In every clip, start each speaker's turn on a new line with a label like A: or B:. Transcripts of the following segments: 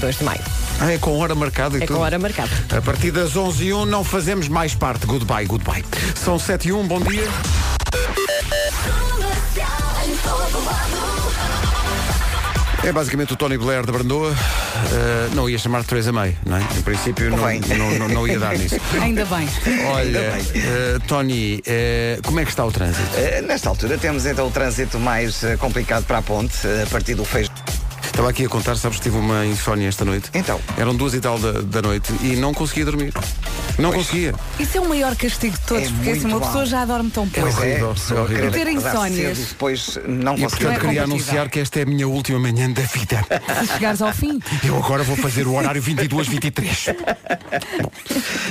A: 22 de maio.
B: Ah, é com hora marcada e
A: É
B: tudo?
A: com hora marcada.
B: A partir das 11 h 01 não fazemos mais parte. Goodbye, goodbye. São 7 e 1, bom dia. É basicamente o Tony Blair da Brandoa. Uh, não ia chamar Teresa May, não é? Em princípio não,
C: Bem.
B: não, não- não ia dar nisso.
D: Ainda bem.
B: Olha,
C: Ainda
B: uh, Tony, uh, como é que está o trânsito?
C: Eh, Nesta altura temos então o trânsito mais eh, complicado para a ponte, eh, a partir do feijão.
B: Estava aqui a contar, sabes que tive uma insónia esta noite.
C: Então.
B: Eram duas e tal da, da noite e não conseguia dormir. Não conseguia.
D: Isso é o maior castigo de todos,
C: É
D: porque assim uma
C: muito
D: pessoa
C: bom.
D: já dorme tão pouco.
B: Pois horrível,
C: a pessoa
B: é horrível.
C: querer
D: Ter
C: acordar
D: insónias.
C: cedo, Depois não
B: E
C: conseguir
B: portanto queria
D: compatível.
B: anunciar que esta é a minha última manhã da vida.
D: Se chegares ao fim,
B: Eu agora vou fazer o horário 22, 23.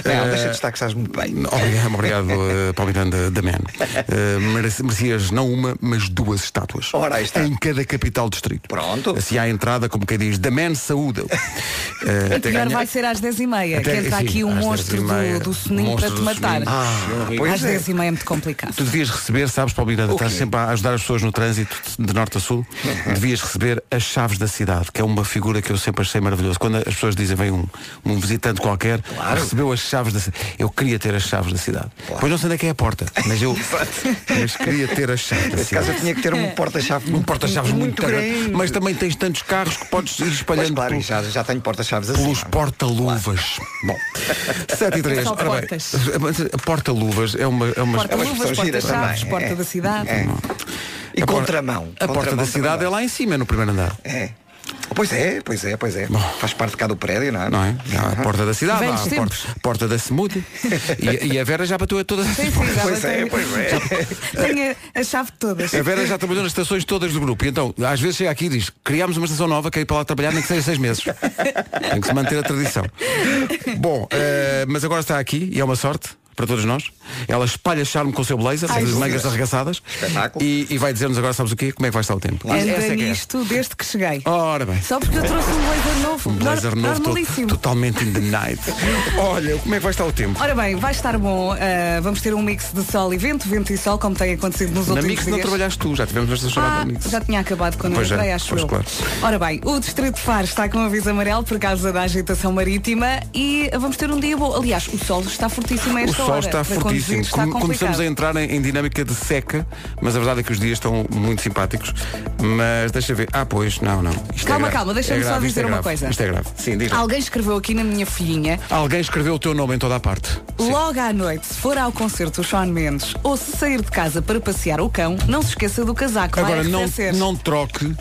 C: Não, deixa de estar que estás muito bem.
B: Obrigado, obrigado eh, Paulo Miranda da Man. Eh, merece- merecias não uma, mas duas estátuas.
C: Ora, aí está.
B: Em cada capital distrito.
C: Pronto.
B: Assim à entrada, como quem diz, da Man saúde. Eh,
D: a
B: até
D: pior
B: ganhar-
D: vai ser às 10h30, que
B: até-
D: entra
B: sim,
D: aqui um
B: às
D: monstro
B: 10h30,
D: do, do soninho
B: monstro
D: para te
B: do
D: matar.
B: soninho. Ah,
C: pois
D: às
C: é.
D: 10h30 é muito complicado.
B: Tu devias receber, sabes, Paulo Miranda, estás
C: quê?
B: sempre a ajudar as pessoas no trânsito de norte a sul, devias receber as chaves da cidade, que é uma figura que eu sempre achei maravilhoso. Quando as pessoas dizem, vem um, um visitante qualquer, recebeu as chaves da cidade. Eu queria ter as chaves da cidade. Pois não sei onde é que é a porta, mas eu mas queria ter as chaves da
C: Nesse caso eu
B: cidade.
C: tinha que ter um porta-chave
B: Um
C: muito,
B: porta-chaves muito, grande,
C: grande.
B: mas também tens tantos carros que podes ir
C: Pois
B: espalhando
C: claro,
B: pelo-
C: já, já tenho porta-chaves assim.
B: pelos
C: não é?
B: porta-luvas. Bom, 7 e 3.
D: Só portas.
B: Porta-luvas é uma, é uma
C: é uma
D: Porta-luvas,
C: expressão gira
D: porta-chaves,
C: também,
D: porta
C: é.
D: da cidade.
C: É. E
B: A por-
C: contramão.
B: A porta da
C: Contramão
B: cidade
C: também.
B: é lá em cima, no primeiro andar.
C: É. Pois é, pois é, pois é. Faz parte de cá do prédio, não é?
B: Não é? Há a porta da cidade, há
D: Velhos
B: a porta,
D: tempos.
B: porta da smoothie. E, e a Vera já bateu a todas.
D: Sim, sim, já
C: Pois é,
D: tenho-
C: pois é.
D: Tenho a- a chave de todas.
B: A Vera já trabalhou nas estações todas do grupo. E então, às vezes chega aqui e diz, criámos uma estação nova, quer ir para lá trabalhar, nem que seja seis meses. Tem que se manter a tradição. Bom, eh, mas agora está aqui e é uma sorte. Para todos nós. Ela espalha charme com o seu blazer,
D: Ai,
B: as
D: sim.
B: mangas arregaçadas.
C: Espetáculo.
B: E, e vai dizer-nos agora, sabes o quê? Como é que vai estar o tempo?
D: Anda
B: Essa é que é.
D: nisto desde que cheguei.
B: Ora bem.
D: Só porque eu trouxe um blazer novo.
B: Um blazer
D: nor-
B: novo, to-
D: normalíssimo.
B: totalmente in the night. Olha, como é que vai estar o tempo?
D: Ora bem, vai estar bom. ah, vamos ter um mix de sol e vento, vento e sol, como tem acontecido nos
B: Na
D: últimos
B: Mix
D: dias.
B: não trabalhaste tu, já tivemos esta chamada
D: Ah,
B: na Mix.
D: já tinha acabado quando
B: Pois é,
D: eu entrei, acho
B: pois
D: eu.
B: claro.
D: Ora bem, o Distrito de Faro está com aviso amarelo por causa da agitação marítima e vamos ter um dia bom. Aliás, o sol está fortíssimo a
B: O
D: é esta
B: sol
D: hora.
B: está
D: Para conduzir
B: fortíssimo.
D: está
B: Come-
D: complicado.
B: Começamos a entrar em, em dinâmica de seca, mas a verdade é que os dias estão muito simpáticos. Mas deixa ver. Ah, pois, não, não. Isto é
D: Calma,
B: grave.
D: calma, deixa-me
B: É
D: só
B: grave,
D: dizer
B: isto é
D: uma
B: grave.
D: coisa.
B: Isto é grave. Sim, diz.
D: Alguém escreveu aqui na minha filhinha,
B: Alguém escreveu o teu nome em toda a parte. Sim.
D: logo à noite, se for ao concerto do Sean Mendes ou se sair de casa para passear o cão, não se esqueça do casaco,
B: Agora
D: vai
B: não,
D: arrefecer.
B: não troque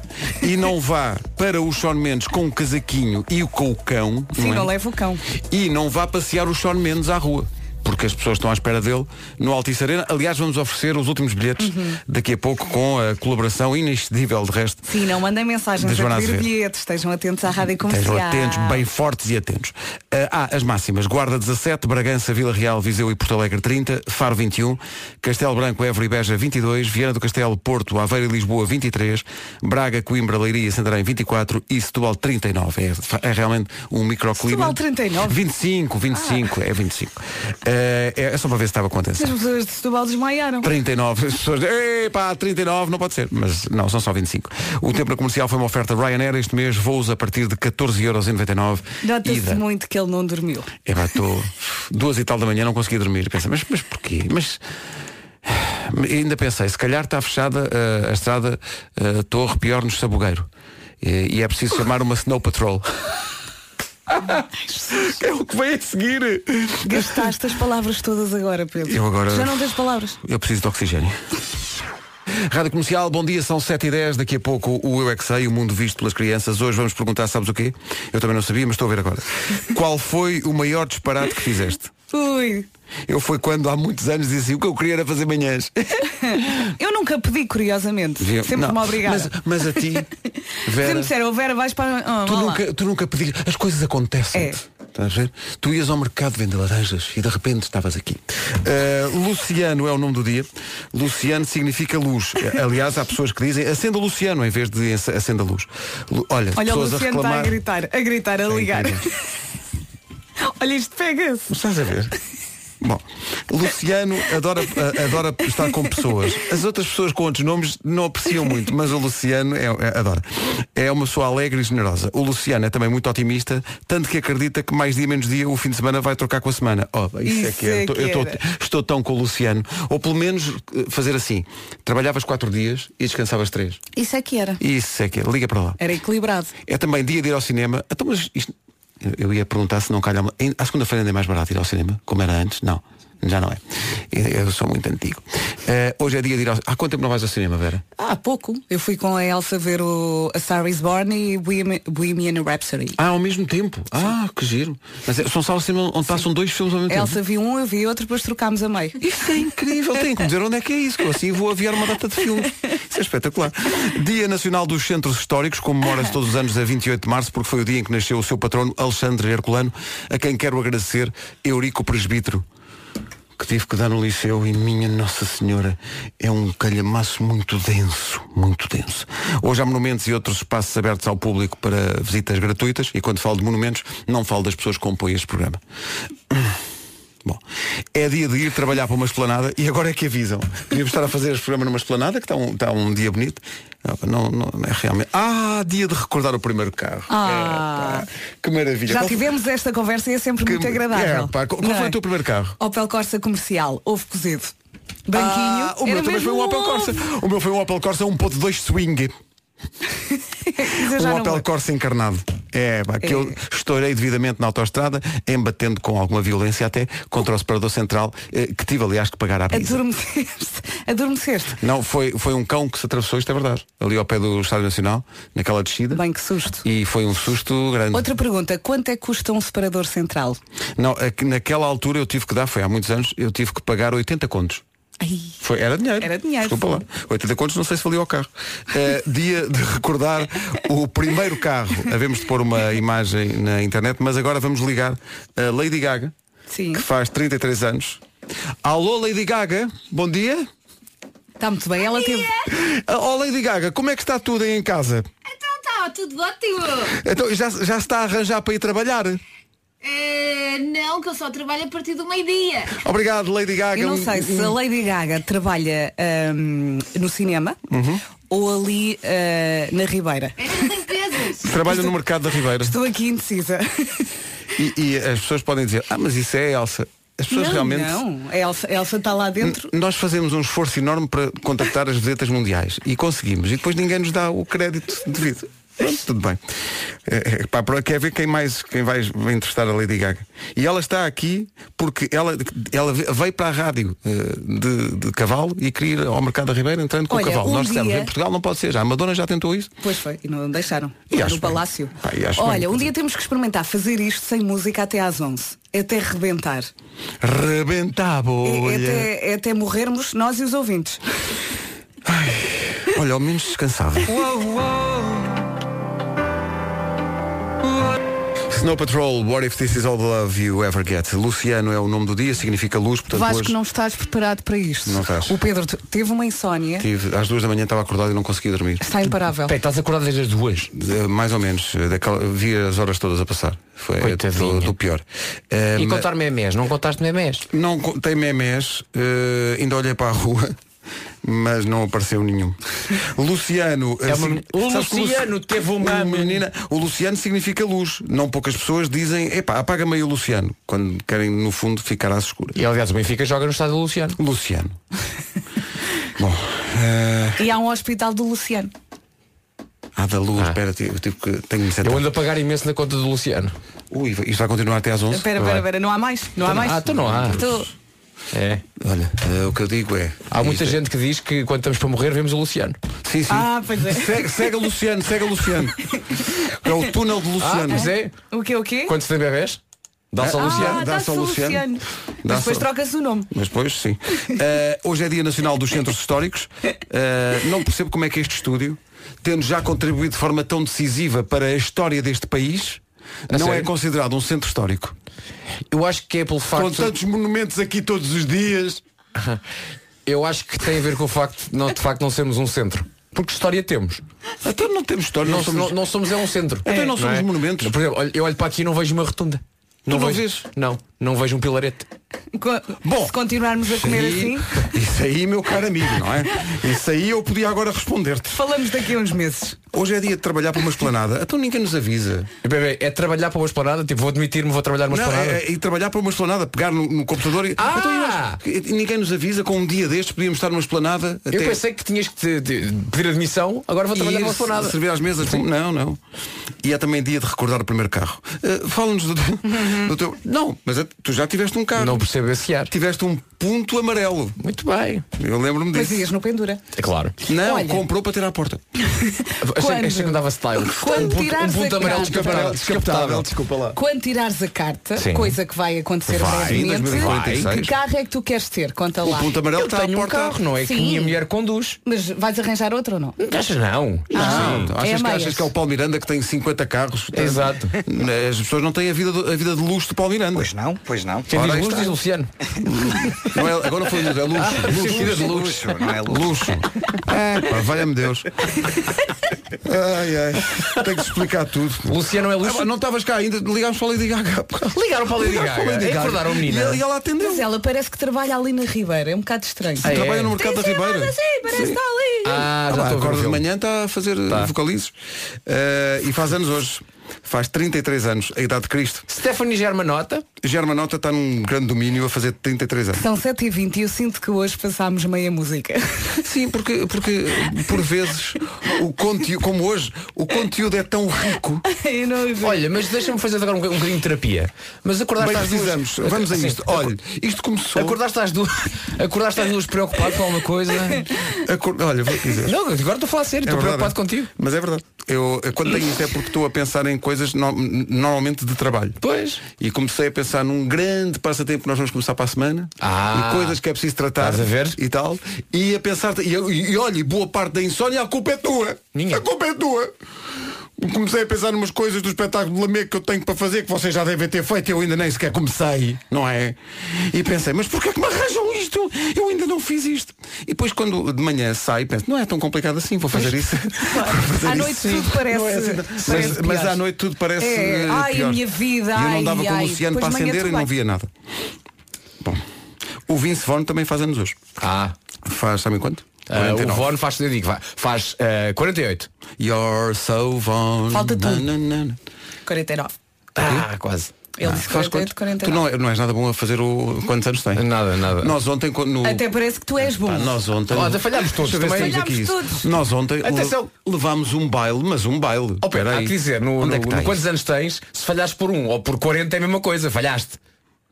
B: e não vá para o Sean Mendes com o casaquinho e o- com o cão.
D: Sim,
B: é?
D: não leva o cão.
B: E não vá passear o Sean Mendes à rua. Porque as pessoas estão à espera dele no Altice Arena. Aliás, vamos oferecer os últimos bilhetes
D: Uhum.
B: daqui a pouco com a colaboração inexcedível, de resto.
D: Sim, não mandem mensagens
B: Joana
D: a pedir
B: Azevedo.
D: bilhetes, estejam atentos à rádio comercial.
B: Estejam atentos, bem fortes e atentos. Ah, ah, as máximas. Guarda 17, Bragança, Vila Real, Viseu e Porto Alegre 30, Faro 21, Castelo Branco, Évora e Beja 22, Viana do Castelo, Porto, Aveiro e Lisboa 23, Braga, Coimbra, Leiria e Santarém 24 e Setúbal 39. É, fa- é realmente um microclima.
D: Setúbal 39?
B: 25, 25, é 25. Ah, é, é só para ver se estava com atenção.
D: As pessoas de Setúbal desmaiaram.
B: 39, as pessoas dizem, epá, 39 não pode ser, mas não, são só 25. O tempo na comercial foi uma oferta Ryanair este mês, voos a partir de 14,99€.
D: Nota-se
B: Ida.
D: muito que ele não dormiu.
B: Epá, estou duas e tal da manhã, não consegui dormir. Pensa, mas, mas porquê? Mas e ainda pensei, se calhar está fechada eh, a estrada eh, Torre Pior nos Sabugueiro. E, e é preciso chamar uma Snow Patrol. é o que vem a seguir.
D: Gastaste as palavras todas agora, Pedro.
B: Eu agora-
D: Já não tens palavras.
B: Eu preciso de oxigênio. Rádio Comercial, bom dia, são 7h10, daqui a pouco o Eu é Que Sei, o mundo visto pelas crianças. Hoje vamos perguntar, sabes o quê? Eu também não sabia, mas estou a ver agora. Qual foi o maior disparate que fizeste?
D: Ui,
B: Eu foi quando há muitos anos disse assim, o que eu queria era fazer manhãs.
D: eu nunca pedi, curiosamente.
B: Viu?
D: Sempre
B: Não,
D: me obrigada.
B: Mas, mas a ti,
D: Sempre me
B: Vera,
D: disseram, Vera, vais para. Ah,
B: tu
D: vá lá.
B: nunca, tu nunca pediste, as coisas acontecem.
D: É.
B: Estás a ver? Tu ias ao mercado vender laranjas e de repente estavas aqui. Uh, Luciano é o nome do dia. Luciano significa luz. Aliás, há pessoas que dizem acenda Luciano em vez de ence- acenda luz. Lu- Olha,
D: Olha, o
B: pessoas
D: Luciano tá
B: a
D: está a
B: reclamar. É
D: gritar, a gritar, a ligar.
B: incrível.
D: Olha, isto pega-se.
B: Estás a ver? Bom, Luciano adora, a- adora estar com pessoas. As outras pessoas com outros nomes não apreciam muito, mas o Luciano é, é- adora. É uma pessoa alegre e generosa. O Luciano é também muito otimista, tanto que acredita que mais dia menos dia o fim de semana vai trocar com a semana. Oh, isso, é
D: Isso
B: que era.
D: é
B: Eu tô-
D: que
B: eu tô-
D: era.
B: estou tão com o Luciano. Ou pelo menos eh, fazer assim. Trabalhavas quatro dias e descansavas três.
D: Isso é que era.
B: Isso é que é. Liga para lá.
D: Era equilibrado.
B: É também dia de ir ao cinema. Então, mas isto- eu- eu ia perguntar se não calha. em- À segunda-feira ainda é mais barato ir ao cinema, como era antes? Não, já não é. Eu eu sou muito antigo. Eh, hoje é dia de ir ao Há quanto tempo não vais ao cinema, Vera?
D: Há pouco eu fui com a Elsa ver o A Star is Born e Bohemian Bohemian Rhapsody.
B: Ah, ao mesmo tempo. Ah, que giro. Mas é- são salas de cinema onde passam dois filmes ao mesmo
D: A
B: tempo.
D: Elsa viu um, eu vi outro, depois trocámos a meio.
B: Isto é incrível, tenho que me dizer onde é que é isso, que eu assim vou aviar uma data de filmes. Isso é espetacular. Dia Nacional dos Centros Históricos, comemora-se todos os anos a 28 de março, porque foi o dia em que nasceu o seu patrono Alexandre Herculano, a quem quero agradecer, Eurico Presbítero. Que tive que dar no liceu e minha Nossa Senhora é um calhamaço muito denso, muito denso. Hoje há monumentos e outros espaços abertos ao público para visitas gratuitas e quando falo de monumentos não falo das pessoas que compõem este programa. Bom, é dia de ir trabalhar para uma esplanada e agora é que avisam. Queríamos estar a fazer este programa numa esplanada, que está um, está um dia bonito. Não, não, não é realmente. Ah, dia de recordar o primeiro carro.
D: Ah.
B: É, pá, que maravilha.
D: Já
B: Qual-
D: tivemos esta conversa e é sempre muito
B: que-
D: agradável.
B: É, pá, qual, qual
D: Não
B: foi
D: é?
B: o teu primeiro carro?
D: Opel Corsa comercial, ovo cozido. Branquinho.
B: Ah, o meu
D: Era
B: também
D: mesmo
B: foi um Opel
D: ovo.
B: Corsa. O meu foi um Opel Corsa 1.2 swing.
D: Mas eu já
B: Um
D: não
B: Opel
D: vou.
B: Corsa encarnado. É, pá, que
D: É.
B: eu estourei devidamente na autoestrada, embatendo com alguma violência até contra o separador central, eh, que tive, aliás, que pagar à brisa.
D: Adormeceste. Adormeceste.
B: Não, foi, foi um cão que se atravessou, isto é verdade. Ali ao pé do Estádio Nacional, naquela descida.
D: Bem, que susto.
B: E foi um susto grande.
D: Outra pergunta, quanto é que custa um separador central?
B: Não, é que naquela altura eu tive que dar, foi há muitos anos, eu tive que pagar 80 contos.
D: Ai,
B: Foi, era dinheiro.
D: Era dinheiro.
B: Desculpa lá. 80 contos, não sei se valia o carro. Eh, dia de recordar o primeiro carro. Havemos de pôr uma imagem na internet, mas agora vamos ligar a Lady Gaga,
D: Sim.
B: que faz 33 anos. Alô, Lady Gaga, bom dia.
D: está muito bem. Ela teve.
B: Oh, Lady Gaga, como é que está tudo aí em casa?
A: Então tá, tudo ótimo.
B: Então, já, já se está a arranjar para ir trabalhar?
A: Eh, não, que eu só trabalho a partir do meio-dia.
B: Obrigado, Lady Gaga. Um-
D: Eu não sei se a Lady Gaga trabalha ahm, no cinema ou ali ah, na Ribeira.
A: É das limpezas.
B: Trabalho no mercado da Ribeira.
D: Estou aqui indecisa.
B: E, e as pessoas podem dizer, ah, mas isso é a Elsa. As pessoas
D: não,
B: realmente.
D: não, a Elsa, a Elsa está lá dentro.
B: Nós fazemos um esforço enorme para contactar as vedetas mundiais e conseguimos. E depois ninguém nos dá o crédito devido. Pronto, tudo bem. É, é, pá, para- quer ver quem mais quem vai, vai entrevistar a Lady Gaga. E ela está aqui porque ela, ela veio para a rádio eh, de, de cavalo e queria ir ao Mercado da Ribeira entrando com
D: Olha,
B: o cavalo.
D: um
B: Nós dissemos,
D: dia-
B: em Portugal não pode ser já. A Madonna já tentou isso.
D: Pois foi, e não deixaram.
B: E acho
D: no
B: bem.
D: palácio.
B: Pá, e acho
D: Olha, um
B: bem.
D: dia temos que experimentar fazer isto sem música até às 11. Até rebentar.
B: Rebenta a
D: É- é
B: bolha.
D: até, é até morrermos nós e os ouvintes.
B: Olha, ao menos descansava. Snow Patrol, What If This Is All the Love You Ever Get. Luciano é o nome do dia, significa luz, portanto
D: Vasco,
B: hoje
D: não estás preparado para isto.
B: Não estás.
D: O Pedro te- teve uma insónia.
B: tive, às duas da manhã estava acordado e não consegui dormir.
D: Está imparável.
E: Peraí, estás acordado desde as duas?
B: De- mais ou menos, eh, daquela- vi as horas todas a passar. Foi eh,
E: Coitadinha.
B: do, do pior. Eh,
E: E
B: ma-
E: contar memes? Não contaste memes?
B: Não co- tem memes, eh, ainda olhei para a rua, mas não apareceu nenhum. Luciano. eh,
E: É uma-
B: signi-
E: o
B: sabes que
E: Luciano teve uma mama.
B: menina. O Luciano significa luz. Não poucas pessoas dizem, epá, apaga meio o Luciano, quando querem no fundo ficar às escuras.
E: E aliás, o Benfica joga no estádio do Luciano.
B: Luciano. Bom, eh,
D: E há um hospital do Luciano.
B: há da luz,
E: Ah.
B: espera, eu tive que tenho que me sentar.
E: Eu ando a pagar imenso na conta do Luciano.
B: Ui, isto vai continuar até às 11.
D: Espera, espera, espera, não há mais? Não há
E: Então-
D: mais?
E: Ah, então não há.
D: Então-
E: É.
B: Olha, eh, o que eu digo é.
E: Há muita
B: isto é-
E: gente que diz que quando estamos para morrer vemos o Luciano.
B: Sim, sim.
D: Ah, pois é.
B: Segue, segue a Luciano, segue a Luciano. É o túnel de
E: Ah,
B: Luciano.
E: pois é.
D: O quê, o quê?
E: Quando se tem bebés, dá-se ao
D: Ah,
E: Luciano.
B: dá
D: dá-se
B: só
D: ao
B: Luciano.
D: Luciano.
B: Dá
D: Mas depois
B: só-
D: trocas o nome.
B: Mas depois, sim. Eh, hoje é Dia Nacional dos Centros Históricos. Eh, não percebo como é que este estúdio, tendo já contribuído de forma tão decisiva para a história deste país,
E: A
B: não é
E: sério?
B: considerado um centro histórico.
E: Eu acho que é pelo
B: Com
E: facto.
B: tantos monumentos aqui todos os dias.
E: Eu acho que tem a ver com o facto de não, de facto não sermos um centro. Porque história temos.
B: Até Então não temos história,
E: Não,
B: não somos.
E: não- não somos é um centro.
B: Então não somos monumentos.
E: Por exemplo, olha, eu olho para aqui e não vejo uma rotunda.
B: não
E: vejo.
B: vês?
E: Não, não vejo um pilarete.
D: Co-
B: Bom.
D: se continuarmos a comer
E: E-
D: assim,
B: Isso aí, meu caro amigo, não é? Isso aí eu podia agora responder-te.
D: falamos daqui a uns meses.
B: Hoje é dia de trabalhar para uma esplanada. Então ninguém nos avisa.
E: Bebê, é trabalhar para uma esplanada? Tipo, vou admitir-me, vou trabalhar numa
B: Não,
E: esplanada?
B: é- é- e trabalhar para uma esplanada, pegar no, no computador e.
E: Ah!
B: Então, e nós- e ninguém nos avisa com um dia destes, podíamos estar numa esplanada.
E: Eu pensei que tinhas que te- te- pedir admissão, agora vou trabalhar
B: e
E: numa
B: ir
E: esplanada.
B: servir às mesas. Não, não. E é também dia de recordar o primeiro carro. Eh, Fala-nos do, teu-
D: Uhum.
B: do teu. Não, mas é- tu já tiveste um carro.
E: Não percebo esse ar.
B: Tiveste um ponto amarelo.
E: Muito bem.
B: Eu lembro-me
D: Mas
B: disso.
D: ias no pendura.
E: É claro.
B: Não,
D: Olha.
B: comprou para ter à porta.
E: Achei, achei que não dava style.
D: Quando
E: um ponto, um
D: tirares
E: ponto
D: a
E: amarelo
D: cara-
E: descapotável. descapotável.
B: desculpa lá.
D: Quando tirares a carta,
E: Sim.
D: coisa que vai acontecer
B: Vai, em
D: brevemente,
B: 2046.
D: que carro é que tu queres ter? Conta
B: O
D: lá.
B: ponto amarelo
E: Eu
B: está à
E: tenho um
B: porta.
E: carro, não é? Que
D: Sim.
E: minha mulher conduz.
D: Mas vais arranjar outro ou não?
E: Achas não?
B: Não,
D: Ah, é
B: achas, que,
D: meias.
B: achas que é o Paulo Miranda que tem 50 carros?
E: Exato.
B: As pessoas não têm a vida, do- a vida de luxo do Paulo Miranda.
C: Pois não, pois não.
E: Quem
B: Ora, aí
E: diz luz
B: está.
E: diz Luciano.
B: Não é- agora foi luxo, é luxo. luxo,
E: vida de
C: luxo, não é luxo.
B: Luxo. É, pá, valha-me Deus. Ai, ai. Tem que explicar tudo.
E: Luciano é
B: Ah, pá,
E: luxo.
B: não estavas cá ainda, ligámos para a Lady Gaga. há bocado.
E: Ligaram para a Lady
B: Ligámos
E: Gaga. É verdade, o
B: E ela,
E: menino.
B: e ela atendeu.
D: Mas ela parece que trabalha ali na Ribeira, é um bocado estranho.
E: Ah, é?
B: Trabalha no mercado da Ribeira.
D: Sim, parece que está ali.
E: Ah, já
B: Ah,
E: estou a
B: acorda
E: ver.
B: de
E: o filme.
B: manhã está a fazer
E: Tá.
B: vocalizes. Eh, e faz anos hoje. Faz 33 anos, a idade de Cristo.
E: Stephanie Germanota.
B: Germanota está num grande domínio a fazer 33 anos.
D: São 7h20 e eu sinto que hoje passámos meia música.
B: Sim, porque, porque por vezes, o conteúdo, como hoje, o conteúdo é tão rico.
D: Eu não aguento.
E: Olha, mas deixa-me fazer agora um, um bocadinho de terapia. Mas acordaste
B: Bem,
E: às
B: precisamos.
E: duas.
B: Vamos a
E: Sim.
B: isto. Olha, isto começou.
E: Acordaste às duas. Acordaste às duas preocupado com alguma coisa.
B: Acor- Olha, vou dizer.
E: Não, agora estou a falar sério, estou
B: É
E: preocupado
B: verdade, é.
E: contigo.
B: Mas é verdade. Eu, eu quando tenho isto é porque estou a pensar em coisas no- normalmente de trabalho.
E: Pois.
B: E comecei a pensar num grande passatempo que nós vamos começar para a semana.
E: Ah.
B: e coisas que é preciso tratar.
E: Estás a ver?
B: E tal. E a pensar. E, e, e olha, e boa parte da insónia, a culpa é tua.
E: Minha.
B: A culpa é tua. Comecei a pensar numas coisas do espetáculo de Lamego que eu tenho para fazer, que vocês já devem ter feito, e eu ainda nem sequer comecei, não é? E pensei, mas porquê é que me arranjam isto? Eu ainda não fiz isto. E depois quando de manhã saio, penso, não é tão complicado assim, vou fazer isso. Vou fazer
D: À
B: isso.
D: noite tudo parece-
B: Não é assim tão-
D: parece
B: mas,
D: pior.
B: mas à noite tudo parece.
D: É.
B: eh,
D: Ai, a
B: pior.
D: minha vida,
B: E eu
D: ai,
B: não dava com
D: ai.
B: o Luciano para
D: Depois de manhã
B: acender e
D: tudo
B: não
D: bem.
B: via nada. Bom, o Vince Vaughn também faz anos hoje.
E: Ah.
B: Faz, sabem quanto?
E: ah, o Von faz, eu digo, vai- faz ah, 48.
B: You're so Vaughn.
D: Falta tu.
B: Na, na, na.
D: 49.
E: Ah, quase.
D: Ele disse
B: Faz
D: 48,
B: quanto?
D: 49.
B: Tu não, é- não és nada bom a fazer o. Quantos anos tem?
E: Nada, nada.
B: Nós ontem quando no.
D: Até parece que tu és bom.
B: Pá, nós ontem.
E: Olha, falhámos todos
B: Deixa eu ver
E: também.
B: se temos aqui
D: Falhámos
B: isso.
D: todos.
B: Nós ontem le-
E: Atenção.
B: levámos um baile, mas um baile.
E: Oh, pera, há
B: Peraí.
E: que dizer, no,
B: Onde é
E: no-
B: que
E: no
B: está
E: quantos
B: isso?
E: anos tens, se falhares por um ou por 40 é a mesma coisa, falhaste.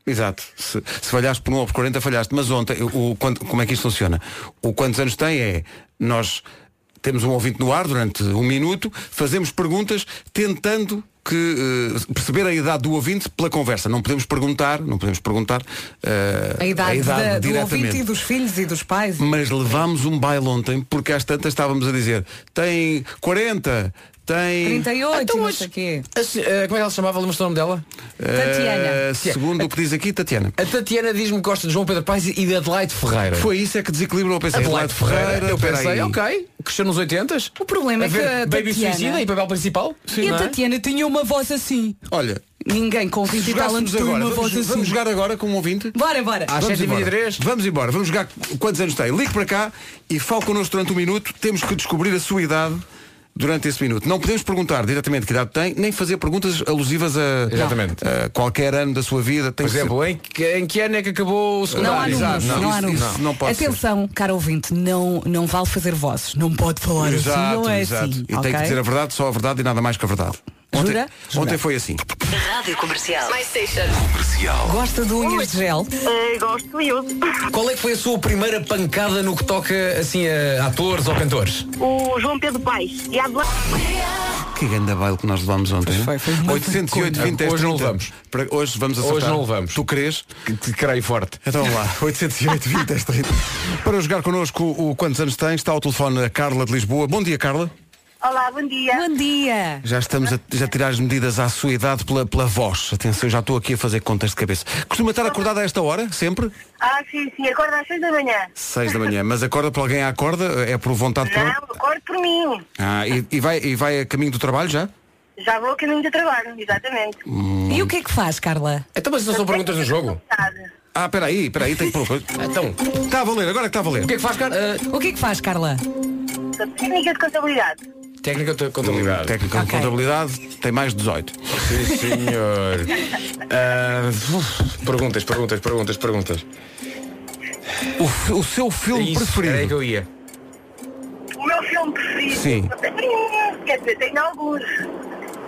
B: Exato. Se, se falhaste por um ou por 40, falhaste. Mas ontem, o, o quant- como é que isto funciona? O quantos anos tem é. Nós temos um ouvinte no ar durante um minuto, fazemos perguntas tentando que eh, perceber a idade do ouvinte pela conversa. Não podemos perguntar, não podemos perguntar eh,
D: A idade, da- do ouvinte
B: diretamente.
D: e dos filhos e dos pais.
B: Mas levámos um baile ontem porque às tantas estávamos a dizer tem 40, tem
D: 38,
E: Então,
D: não
E: mas-
D: sei o quê.
E: A se- ah, como é que ela se chamava? Lembras o nome dela?
B: eh,
D: Tatiana.
B: segundo o que diz aqui, Tatiana.
E: A Tatiana diz-me que gosta de João Pedro Paes e de Adelaide Ferreira.
B: Foi isso é que desequilibrou o pensamento.
E: Adelaide Ferreira, eu
B: espera
E: pensei,
B: aí.
E: ok, cresceu nos 80s.
D: O problema é
E: A
D: que
E: ver
D: a
E: Baby
D: Tatiana-
E: Suicida e papel principal.
D: E
E: não
D: a
E: é?
D: Tatiana tinha uma voz assim.
B: Olha,
D: Ninguém com
B: se
D: 20 e tal anos
B: jogássemos
D: tem
B: agora,
D: uma voz
B: vamos,
D: assim.
B: vamos jogar agora com um ouvinte.
D: Bora, bora.
E: Às
B: Vamos
E: 7h23.
B: embora. Vamos embora, vamos jogar quantos anos tem. Ligue para cá e fale connosco durante um minuto. Temos que descobrir a sua idade durante esse minuto. Não podemos perguntar diretamente que idade tem, nem fazer perguntas alusivas a,
E: Exatamente.
B: a qualquer ano da sua vida. Tem
E: Por
B: que ser-
E: exemplo, em que, em que ano é que acabou o
D: Não há
E: secundário?
D: números,
B: Exato,
D: não, há
B: não, isso-
D: números.
B: isso não pode
D: Atenção, cara ouvinte, não, não vale fazer vozes. Não pode falar assim,
B: Exato,
D: não é
B: exato.
D: assim.
B: E
D: ok?
B: tem que dizer a verdade, só a verdade e nada mais que a verdade. Ontem,
D: Jura? Jura.
B: ontem foi assim.
F: Rádio Comercial.
D: Gosta de unhas de gel?
G: É, gosto e uso.
E: Qual é que foi a sua primeira pancada no que toca assim a atores ou cantores?
G: O João Pedro Paes. E há de lá.
B: Que grande baile que nós levámos ontem.
D: foi, foi muito
B: 808
E: bom.
B: 20 10
E: Hoje não
B: 30.
E: levamos.
B: Para- Hoje vamos acertar.
E: Hoje não levamos.
B: Tu crês?
E: Que, que creio forte.
B: Então vá, 808 20 10 30. Para jogar connosco o Quantos Anos Tens, está ao telefone a Carla de Lisboa. Bom dia, Carla.
G: Olá, bom dia.
D: Bom dia!
B: Já estamos a já a tirar as medidas à sua idade pela, pela voz. Atenção, já estou aqui a fazer contas de cabeça. Costuma estar acordada a esta hora, sempre?
G: Ah, sim, sim, acorda às seis da manhã.
B: 6 da manhã. Mas acorda por alguém à acorda? É por vontade
G: Não,
B: própria?
G: acordo por mim.
B: Ah, e, e vai, e vai a caminho do trabalho já?
G: Já vou a caminho do trabalho, exatamente.
D: E o que é que faz, Carla?
E: Então, mas isso são perguntas no jogo.
G: Sabe?
B: Ah, peraí, peraí, tem que pôr.
E: Então, o
B: Está a valer, agora é que está a valer.
E: que é que faz, cara? Ah,
D: O que é que faz, Carla?
G: Sou Técnica de
E: técnica de contabilidade.
G: contabilidade.
B: Técnico de
D: Ok.
B: contabilidade, tem mais de 18.
E: Sim, senhor. Ah, uf, perguntas, perguntas, perguntas, perguntas.
B: O, f- o seu filme
E: É Isso, Era aí que
B: preferido.
E: eu ia.
G: O meu filme preferido.
B: Sim.
G: Quer dizer, tem alguns.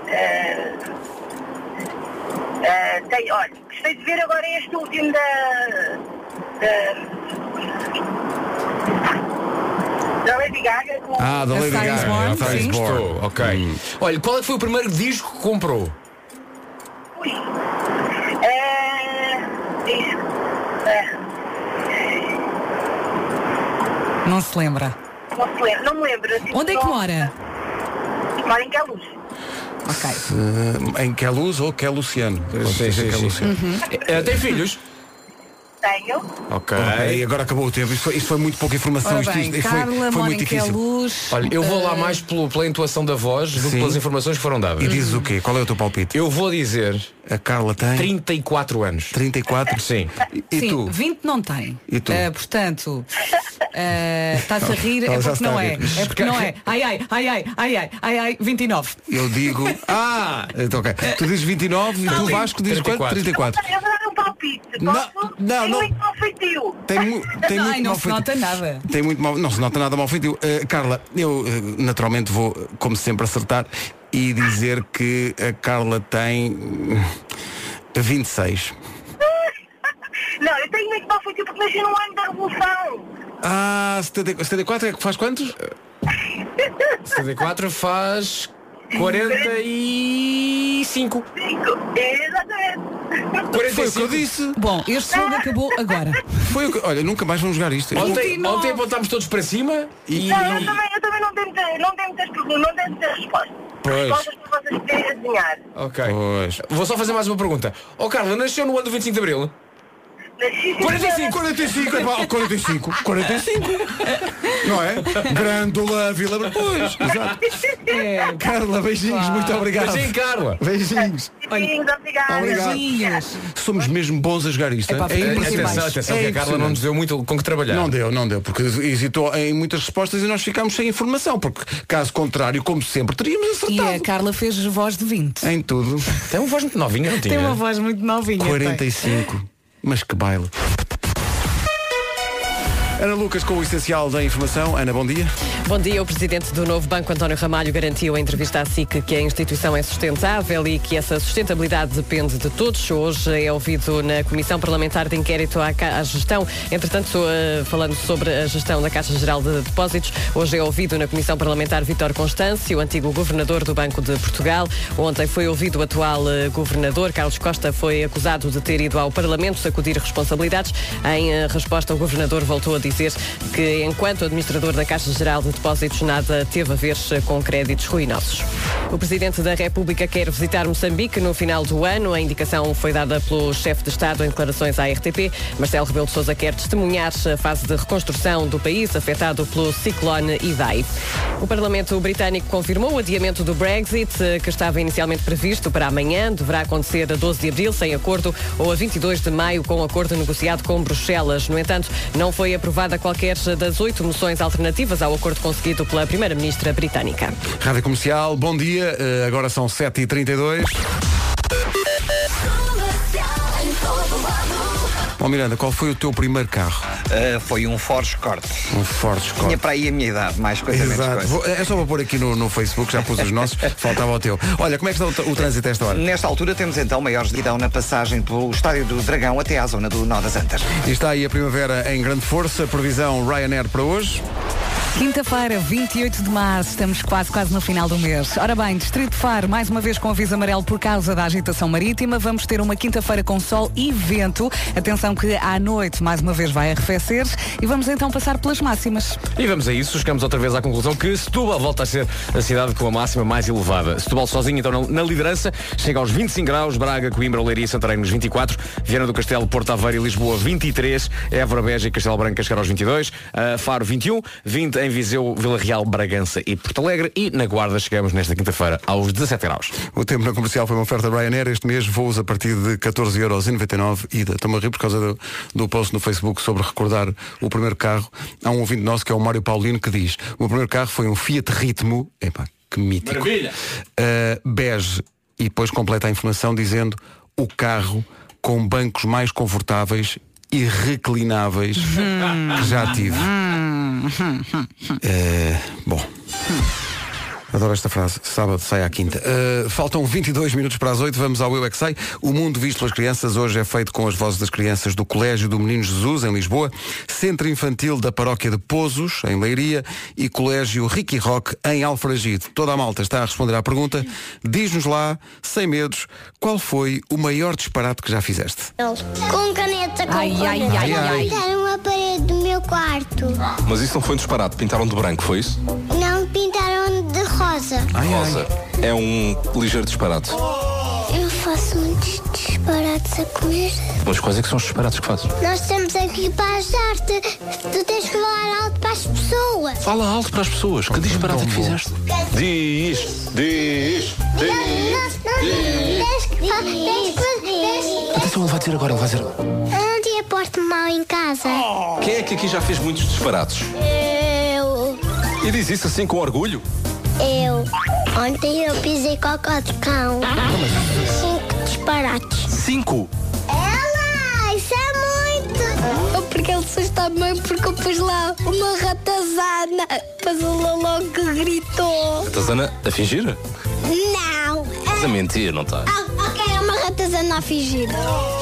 G: Eh, eh, tem, olha, gostei de ver agora este último da. da. da Lady Gaga com.
B: Ah, da
D: A
B: Lady
D: Star is Born,
B: Gaga. A Star is
D: sim.
B: Born. Hum.
E: Estou, ok. Olha, qual é que foi o primeiro disco que comprou?
G: Ui. Eh, isso. Eh,
D: Não se lembra.
G: não, me lembro, não me lembro. assim,
D: Onde é que
G: não-
D: mora?
G: Mora em Queluz.
D: Ok.
B: Eh, Em que é luz ou que é Luciano?
E: Sim, sim,
B: Que é
E: sim.
B: Luciano.
D: Uhum.
E: Eh, tem filhos?
G: Tenho.
E: Ok.
B: Ok, e agora acabou o tempo. Isto foi, isto foi muito pouca informação.
D: Ora
B: Isto,
D: bem,
B: isto- isto foi,
D: Carla,
B: foi muito
D: Mónica
B: difícil.
D: Luz.
E: Olha, eu vou
B: Ah.
E: lá
D: eh,
E: mais pelo- pela entoação da voz do
B: Sim.
E: que pelas informações que foram
B: E
E: dadas.
B: dizes o quê? Qual é o teu palpite?
E: Eu vou dizer
B: A Carla tem
E: 34 anos.
B: 34.
E: Sim.
B: E
D: Sim,
B: tu?
D: 20 não tem.
B: E tu?
D: Eh, portanto, eh, estás a rir,
B: ela
D: é
B: já
D: porque
B: está
D: não
B: a
D: é.
B: rir.
D: É porque não é. Ai, ai, ai, ai, ai, ai, ai, ai, 29.
B: Eu digo. Ah! Então, ok. Tu dizes 29 e
D: Tá
B: tu Vasco dizes quanto? 34.
G: Eu vou dar um palpite.
B: Não,
G: Posso?
B: não,
G: Tem
B: não.
G: muito mau feitio.
B: Tem, mu- tem
D: Ai,
B: muito
D: não
B: mau
D: se
B: feitio.
D: nota nada.
B: Tem muito mal, não se nota nada mal feito. Eh, Carla, eu eh, naturalmente vou, eh, como sempre, acertar e dizer que a Carla tem hum, 26.
G: Não, eu tenho muito mal feitio porque nasci num ano da Revolução.
B: Ah, 70 74 é que faz quantos?
E: 34 faz 45.
G: Cinco. Exatamente.
B: Foi o que eu
E: 45.
B: disse.
D: Bom, este jogo é acabou agora.
B: Foi o que- Olha, nunca mais vamos jogar isto.
E: Ontem,
D: 29.
E: ontem apontámos todos para cima e.
G: Não, eu também, eu também não tenho muitas- não tenho muitas perguntas, não tenho muitas respostas.
E: Pois.
G: Respostas para vocês poderem adivinhar.
E: Ok.
B: Pois.
E: Vou só fazer mais uma pergunta. Ó Carla, nasceu no ano do 25 de Abril?
G: Nasci
B: 45, 45, epá, ó, 45, 45. Não é? Grândola, Vila. Bra- Pois, exato.
D: É,
B: Carla, beijinhos, muito obrigado.
E: Sim, Carla.
B: Beijinhos.
G: Beijinhos, obrigada.
B: Obrigado.
D: beijinhos.
B: Somos mesmo bons a jogar isto.
D: Epá,
B: hein?
D: é
E: Atenção,
D: impressionante.
E: atenção,
B: É
E: que a Carla não
B: impressionante.
E: nos deu muito com que trabalhar.
B: Não deu, não deu, porque hesitou em muitas respostas e nós ficámos sem informação, porque caso contrário, como sempre, teríamos
D: E
B: acertado
D: a Carla fez voz de 20.
B: em tudo.
E: Tem uma voz muito novinha, não tinha?
D: Tem uma voz muito novinha.
B: 45. Mas que baile. Ana Lucas com o essencial da informação. Ana, bom dia.
F: Bom dia. O presidente do novo Banco, António Ramalho, garantiu em entrevista à SIC que a instituição é sustentável e que essa sustentabilidade depende de todos. Hoje é ouvido na Comissão Parlamentar de Inquérito à, Ca- à Gestão. Entretanto, eh, falando sobre a gestão da Caixa Geral de Depósitos, hoje é ouvido na Comissão Parlamentar Vítor Constâncio, antigo governador do Banco de Portugal. Ontem foi ouvido o atual eh, governador. Carlos Costa foi acusado de ter ido ao Parlamento sacudir responsabilidades. Em eh, resposta, o governador voltou a dizer que, enquanto administrador da Caixa Geral de Depósitos, nada teve a ver eh, com créditos ruinosos. O presidente da República quer visitar Moçambique no final do ano. A indicação foi dada pelo chefe de Estado em declarações à RTP. Marcelo Rebelo de Sousa quer testemunhar a fase de reconstrução do país afetado pelo ciclone Idai. O Parlamento Britânico confirmou o adiamento do Brexit, eh, que estava inicialmente previsto para amanhã. Deverá acontecer a 12 de abril, sem acordo, ou a 22 de maio, com acordo negociado com Bruxelas. No entanto, não foi aprovada qualquer das oito moções alternativas ao acordo conseguido pela Primeira-Ministra Britânica.
B: Rádio Comercial, bom dia. Eh, agora são 7h32. Bom, Miranda, qual foi o teu primeiro carro?
C: Ah, foi um Ford Escort.
B: Um Ford
C: Tinha
B: Escort.
C: para aí a minha idade, mais coisa menos
B: Exato.
C: coisa.
B: Vou- é só para pôr aqui no, no Facebook, já pus os nossos, faltava o teu. Olha, como é que está o, tr- o trânsito a esta hora?
C: Nesta altura temos então maior esguidão na passagem pelo Estádio do Dragão até à zona do Nó das Antas.
B: E está aí a primavera em grande força, previsão Então, Ryanair para hoje.
D: Quinta-feira, 28 de março, estamos quase, quase no final do mês. Ora bem, Distrito de Faro, mais uma vez com aviso amarelo por causa da agitação marítima. Vamos ter uma quinta-feira com sol e vento. Atenção que à noite, mais uma vez, vai arrefecer. E vamos então passar pelas máximas.
E: E vamos a isso, chegamos outra vez à conclusão que Setúbal volta a ser a cidade com a máxima mais elevada. Setúbal sozinho, então, na- na liderança, chega aos 25 graus, Braga, Coimbra, Leiria e Santarém nos 24, Viana do Castelo, Porto Aveiro e Lisboa 23, Évora, Beja e Castelo Branco a chegar aos 22, eh, Faro 21, 20 em em Viseu, Vila Real, Bragança e Porto Alegre. E na Guarda chegamos nesta quinta-feira aos 17 graus.
B: O tempo na comercial foi uma oferta Ryanair. Este mês voos a partir de 14,99€ ida. Estou-me a rir por causa do, do post no Facebook sobre recordar o primeiro carro. Há um ouvinte nosso que é o Mário Paulino que diz o meu primeiro carro foi um Fiat Ritmo. Epá, que mítico.
E: Maravilha.
B: Uh, bege. E depois completa a informação dizendo o carro com bancos mais confortáveis e reclináveis que já tive.
G: Hum.
D: Hum.
B: Uh, bom. Adoro esta frase. Sábado sai à quinta. Uh, faltam 22 minutos para as 8. Vamos ao Eu é Que Sei. O mundo visto pelas crianças hoje é feito com as vozes das crianças do Colégio do Menino Jesus, em Lisboa, Centro Infantil da Paróquia de Pozos, em Leiria, e Colégio Ricky Rock, em Alfragide. Toda a malta está a responder à pergunta. Diz-nos lá, sem medos, qual foi o maior disparate que já fizeste?
H: Com caneta, com
D: Ai, ai,
H: caneta.
D: ai, ai.
H: Pintaram a parede do meu quarto.
I: Mas isso não foi um disparate, pintaram de branco, foi isso?
H: Não pintaram de rosa.
I: Rosa. É um ligeiro disparate.
H: Eu faço muitos disparates a comer.
I: Mas quais é que são os disparates que fazes?
H: Nós estamos aqui para ajudar-te. Tu tens que falar alto para as pessoas.
I: Fala alto para as pessoas. Que disparate é que fizeste? Diz, diz,
H: Não,
I: diz.
H: não, não. Tens que falar. Tens que fazer.
I: Atenção, ele vai dizer agora, ele vai dizer.
H: Eu não tinha posto mal em casa.
E: Oh.
I: Quem é que aqui já fez muitos disparates?
H: Eu.
I: E diz isso assim com orgulho?
H: Eu. Ontem eu pisei cocó de cão. Cinco disparates.
I: Cinco.
H: Ela, isso é muito! Porque ele se está bem porque eu pus lá uma ratazana, mas ela logo gritou.
I: Tazana, a fingir?
H: Não!
I: Estás a mentir, não estás?
H: Ah, ok, é uma ratazana a fingir.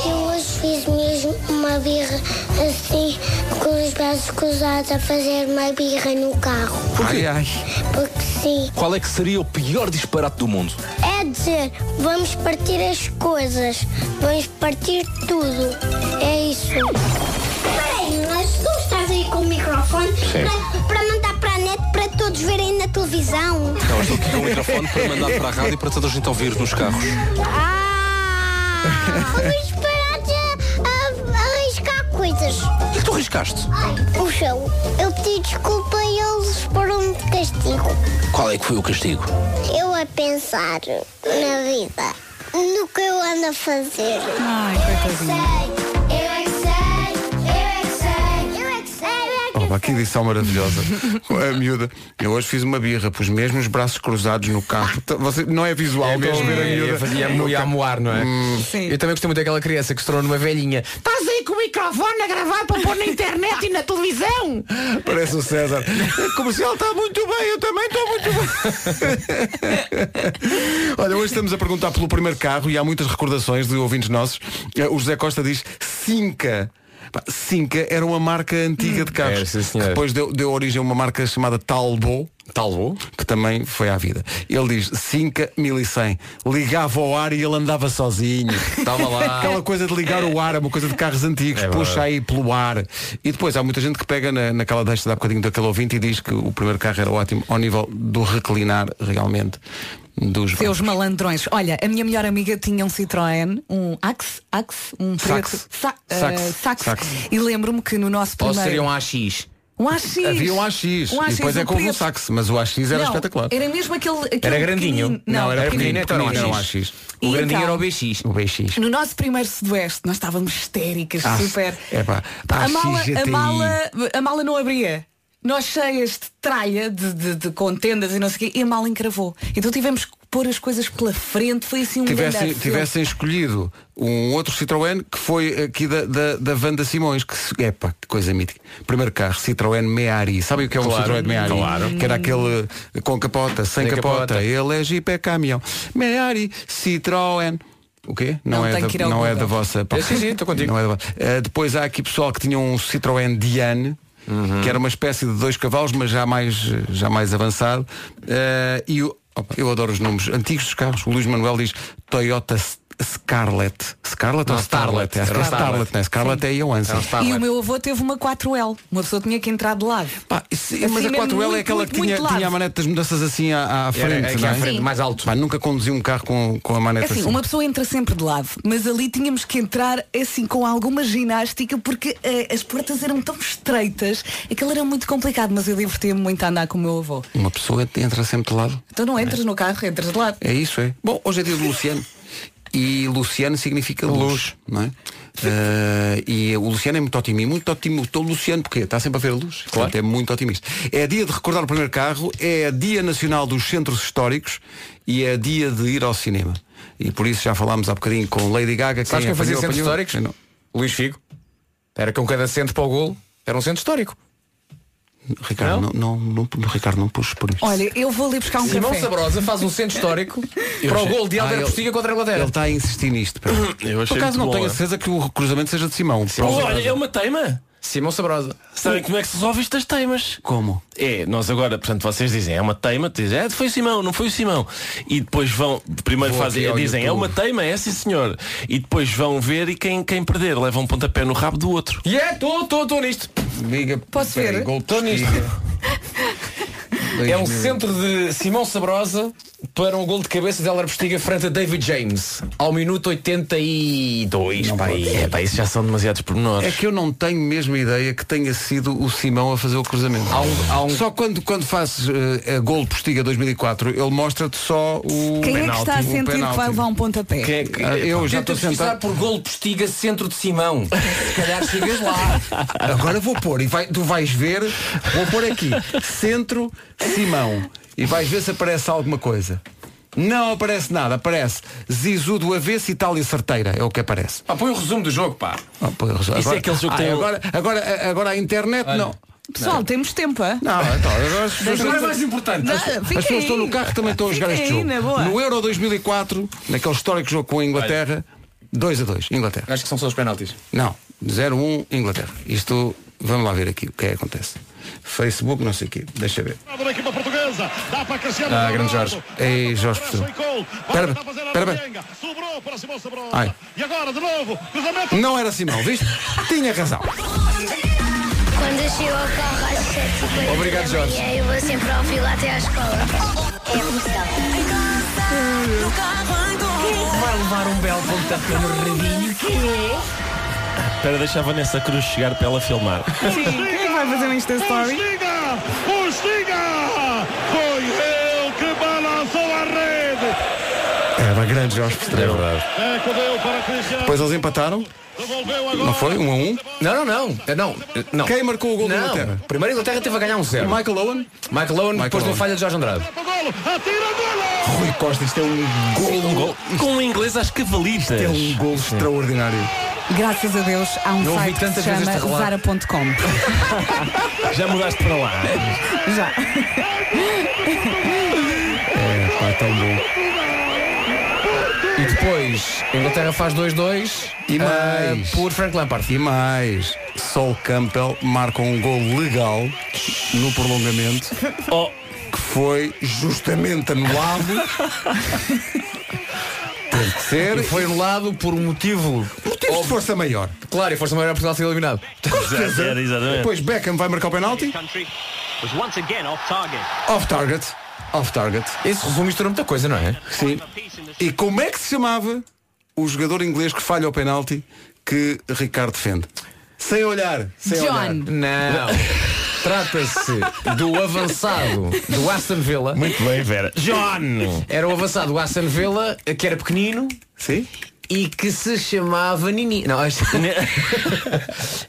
H: Eu hoje fiz mesmo uma birra assim, com os braços cruzados, a fazer uma birra no carro.
B: Ai, ai.
H: Porque sim.
I: Qual é que seria o pior disparate do mundo?
H: É dizer, vamos partir as coisas, vamos partir tudo. É isso. Peraí, mas é tu estás aí com o microfone para, para mandar para a net para todos verem na televisão.
I: Não, estou aqui com o microfone para mandar para a rádio e para toda a gente ouvir nos carros.
H: Ah! vamos parar de a- a- arriscar coisas.
I: O que é que tu arriscaste?
H: O show, eu pedi desculpa e eles foram de castigo.
I: Qual é que foi o castigo?
H: Eu a pensar na vida, no que eu ando a fazer.
D: Ai, coitadinho.
B: Opa, que edição maravilhosa. A miúda. Eu hoje fiz uma birra, pus mesmo os braços cruzados no carro. Tá, Você, não é visual,
E: É
B: estão
E: mesmo,
B: a ver a
E: é,
B: miúda.
E: é, fazia mo- ia moar, não é?
B: hum.
D: Sim.
E: Eu também gostei muito daquela criança que se tornou numa velhinha.
A: Estás aí com o microfone a gravar para pôr na internet e na televisão?
B: Parece o César. O comercial está muito bem, eu também estou muito bem. Olha, hoje estamos a perguntar pelo primeiro carro e há muitas recordações de ouvintes nossos. Eh, O José Costa diz Cinca. Pá, Cinca era uma marca antiga
E: Era,
B: de carros.
E: sim, senhora.
B: que depois deu, deu origem a uma marca chamada Talbot.
E: Talvou.
B: que também foi à vida. Ele diz 5 1100. Ligava ao ar e ele andava sozinho.
E: Estava lá.
B: Aquela coisa de ligar o ar, é uma coisa de carros antigos,
E: É verdade.
B: puxa aí pelo ar. E depois há muita gente que pega na, naquela deixa da bocadinho daquele ouvinte e diz que o primeiro carro era ótimo ao nível do reclinar realmente dos
D: Seus
B: bancos.
D: malandrões. Olha, a minha melhor amiga tinha um Citroën, um Axe, Axe, um preto.
B: Sax.
D: Sa-
B: Sax.
D: eh, sax.
B: Sax.
D: E lembro-me que no nosso
E: Ou
D: primeiro.
E: seria um AX.
D: um AX.
B: Havia um AX, e depois é que houve um
D: preto.
B: sax, mas o AX era
D: Não,
B: espetacular.
D: Era mesmo aquele. aquele
E: Era grandinho.
D: pequenino.
E: Não, era pequenino,
B: pequenino,
E: então não
B: pequenino,
E: AX.
B: não um AX.
E: O
D: E
E: grandinho
D: então?
E: era o BX.
B: O BX.
D: No nosso primeiro Sudoeste, nós estávamos histéricas,
B: Ah,
D: super.
B: epá, pá,
E: Ah,
D: a, mala, a,
B: XGTI.
D: mala, a mala não abria. Nós cheias de tralha, de, de, de contendas e não sei o quê, e a mala encravou. Então tivemos que pôr as coisas pela frente, foi assim um
B: tivessem,
D: grande afio.
B: tivessem escolhido um outro Citroën que foi aqui da, da, da Vanda Simões, que se- epa, que coisa mítica. Primeiro carro, Citroën Meari. Sabem o que é um
E: Claro,
B: Citroën Meari?
E: claro.
B: Que era aquele com capota, sem
E: Sem
B: capota.
E: capota.
B: Ele é Jeep, é caminhão. Meari, Citroën. O quê? Não,
D: Não,
B: é,
D: tem
B: da,
D: que ir ao
B: não é
D: Google.
B: da vossa.
E: Eu sei, sim, estou contigo.
B: Não é da vo-
E: Ah,
B: Eh, depois há aqui pessoal que tinha um Citroën Diane. Que era uma espécie de dois cavalos, mas já mais, já mais avançado. Eh, e o- opa, eu adoro os nomes antigos dos carros. O Luís Manuel diz Toyota S- Scarlett. Scarlett
E: Não,
B: ou Starlet?
E: Starlet.
B: Acho que é
E: Era Starlet.
B: Starlet, né? Scarlett é a Beyoncé.
D: E o meu avô teve uma 4L. Uma pessoa tinha que entrar de lado.
B: Pá, isso-
D: Assim
B: mas a
D: mesmo
B: 4L é
D: muito,
B: aquela
D: muito,
B: que tinha,
D: muito lado.
B: tinha a manete das mudanças assim à, à frente,
E: Era aqui
B: não
E: à
B: é?
E: frente, mais alto.
B: Pá, nunca conduzi um carro com, com a
D: É
B: manete
D: assim,
B: assim.
D: uma pessoa entra sempre de lado, mas ali tínhamos que entrar assim com alguma ginástica porque eh, as portas eram tão estreitas, aquilo era muito complicado, mas eu divertia-me muito a andar com o meu avô.
B: Uma pessoa entra sempre de lado.
D: Então não entras no carro, entras de lado.
B: É isso, é. Bom, hoje é dia do Luciano. E Luciano significa luz, não é? Eh, e o Luciano é muito otimista, muito otimista. O Luciano, porque está sempre a ver a luz, portanto é muito otimista. É dia de recordar o primeiro carro, é dia nacional dos centros históricos e é dia de ir ao cinema. E por isso já falámos há bocadinho com Lady Gaga.
E: Sabes quem fazia
B: apanhou,
E: centros
B: apanhou.
E: históricos?
B: Eu não.
E: Luís Figo. Era com cada centro para o golo. Era um centro histórico.
B: Ricardo, não? Não, não, Ricardo, não puxo por isso.
D: Olha, eu vou ali buscar um
E: Simão
D: café.
E: Sabrosa faz um centro histórico para o golo
D: Ah,
E: de Alder Postiga contra a
B: Ele
E: Inglaterra.
B: está a insistir nisto. pá.
I: Eu
B: Por
I: achei
B: acaso
I: muito
B: não
I: boa.
B: tenho a certeza que o cruzamento seja de Simão.
I: Olha, é uma teima.
E: Simão Sabrosa.
I: Sabem como é que se resolve estas teimas?
B: Como?
I: É, nós agora, portanto, vocês dizem, é uma teima, dizem, é, foi o Simão, não foi o Simão. E depois vão, primeiro
B: Vou
I: fazem,
B: aqui ao
I: dizem, é
B: YouTube.
I: uma teima, é sim senhor. E depois vão ver e quem, quem perder leva um pontapé no rabo do outro.
E: E é, estou, estou, estou nisto.
B: Liga,
D: Posso ver?
B: peraí, golpe
E: Estou
B: de
E: nisto.
B: Liga.
E: É um centro de Simão Sabrosa para um gol de cabeça de Alder Postiga frente a David James. Ao minuto 82.
I: Não
E: pá,
I: pode.
E: aí.
I: É, pá, isso já são demasiados pormenores.
B: É que eu não tenho mesmo ideia que tenha sido o Simão a fazer o cruzamento.
E: Há um- há um-
B: Só quando, quando fazes eh, a gol postiga 2004, ele mostra-te só o.
D: Quem é que
B: penalti,
D: está a
B: o
D: sentir que
B: penalti.
D: vai levar um pontapé?
I: Quem é que-
B: Ah, Eu já
E: Tenta
B: estou
E: pesquisar
B: sentado.
E: por gol de Postiga centro de Simão. Se calhar chegas lá.
B: Agora vou pôr, e vai- tu vais ver, vou pôr aqui, centro Simão. E vais ver se aparece alguma coisa. Não aparece nada, aparece Zizu do avesso e tal e certeira, é o que aparece.
E: Pá, põe o resumo do jogo, pá.
B: Ah, pô, agora,
I: é aquele jogo que
B: Ah,
I: tem o-
B: agora, agora, agora a internet não.
D: Pessoal, temos tempo, hã?
B: Não, então, agora as pessoas-
E: Agora é mais importante.
D: Não, fica
B: As pessoas
D: aí.
B: estão no carro também estão a jogar
D: Fica
B: este
D: aí,
B: jogo.
D: na boa.
B: No Euro 2004, naquele histórico jogo com a Inglaterra, 2 a 2, Inglaterra.
E: Acho que são só os penaltis.
B: Não, 0-1, Inglaterra. Isto, vamos lá ver aqui o que é que acontece. Facebook, não sei o quê, deixa ver.
J: da equipa portuguesa. Dá para Cristiano
E: Ah, grande
J: Ronaldo.
E: Jorge.
B: Ei, Jorge Pessoa.
J: Espera,
B: Espera, espera.
J: espera. Sobrou para Simão Sabrosa.
B: Ai.
J: E agora, de novo, cruzamento.
B: Não era Simão, viste? Tinha razão.
H: Quando eu chego ao carro às 7 h
E: Obrigado, Jorge.
H: Eu vou sempre ao fila até à escola. É comercial.
E: Vai levar um belo pontapé no rabinho.
I: Para deixar a Vanessa Cruz chegar para ela filmar.
D: Quem é que vai fazer um Insta Story?
J: Postiga! Postiga! Foi ele que balançou a rede.
E: é-
B: Era É grande Jorge Estrela.
J: Acudeu para Cristiano.
B: Depois eles empataram,
J: Devolveu agora.
B: não foi? 1 um a 1. Um.
E: Não, não, não. É, Não, não.
B: Quem marcou o gol da
E: não.
B: Inglaterra?
E: Primeiro a Inglaterra teve a ganhar um zero.
B: Michael Owen,
E: Michael Owen, depois de uma
B: Owen.
E: falha de Jorge Andrade.
J: Para o golo. Atira o golo.
B: Rui Costa, isto é um gol, um gol,
I: Com um inglês às cavalitas.
B: é um gol extraordinário.
D: Graças a Deus há um
E: Eu ouvi
D: site que se
E: tantas vezes
D: chama
E: este relato.
D: zara.com.
I: Já mudaste para lá.
D: Já.
B: É, pá, tão bom.
E: E depois, a Inglaterra faz 2-2
B: E
E: ah,
B: mais.
E: por Frank Lampard.
B: E mais, Sol Campbell marca um gol legal no prolongamento
E: Oh.
B: que foi justamente anulado. Teve que ser.
E: E foi anulado por um motivo.
B: Motivo de força maior.
E: Claro, e força maior é Portugal ser eliminado.
I: exatamente.
B: Depois Beckham vai marcar o penalti. Off target. Off target.
E: Esse resumo isto era muita coisa, não é?
B: Sim. E como é que se chamava o jogador inglês que falha o penalti que Ricardo defende? Sem olhar. Sem olhar.
D: John.
E: Não. Trata-se do avançado do Aston Villa.
I: Muito bem, Vera. John!
E: Era o avançado do Aston Villa, que era pequenino
B: Sim?
E: e que se chamava Nini. Não, acho-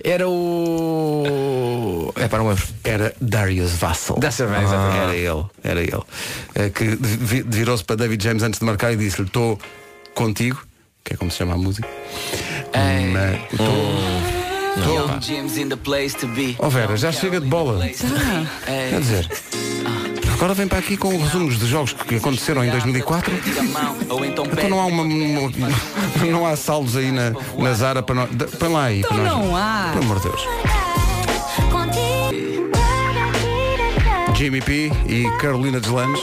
E: era o. É para um lembro.
B: Era Darius Vassal. Ah.
E: Dessa vez, exatamente.
B: Era ele, era ele. Eh, Que vi- virou-se para David James antes de marcar e disse-lhe, estou contigo, que é como se chama a música.
D: É.
B: Mas
D: Hum.
B: estou. Ó Oh, Vera, já chega de bola. Quer dizer,
D: Ah.
B: agora vem para aqui com resumos de jogos que aconteceram em 2004. Então não há uma, uma- não há saldos aí na, na Zara para nós. da- Põe lá aí. para
D: Então
B: nós-
D: não há.
B: Pelo amor de Deus. Jimmy P e Carolina Deslandes.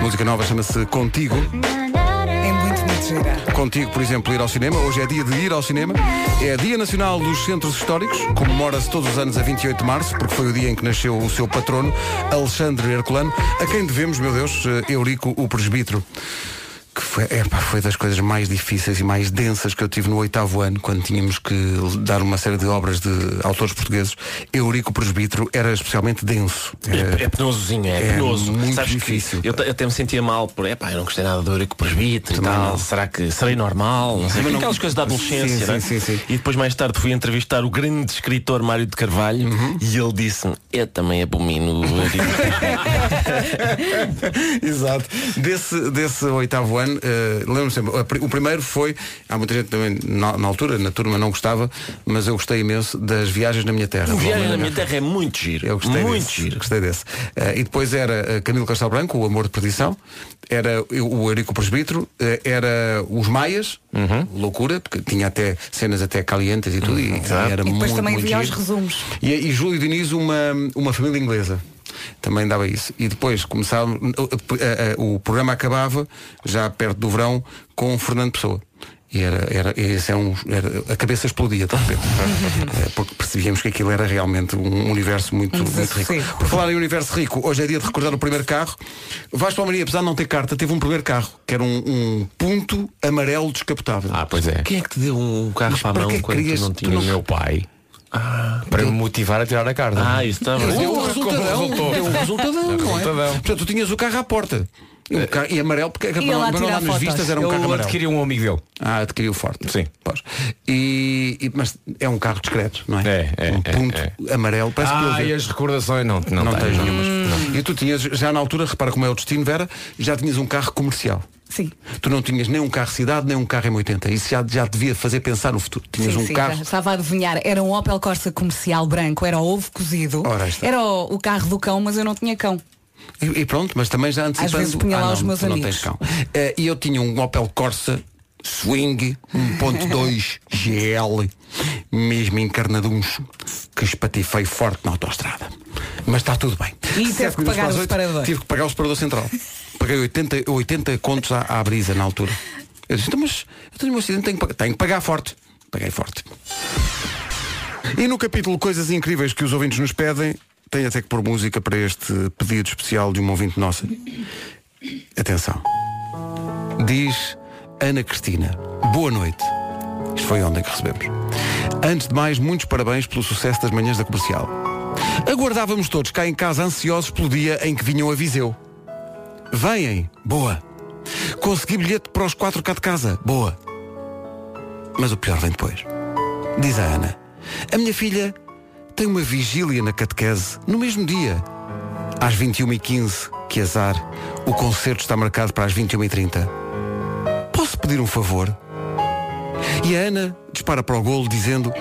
B: Música nova chama-se Contigo.
D: É muito bonito gira.
B: Contigo, por exemplo, ir ao cinema. Hoje é dia de ir ao cinema. É Dia Nacional dos Centros Históricos. Comemora-se todos os anos a 28 de março, porque foi o dia em que nasceu o seu patrono, Alexandre Herculano, a quem devemos, meu Deus, eh, Eurico, o presbítero. Que foi, epá, foi das coisas mais difíceis e mais densas que eu tive no oitavo ano, quando tínhamos que dar uma série de obras de autores portugueses. Eurico o Presbítero era especialmente denso.
I: É, é penosozinho, é,
B: É
I: penoso.
B: muito
I: Sabes
B: difícil,
I: Que eu, te- eu até me sentia mal por, epá, eu não gostei nada do Eurico Presbítero e
B: Também
I: tal.
B: não.
I: Será que serei normal? Não sei.
B: Também não-
I: Aquelas coisas da adolescência,
B: Sim,
I: não é?
B: sim, sim, sim.
I: E depois mais tarde fui entrevistar o grande escritor Mário de Carvalho
B: Uhum.
I: e ele disse-me, eu também abomino o Eurico.
B: Exato. Desse, desse oitavo ano, eh, lembro-me sempre, a pri- o primeiro foi, há muita gente também na, na altura, na turma não gostava, mas eu gostei imenso das viagens na minha terra.
I: O Viagem na Minha Terra é muito giro.
B: Eu gostei
I: muito
B: desse.
I: giro.
B: Gostei desse. Eh, e depois era eh, Camilo Castelo Branco, O Amor de Perdição, era eu- o Eurico Presbítero, eh, era Os Maias,
I: Uhum.
B: loucura, porque tinha até cenas até calientes e tudo, e, era
D: E depois
B: muito,
D: também
B: muito
D: vi aos
B: giro.
D: resumos.
B: E, e Júlio Diniz, uma, uma família inglesa. Também dava isso. E depois começava. o- o- O programa acabava, já perto do verão, com Fernando Pessoa. E era, era, esse era um, era- a cabeça explodia, de repente. Eh, Porque percebíamos que aquilo era realmente um universo muito,
D: Um
B: muito rico.
D: desafio.
B: Por falar em universo rico, hoje é dia de recordar o primeiro carro. Vasco Maria, apesar de não ter carta, teve um primeiro carro, que era um, um ponto amarelo descapotável.
E: Ah, pois é.
I: Quem é que te deu um carro
B: Mas
I: para a
B: para que é
I: mão
B: que
I: quando
B: querias-
I: tu não
B: tu
I: tinhas?
B: não- Ah,
E: Meu pai. para me motivar a tirar a carta.
I: Ah, isso estava.
B: Mas deu um
E: Porra,
B: resultadão.
E: como resultou.
B: Deu um resultadão, não é?
E: Resultadão.
B: Portanto, tu tinhas o carro à porta. Um carro- e amarelo, porque
D: Ia lá
B: para não
D: tirar
B: dar nas
D: fotos.
B: vistas era um carro
E: Eu
B: amarelo.
E: adquiri um amigo dele.
B: Ah, adquiriu forte.
E: Sim.
B: Pois. E, e- mas é um carro discreto, não é?
E: É, é,
B: Um
E: é,
B: ponto amarelo. Parece que
E: Ah,
B: houve-
E: e as recordações não, não, Hum.
B: não
E: tenho.
B: tens nenhumas. E tu tinhas, já na altura, repara como é o destino, Vera, já tinhas um carro comercial.
D: Sim.
B: Tu não tinhas nem um carro cidade, nem um carro M80. Isso já, já devia fazer pensar no futuro. Tinhas
D: Sim,
B: um
D: sim,
B: carro
D: já estava a adivinhar. Era um Opel Corsa comercial branco, era ovo cozido.
B: Ora, aí está.
D: Era o, o carro do cão, mas eu não tinha cão.
B: E, e pronto, mas também já antecipando... Ah,
D: vezes punha lá
B: não,
D: os meus
B: tu não
D: amigos.
B: tens cão. Eh, E eu tinha um Opel Corsa Swing 1.2 GL, mesmo encarnaduncho, que espatifei forte na autoestrada. Mas está tudo bem.
D: E teve
B: Sete
D: que
B: minutos
D: pagar
B: para as
D: o
B: oito,
D: separador.
B: Tive que pagar o separador central. Paguei 80, 80 contos à, à brisa na altura. Eu disse, então, mas eu tenho um acidente, tenho que, pagar, tenho que pagar forte. Paguei forte. E no capítulo Coisas Incríveis que os ouvintes nos pedem, tem até que pôr música para este pedido especial de uma ouvinte nossa. Atenção. Diz Ana Cristina. Boa noite. Isto foi ontem que recebemos. Antes de mais, muitos parabéns pelo sucesso das manhãs da comercial. Aguardávamos todos cá em casa ansiosos pelo dia em que vinham a Viseu. Vêm, boa. Consegui bilhete para os quatro cá de casa, boa. Mas o pior vem depois. Diz a Ana. A minha filha tem uma vigília na catequese no mesmo dia. Às 21h15, que azar, o concerto está marcado para as 21h30. Posso pedir um favor? E a Ana dispara para o golo dizendo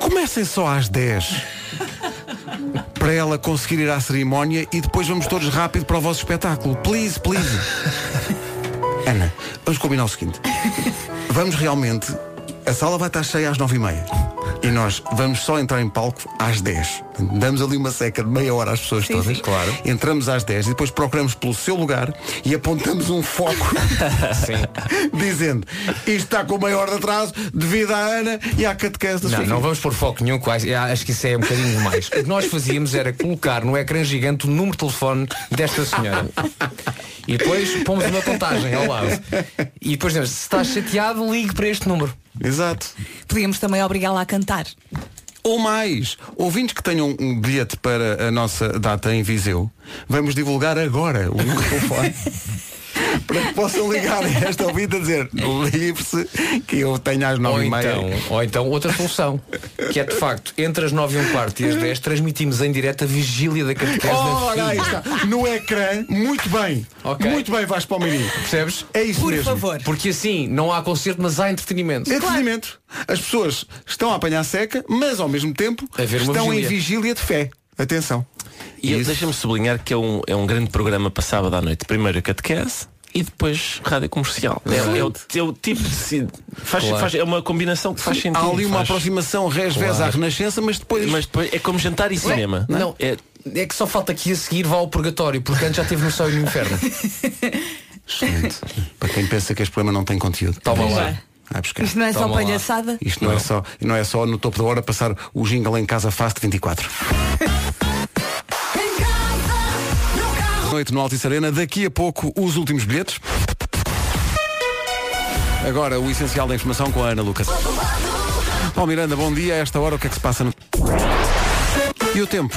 B: Comecem só às 10 para ela conseguir ir à cerimónia e depois vamos todos rápido para o vosso espetáculo. Please, please. Ana, vamos combinar o seguinte. Vamos realmente. A sala vai estar cheia às nove e meia. E nós vamos só entrar em palco às 10. Damos ali uma seca de meia hora às pessoas todas. Claro. Entramos às 10 e depois procuramos pelo seu lugar e apontamos um foco dizendo isto está com meia hora de atraso devido à Ana e à catequese da sua
E: Não,
B: filha."
E: não vamos pôr foco nenhum, quais, eu acho que isso é um bocadinho demais. O que nós fazíamos era colocar no ecrã gigante o número de telefone desta senhora. E depois pomos uma contagem ao lado. E depois dizemos, se estás chateado, ligue para este número.
B: Exato.
D: Podíamos também obrigá-la a cantar.
B: Ou mais, ouvintes que tenham um bilhete para a nossa data em Viseu, vamos divulgar agora o número de telefone. Para que possam ligar a esta ouvinte a dizer livre-se que eu tenho às
E: Ou
B: nove e meia.
E: então, ou então outra solução, que é de facto, entre as 9 e um quarto e as 10 transmitimos em direto a vigília da catequese da
B: Ora,
E: filha.
B: aí está. No ecrã, muito bem.
E: Ok.
B: Muito bem, Vasco Palmeirinho.
E: Percebes?
B: É isso
D: Por
B: mesmo. É
D: favor.
E: Porque assim não há concerto, mas há entretenimento.
B: Entretenimento. As pessoas estão a apanhar seca, mas ao mesmo tempo
E: A ver uma
B: estão em
E: vigília.
B: vigília de fé. Atenção.
I: E eu- deixa-me sublinhar que é um, é um grande programa para sábado à noite. Primeiro a catequese e depois rádio comercial. É, é o, é o tipo de. si- Faz,
E: Claro.
I: faz- é uma combinação que faz sentido.
B: Há ali uma
I: faz.
B: aproximação res vez à Renascença, mas depois.
I: Mas depois é como jantar e cinema.
E: Não,
I: É,
E: é que só falta que a seguir vá ao purgatório, porque antes já teve no céu e no inferno.
B: Excelente. Para quem pensa que este programa não tem conteúdo.
E: Toma lá.
B: Vai buscar.
K: Isto não é só
E: Toma lá.
K: palhaçada?
B: Então Isto não, É só, não é só no topo da hora passar o jingle em casa fast 24. Noite no Altice Arena, daqui a pouco os últimos bilhetes. Agora o essencial da informação com a Ana Lucas. Paulo Miranda, bom dia. A esta hora o que é que se passa no... E o tempo?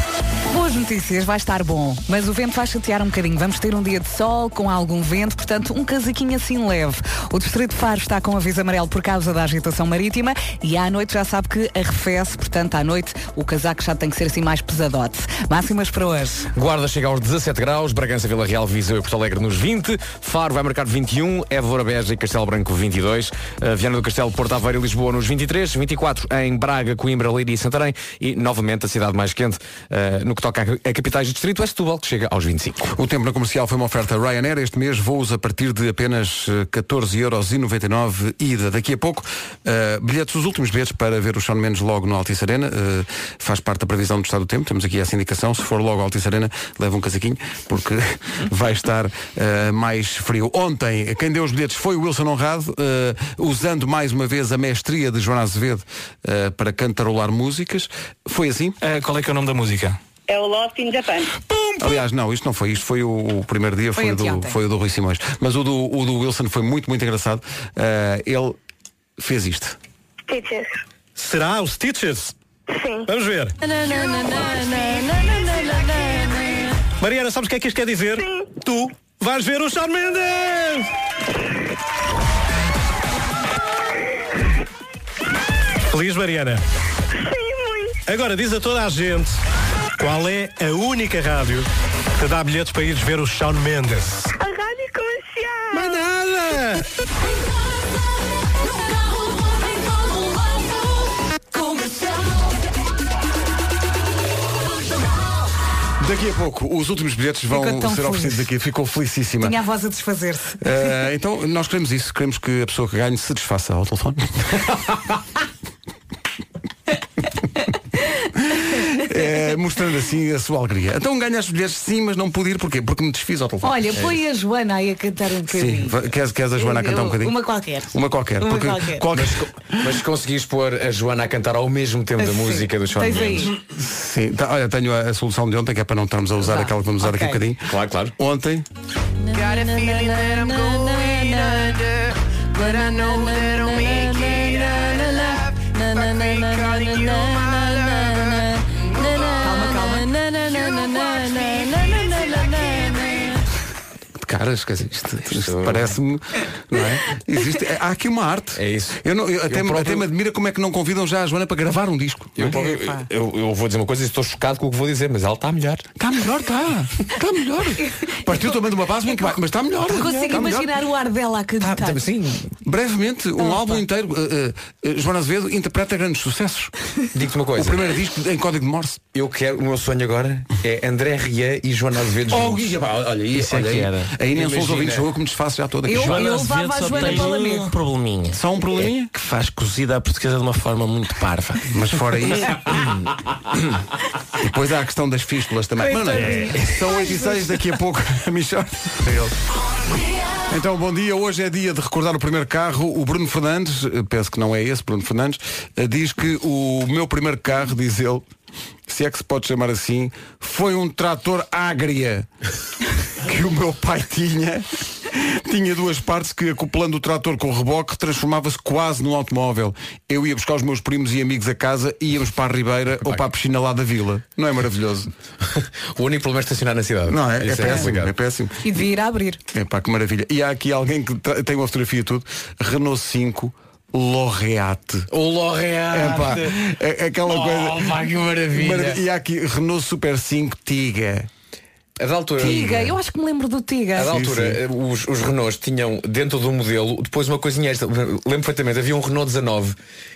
D: Boas notícias, vai estar bom, mas o vento vai chatear um bocadinho. Vamos ter um dia de sol com algum vento, portanto, um casaquinho assim leve. O Distrito de Faro está com aviso amarelo por causa da agitação marítima e à noite já sabe que arrefece, portanto, à noite o casaco já tem que ser assim mais pesadote. Máximas para hoje.
E: Guarda chega aos 17 graus, Bragança, Vila Real, Viseu e Porto Alegre nos 20, Faro vai marcar 21, Évora, Beja e Castelo Branco 22, eh, Viana do Castelo, Porto Aveiro e Lisboa nos 23, 24 em Braga, Coimbra, Leiria e Santarém e novamente a cidade mais quente eh, no que toca a, a capitais do distrito é Setúbal, que chega aos 25.
B: O tempo na comercial foi uma oferta Ryanair. Este mês voos a partir de apenas eh, 14,99€ ida. Daqui a pouco, eh, bilhetes, os últimos bilhetes para ver o Sean Mendes logo no Altice Arena. Eh, faz parte da previsão do estado do tempo. Temos aqui essa indicação. Se for logo ao Altice Arena, leva um casaquinho, porque vai estar eh, mais frio. Ontem, quem deu os bilhetes foi o Wilson Honrado, eh, usando mais uma vez a mestria de Joana Azevedo eh, para cantarolar músicas. Foi assim?
L: qual é que é o nome da música?
G: É o Lost in Japan.
B: Aliás, não, isto não foi. Isto foi o, o primeiro dia,
G: Foi
B: foi, o do,
G: anteontem.
B: foi o do Rui Simões. Mas o do, o do Wilson foi muito, muito engraçado. Ah, ele fez isto.
G: Teachers.
J: Será os teachers?
G: Sim.
J: Vamos ver. Mariana, sabes o que é que isto quer dizer? Tu vais ver o Shawn Mendes! Feliz, Mariana? Agora, diz a toda a gente qual é a única rádio que dá bilhetes para ires ver o Shawn Mendes.
G: A rádio comercial.
J: Mas nada!
B: Daqui a pouco, os últimos bilhetes vão
D: Ficou
B: ser
D: tão
B: oferecidos
D: feliz.
B: aqui. Ficou felicíssima.
D: Tinha a voz a desfazer-se.
B: Ah, então, nós queremos isso. Queremos que a pessoa que ganhe se desfaça ao telefone. É, mostrando assim a sua alegria. Então ganhaste bilhetes sim, mas não pude ir porquê? Porque me desfiz ao telefone.
D: Olha,
B: É
D: põe a Joana aí a cantar um
B: Sim,
D: bocadinho.
B: va- queres, queres a Joana a cantar um bocadinho?
D: Uma qualquer.
B: Uma qualquer.
D: Uma
B: porque
D: qualquer.
E: Mas, co- mas conseguis pôr a Joana a cantar ao mesmo tempo da
D: Sim.
E: música do Sean
D: Tens aí.
E: Mendes.
B: Sim, tá, olha, tenho a, a solução de ontem, que é para não estarmos a usar
D: Vá,
B: aquela que vamos usar
D: ok.
B: daqui a bocadinho.
E: Claro, claro.
B: Ontem,
M: Got a feeling that I'm going under, but I know that I'll make it out alive. I quit calling you my lover.
B: de caras, quer dizer, isto, isto parece-me. Não é? Existe, há aqui uma arte. É isso. Eu, não, eu até, me- até me admira como é que não convidam já a Joana para gravar um disco.
E: Eu, próprio- eu- eu vou dizer uma coisa e estou chocado com o que vou dizer, mas ela está melhor.
B: Está melhor, está. Está melhor. Partiu também de uma base muito baixa, mas está melhor.
D: Consigo
B: está melhor.
D: imaginar o ar dela
B: Ah,
D: a cantar.
B: Brevemente, um álbum inteiro. eh, eh, eh, Joana Azevedo interpreta grandes sucessos.
E: Digo-te uma coisa.
B: O primeiro disco em código de Morse.
E: Eu quero, o meu sonho agora é André Ria e Joana Azevedo.
B: Oh,
E: juntos.
B: Guia, pá, olha, isso,
E: é
B: olha
E: que
B: aí.
E: era.
B: Aí nem sou os
E: Imagina.
B: ouvintes, sou eu que me desfaço já toda aqui.
D: Eu-
I: Joana
D: eu
I: Azevedo
D: levava a
I: só
D: Joana
I: tem
D: para o
I: um
D: Lamego.
I: probleminha.
B: Só um probleminha?
I: É que faz cozida à portuguesa de uma forma muito parva.
B: Mas fora isso. Depois há a questão
E: é
B: das fístulas também. Mano, é. são 8 e 6, daqui a pouco a Michel. Então, bom dia. Hoje é dia de recordar o primeiro carro. O Bruno Fernandes, eh, penso que não é esse, Bruno Fernandes, eh, diz que o meu primeiro carro, diz ele, se é que se pode chamar assim, foi um trator ágria que o meu pai tinha. Tinha duas partes que, acoplando o trator com o reboque, transformava-se quase num automóvel. Eu ia buscar os meus primos e amigos a casa e íamos para a Ribeira ou para a piscina lá da vila. Não é maravilhoso?
E: O único problema é estacionar na cidade.
B: Não, é, é
E: Isso
B: péssimo.
E: complicado.
B: É péssimo.
D: E de ir a abrir.
B: Epá, que maravilha. E há aqui alguém que tra- tem uma fotografia e tudo. Renault 5 Lorreate.
E: O L'Oréal.
B: Epá, é- é aquela
E: Oh,
B: coisa.
E: pá, que maravilha.
B: Maravilha. E há aqui Renault Super 5 Tiga.
E: A da altura.
D: Tiga, eu acho que me lembro do Tiga.
E: A da
B: Sim,
E: altura, eh, os, os Renaults tinham dentro do modelo depois uma coisinha esta. Lembro perfeitamente, havia um Renault 19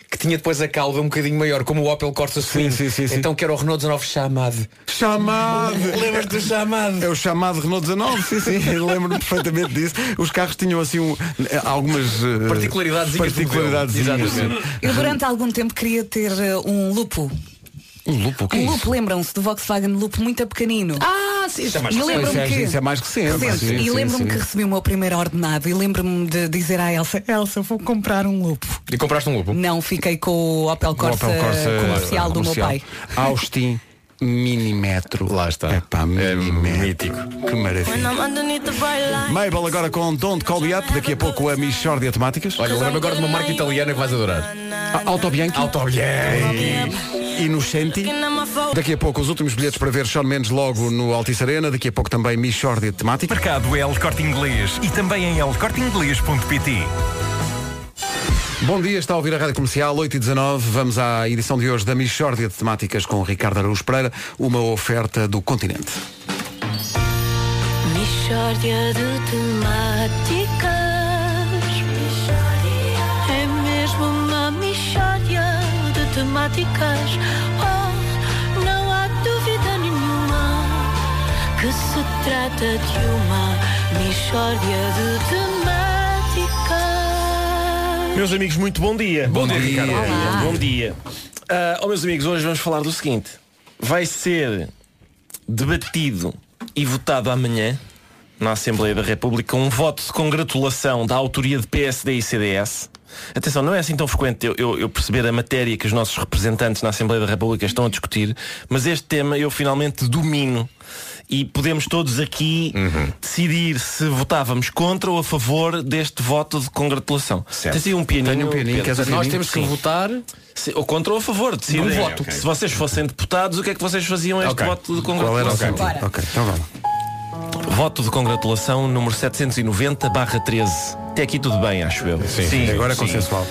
E: que tinha depois a cauda um bocadinho maior, como o Opel Corsa Swing.
B: sim, sim, sim.
E: Então que era o Renault 19 chamado.
B: Chamado!
E: Lembras-te do chamado?
B: É o chamado Renault 19, sim, sim, eu lembro-me perfeitamente disso. Os carros tinham assim um- eh, algumas eh,
E: Particularidadezinhas do modelo.
B: particularidadezinhas.
E: Exatamente.
D: Eu durante algum tempo queria ter eh, um lupo.
B: Um lupo, o que é
D: Um
B: isso?
D: lupo, lembram-se do Volkswagen Lupo muito pequenino.
A: Ah,
D: negócios.
B: Isso é mais
D: e
B: recente.
D: lembro-me
B: Isso é-
D: que,
B: isso é mais recente.
D: Recente.
B: Sim,
D: e
B: sim,
D: lembro-me
B: sim.
D: que recebi o meu primeiro ordenado e lembro-me de dizer à Elsa, Elsa, vou comprar um lupo.
E: E compraste um lobo?
D: Não, fiquei com o Opel
B: O
D: Corsa,
B: Opel Corsa eh,
D: comercial do meu
B: comercial.
D: pai.
B: Austin Minimetro. Lá está. É pá, mítico. Que maravilha. Mabel agora com Don't Call Me Up, daqui a pouco a Michórdia Temáticas. Ah,
E: Olha, lembro-me agora de uma marca italiana que vais adorar.
B: Autobianchi.
E: Autobianchi.
B: Inocenti. Daqui a pouco os últimos bilhetes para ver Sean Mendes logo no Altice Arena. Daqui a pouco também Michórdia Temática.
K: Mercado El Corte Inglês e também em elcorteinglês.pt.
B: Bom dia, está a ouvir a Rádio Comercial 8 e 19. Vamos à edição de hoje da Michórdia de Temáticas com Ricardo Araújo Pereira. Uma oferta do continente.
M: Mishória de temáticas É mesmo uma mishória de temáticas Oh, não há dúvida nenhuma Que se trata de uma mishória de temáticas
K: Meus amigos, muito bom dia.
M: Bom dia, Ricardo. Olá.
K: Bom dia. Ah, oh, meus amigos, hoje vamos falar do seguinte. Vai ser debatido e votado amanhã na Assembleia da República um voto de congratulação da autoria de PSD e CDS. Atenção, não é assim tão frequente eu, eu- eu perceber a matéria que os nossos representantes na Assembleia da República estão a discutir, mas este tema eu finalmente domino e podemos todos aqui decidir se votávamos contra ou a favor deste voto de congratulação. Tens aí um pianinho,
E: Tenho um pianinho,
K: Pedro?
E: queres um Nós pianinho? temos que votar
K: se, ou contra ou a favor. Decidem.
E: Num voto.
K: Se vocês fossem deputados, o que é que vocês faziam a este
E: Ok.
K: voto de
E: Qual
K: congratulação?
E: era o sentido?
B: Ok, então vamos.
K: Voto de congratulação número 790 barra 13. Até aqui tudo bem, acho eu.
B: Sim, agora é consensual.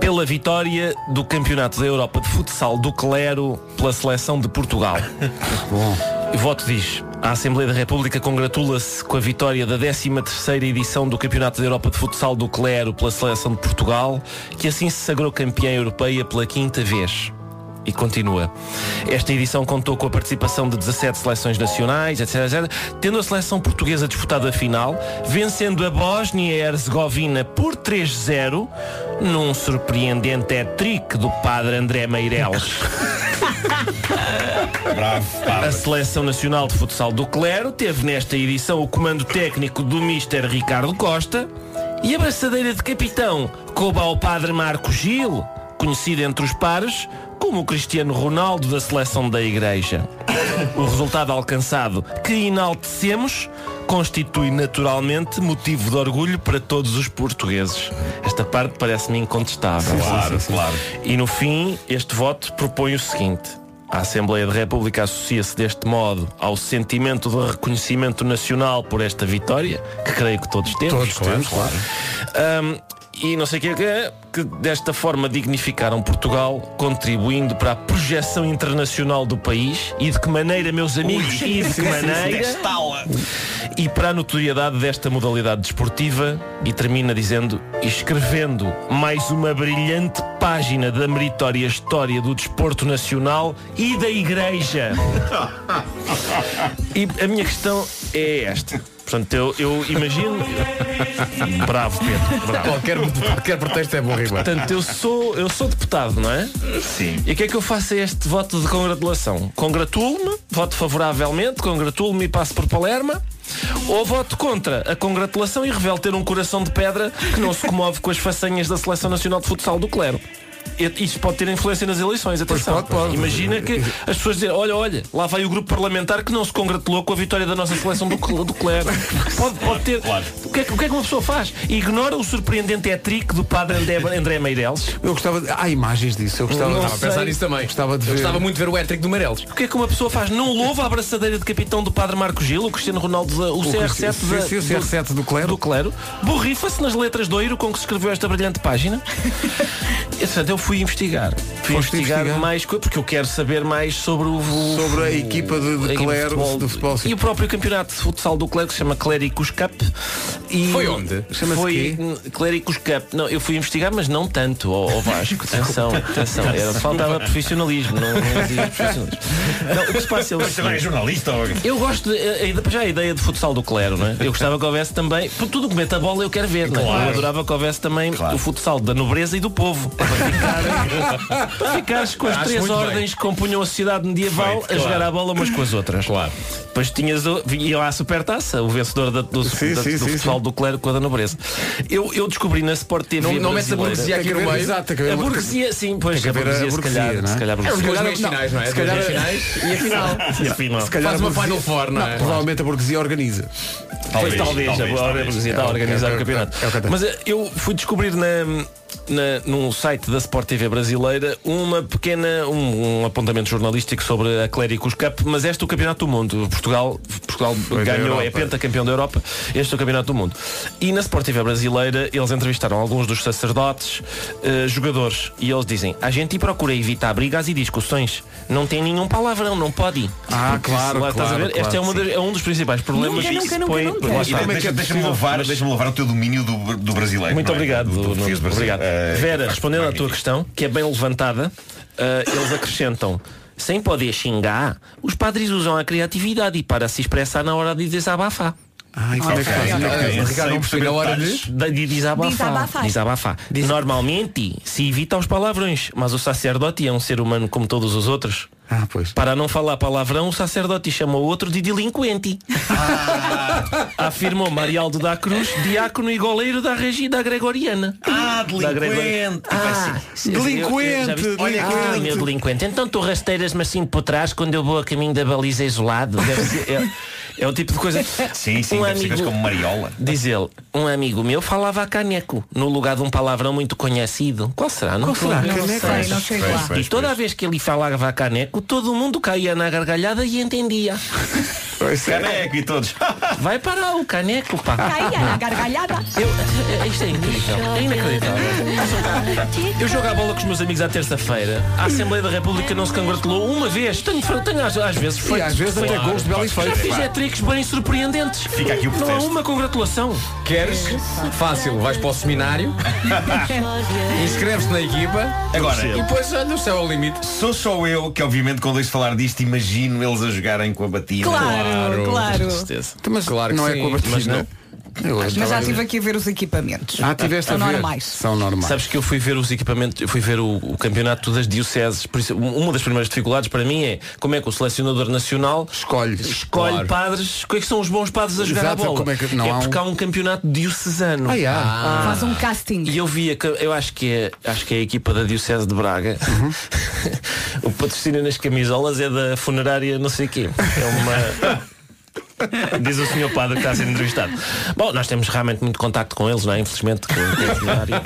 K: Pela vitória do Campeonato da Europa de Futsal do Clero pela seleção de Portugal. O voto diz. A Assembleia da República congratula-se com a vitória da 13ª edição do Campeonato da Europa de Futsal do Clero pela seleção de Portugal, que assim se sagrou campeã europeia pela quinta vez. E continua. Esta edição contou com a participação de 17 seleções nacionais, etc, etc, tendo a seleção portuguesa disputado a final, vencendo a Bósnia e Herzegovina por 3-0, num surpreendente hat-trick do padre André Meireles. A seleção nacional de futsal do Clero teve nesta edição o comando técnico do Mr. Ricardo Costa e a braçadeira de capitão coube ao padre Marco Gil, conhecido entre os pares como o Cristiano Ronaldo da seleção da Igreja. O resultado alcançado, que enaltecemos, constitui naturalmente motivo de orgulho para todos os portugueses. Esta parte parece-me incontestável.
B: Claro,
K: claro. E no fim, este voto propõe o seguinte. A Assembleia da República associa-se deste modo ao sentimento de reconhecimento nacional por esta vitória, que creio que todos temos.
B: Todos temos, claro.
K: Ahm, e não sei o que é que é, que desta forma dignificaram Portugal, contribuindo para a projeção internacional do país. E de que maneira, meus amigos, e de que maneira e para a notoriedade desta modalidade desportiva e termina dizendo e escrevendo mais uma brilhante página da meritória história do desporto nacional e da igreja. E a minha questão é esta. Portanto, eu, eu imagino. bravo, Pedro. Bravo.
E: Qualquer, qualquer pretexto é bom rimar.
K: Portanto, eu sou, eu sou deputado, não é? Sim. E o que é que eu faço a este voto de congratulação? Congratulo-me, voto favoravelmente, congratulo-me e passo por Palerma. Ou voto contra a congratulação e revelo ter um coração de pedra que não se comove com as façanhas da Seleção Nacional de Futsal do Clero. E- Isto pode ter influência nas eleições, atenção. Imagina que as pessoas dizem, olha, olha, lá vai o grupo parlamentar que não se congratulou com a vitória da nossa seleção do, cl- do clero. Pode, pode ter. O, que é, que- o que é que uma pessoa faz? Ignora o surpreendente hat-trick do padre André, André Meireles.
B: Eu gostava de... Há imagens disso. Eu gostava
K: Não
B: de...
K: estava a pensar nisso
E: também.
B: Gostava de ver.
E: Eu gostava muito de ver o hat-trick do Meireles.
K: O que é que uma pessoa faz? Não louva a braçadeira de capitão do padre Marco Gil, o Cristiano Ronaldo, da- o,
B: O
K: CR7
B: Cristi-
K: da-
B: sim, sim, o CR7 do clero.
K: do clero. Borrifa-se nas letras do Eiro com que se escreveu esta brilhante página. E, portanto, eu fui investigar. Fui
B: Foste
K: investigar,
B: investigar?
K: mais coisas, porque eu quero saber mais sobre o.
B: Sobre a equipa de- de
K: a equipa
B: clero,
K: futebol.
B: de futebol, sim.
K: E o próprio campeonato de futsal do clero, que se chama Clericus Cup. E
E: Foi onde?
K: Chama-se foi hum, Clérigos Cup. Não, eu fui investigar, mas não tanto ao, ao Vasco. Atenção, atenção. Era, faltava profissionalismo. Não, não havia profissionalismo. Não, o que se passa é o
L: Mas também é
K: seguinte.
L: jornalista, ó.
K: Eu gosto, de- eh, ainda para já a ideia de futsal do Clero, não é? Eu gostava que houvesse também, por tudo que mete a bola eu quero ver, não é?
L: Claro.
K: Eu adorava que houvesse também o futsal da nobreza e do povo. Para ficar- para ficares com as
L: Acho
K: três
L: muito bem.
K: ordens que compunham a sociedade medieval
L: Perfeito,
K: a jogar
L: claro.
K: a bola umas com as outras. Claro. Depois tinhas o, vinha lá a supertaça, o vencedor da- do,
L: Sim,
K: da-
L: sim,
K: do
L: sim,
K: futsal
L: sim.
K: do Clero com a da nobreza. Eu, eu descobri na Sport TV.
E: Não- não metes a burguesia aqui no meio?
K: Exato, a burguesia, sim, pois
E: Tem que haver
K: a
E: a
K: burguesia, se
E: burguesia,
K: calhar.
E: não é?
K: Se calhar a
E: É, os dois
K: burguesia.
E: meios finais, não é?
K: Se
E: Dois
K: calhar-
E: meios finais e a final.
K: E a final.
B: Se calhar
E: Faz uma
B: a burguesia-
E: final four, não é?
B: Provavelmente a burguesia organiza.
K: Talvez, talvez, a Áurea Burguesia está a organizar o campeonato. Mas eh, eu fui descobrir na, na- num site da Sport TV brasileira uma pequena, um, um apontamento jornalístico sobre a Clérigos Cup, mas este é o campeonato do mundo. Portugal, Portugal
B: Foi da
K: ganhou, é
B: Europa.
K: pentacampeão da Europa, este é o campeonato do mundo. E na Sport TV brasileira eles entrevistaram alguns dos sacerdotes, eh, jogadores, e eles dizem, a gente procura evitar brigas e discussões. Não tem nenhum palavrão, não pode.
B: Ah,
K: Porque,
B: claro,
K: lá, estás a
B: claro,
K: ver? Este
B: claro,
K: é, uma
B: sim.
K: das- é um dos principais problemas
B: Nunca,
K: que
B: nunca,
K: se
B: nunca,
K: põe
B: nunca.
K: por lá está.
L: E deixa- Deixa-me levar, deixa-me levar o teu domínio do, do brasileiro.
K: Muito
L: não é?
K: obrigado,
L: Do- do
K: Nuno.
L: português brasileiro.
K: Obrigado.
L: Eh,
K: Vera, respondendo à tua questão, que é bem levantada, eh, eles acrescentam. Sem poder xingar, os padres usam a criatividade para se expressar na hora de desabafar.
B: Ai,
E: como é que fazem? Ok, ok. Ricardo, não percebi na hora de-
K: de, de desabafar.
E: Desabafar.
K: Desabafar. Normalmente se evita os palavrões, mas o sacerdote é um ser humano como todos os outros.
B: Ah, pois.
K: Para não falar palavrão, o sacerdote chama o outro de delinquente. Afirmou Marialdo da Cruz, diácono e goleiro da Regida Gregoriana. Ah,
L: delinquente.
K: Ah,
L: Sim, delinquente,
K: já viste? Olha que
L: delinquente.
K: linha delinquente. Então tu rasteiras me assim por trás quando eu vou a caminho da baliza isolado. Deve ser- é, é o tipo de coisa. um
L: Sim, sim, deve ser coisas como mariola.
K: Diz ele, um amigo meu falava caneco, no lugar de um palavrão muito conhecido. Qual será?
B: Qual
K: estou
B: será?
K: a ver.
B: Caneco? Não sei, não sei lá. Pois,
K: E
B: pois,
K: toda vez que ele falava caneco, todo mundo caía na gargalhada e entendia.
B: é.
L: Caneco e todos.
K: Vai parar o caneco, pá.
M: Caía na gargalhada.
K: Eu, isto é incrível. É inacreditável. Eu jogo a bola com os meus amigos à terça-feira. A Assembleia da República não se congratulou uma vez. Tenho, fe- tenho às, às vezes feito.
B: às vezes até gols de belas
K: Já
B: feitas.
K: fiz hat-tricks bem surpreendentes.
E: Fica aqui o
K: Não há
E: protesto.
K: uma congratulação.
E: Queres? Fácil, vais para o seminário, inscreves-te na equipa,
L: Agora-
E: e depois olha o céu ao limite.
L: Sou só eu que, obviamente, quando ouço falar disto, imagino eles a jogarem com a batida.
D: Claro, claro.
L: Com certeza.
B: Mas
L: Claro que
B: não é
L: sim,
B: com a batida.
L: mas não.
B: Eu
D: Mas
B: estava
D: já
B: a ver.
D: estive aqui a ver os equipamentos.
B: Ah, tiveste a
D: São
B: ver.
D: normais.
B: São normais.
K: Sabes que eu fui ver os equipamentos, eu fui ver o, o campeonato das dioceses. Por isso, um- uma das primeiras dificuldades para mim é como é que o selecionador nacional
B: escolhe,
K: escolhe
B: Claro.
K: padres, quais é que são os bons padres a jogar
B: Exato,
K: a bola.
B: como é que- não há um-
K: porque há um campeonato diocesano.
B: Ah, é? Ah.
D: Faz um casting.
K: E eu vi, a ca- eu acho que é, acho que é a equipa da Diocese de Braga.
B: Uhum.
K: o patrocínio nas camisolas é da funerária não sei quê. É uma. Diz o senhor padre que está a ser entrevistado. Bom, nós temos realmente muito contacto com eles, não é? Infelizmente, com, com a funerária.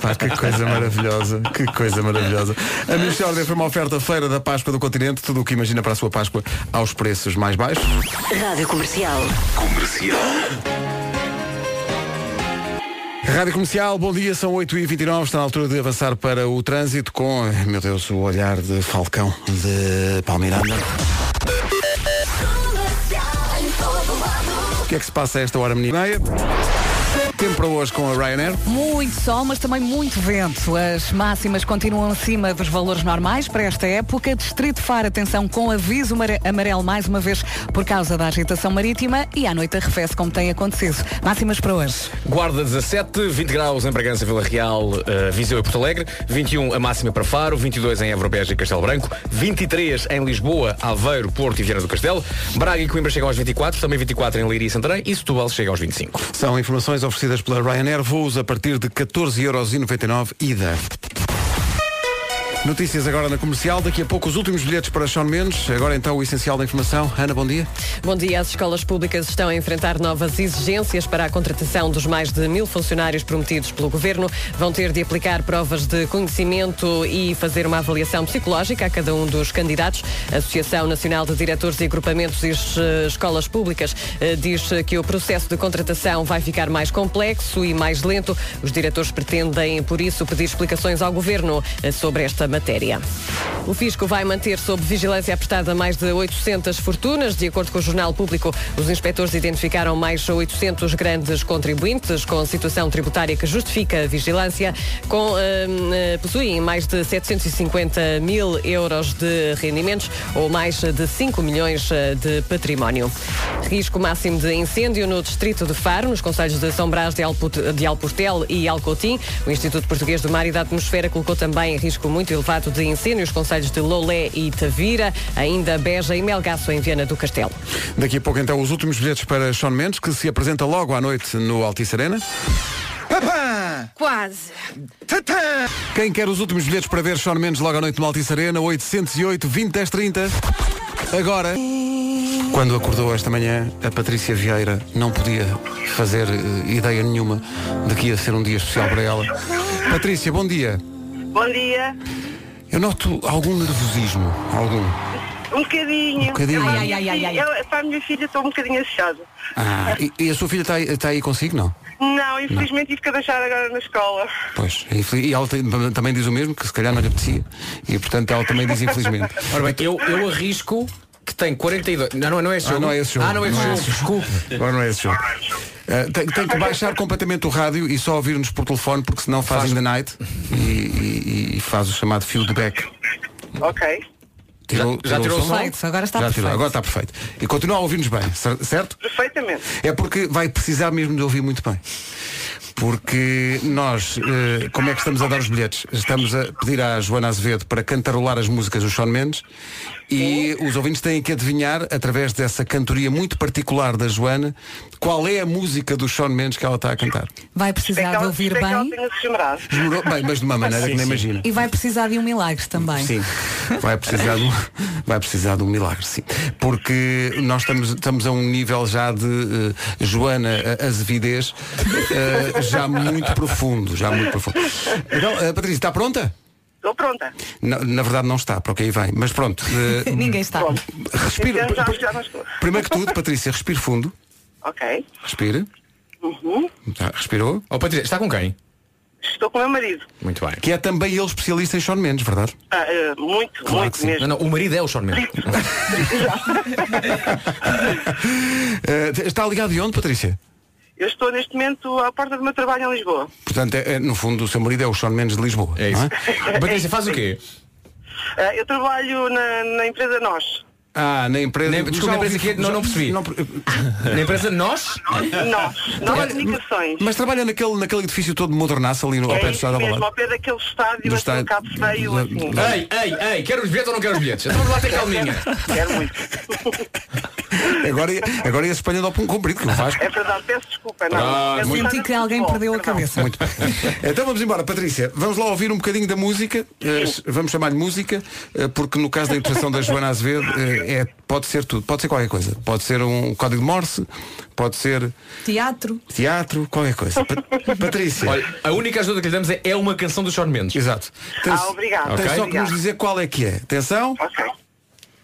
B: Pá, que coisa maravilhosa, que coisa maravilhosa. A Michórdia foi uma oferta feira da Páscoa do continente, tudo o que imagina para a sua Páscoa aos preços mais baixos.
M: Rádio Comercial. Comercial.
B: Rádio Comercial, bom dia, são 8h29, está na altura de avançar para o trânsito com, ai, meu Deus, o olhar de Falcão de Palmiranda. O que é que se passa a esta hora, menina? Meia? Tempo para hoje com a Ryanair.
D: Muito sol, mas também muito vento. As máximas continuam acima dos valores normais para esta época. Distrito Far, atenção com aviso mare- amarelo mais uma vez por causa da agitação marítima e à noite arrefece como tem acontecido. Máximas para hoje.
E: Guarda 17, 20 graus em Bragança, Vila Real, eh, Viseu e Porto Alegre, 21 a máxima para Faro, 22 em Évora Beja e Castelo Branco, 23 em Lisboa, Aveiro, Porto e Viana do Castelo, Braga e Coimbra chegam aos 24, também 24 em Leiria e Santarém e Setúbal chega aos 25.
B: São informações oferecidas pela Ryanair, voos a partir de 14,99€ ida. Notícias agora na comercial, daqui a pouco os últimos bilhetes para Sean Mendes, agora então o essencial da informação. Ana, bom dia.
F: Bom dia. As escolas públicas estão a enfrentar novas exigências para a contratação dos mais de mil funcionários prometidos pelo governo. Vão ter de aplicar provas de conhecimento e fazer uma avaliação psicológica a cada um dos candidatos. A Associação Nacional de Diretores e Agrupamentos e eh, Escolas Públicas eh, diz eh, que o processo de contratação vai ficar mais complexo e mais lento. Os diretores pretendem, por isso, pedir explicações ao governo eh, sobre esta matéria. O Fisco vai manter sob vigilância apertada mais de 800 fortunas. De acordo com o Jornal Público, os inspectores identificaram mais 800 grandes contribuintes com situação tributária que justifica a vigilância. Com, hum, eh, possuem mais de 750 mil euros de rendimentos ou mais de 5 milhões eh, de património. Risco máximo de incêndio no distrito de Faro, nos conselhos de São Brás de, Alput- de Alportel e Alcotim. O Instituto Português do Mar e da Atmosfera colocou também em risco muito elevado de incêndio os conselhos de Loulé e Tavira, ainda Beja e Melgaço em Viana do Castelo.
B: Daqui a pouco então os últimos bilhetes para Sean Mendes, que se apresenta logo à noite no Altice Arena.
M: Papá!
A: Quase.
M: Tatá!
B: Quem quer os últimos bilhetes para ver Sean Mendes logo à noite no Altice Arena, 808 20 10 30. Agora, quando acordou esta manhã, a Patrícia Vieira não podia fazer eh, ideia nenhuma de que ia ser um dia especial para ela. Patrícia, bom dia.
G: Bom dia.
B: Eu noto algum nervosismo, algum.
G: Um bocadinho.
B: Um bocadinho.
G: Eu, para a
B: Ai,
G: minha
B: ai, ai, ai, ai.
G: filha- eu- para a minha filha estou um bocadinho assustada.
B: Ah, e, e a sua filha está aí, tá aí consigo, não?
G: Não, infelizmente tive que a deixar agora na escola.
B: Pois, é infeliz- e ela tem- também diz o mesmo, que se calhar não lhe apetecia. E portanto ela também diz infelizmente.
E: Ora bem, eu, eu arrisco que tem 42. Não, não, não é esse jogo.
B: Ah, não é esse jogo.
E: Ah, não é esse jogo. Desculpe.
B: Agora não é esse jogo. Ah, tem, tem que baixar completamente o rádio e só ouvir-nos por telefone, porque senão faz in the night e, e- e faz o chamado feedback.
G: Ok.
E: já tirou o
B: som?
D: Perfeito, agora está
B: Já tirou,
D: perfeito.
B: agora está perfeito. E continua a ouvir-nos bem, cer- certo?
G: Perfeitamente.
B: É porque vai precisar mesmo de ouvir muito bem. Porque nós, eh, como é que estamos a dar os bilhetes? Estamos a pedir à Joana Azevedo para cantarolar as músicas do Sean Mendes e os ouvintes têm que adivinhar, através dessa cantoria muito particular da Joana, qual é a música do Sean Mendes que ela está a cantar.
D: Vai
G: é
D: precisar de ouvir bem
B: Jurou? Bem, mas de uma maneira
D: Sim,
B: que nem
D: sim.
B: imagina.
D: e vai precisar de um milagre também.
B: Sim, vai precisar de um, vai precisar de um milagre, sim. Porque nós estamos, estamos a um nível já de eh, Joana eh, Azevidez, eh, já muito profundo, já muito profundo. Então, eh, Patrícia, está pronta?
G: Estou pronta.
B: Na, na verdade não está, para o que aí vem, mas pronto. eh,
D: Ninguém está.
B: Respira.
G: Então, já, já não estou.
B: primeiro que tudo, Patrícia, respire fundo.
G: Ok.
B: Respire.
G: Uhum.
B: Tá, respirou.
E: Oh, Patrícia, está com quem?
G: Estou com o meu marido.
E: Muito bem.
B: Que é também ele especialista em Sean Mendes, verdade?
G: Ah, eh, muito, muito mesmo.
E: Não, não, o marido é o Sean Mendes.
B: Eh, está ligado de onde, Patrícia?
G: Eu estou neste momento à porta do meu trabalho em Lisboa.
B: Portanto, é- é, no fundo, o seu marido é o Sean Mendes de Lisboa. É isso.
E: Patrícia, faz o quê?
G: Ah, eu trabalho na, na empresa Nós.
B: Ah, na empresa.
E: Na- desculpa,
B: Já
E: na empresa
B: ouvi-
E: que- é, não,
B: já-
E: não percebi. Na empresa nós?
G: Nós. Nós
B: Trabalha-
G: Comunicações. É
B: Mas trabalha naquele, naquele edifício todo modernaço ali no, ao pé do
G: isso
B: Estado
G: mesmo,
B: Avalado.
G: ao pé daquele estádio,
B: Do
G: assim, um
B: estádio-
G: cabo feio,
B: do-
G: assim.
B: do-
E: Ei, ei, ei, quero os bilhetes ou não quero os bilhetes? Então vamos lá ter calminha.
G: Quero muito.
B: Agora, agora ia se espanhando ao pão comprido, que não faz.
G: É verdade, peço desculpa.
B: Ah,
G: Não, Eu
B: muito-
G: senti que alguém perdeu a
D: cabeça.
B: Muito bem. Então vamos embora, Patrícia. Vamos lá ouvir um bocadinho da música. Eh, vamos chamar-lhe música, eh, porque no caso da interpretação da Joana Azevedo, eh, é, pode ser tudo. Pode ser qualquer coisa. Pode ser um código de Morse, pode ser
D: Teatro.
B: teatro, qualquer coisa. Pa- Patrícia.
E: Olha, a única ajuda que lhe damos é, é uma canção do Sean Mendes.
B: Exato.
G: Ah, obrigada.
B: Tem
E: Ok.
B: só que nos dizer qual é que é. Atenção.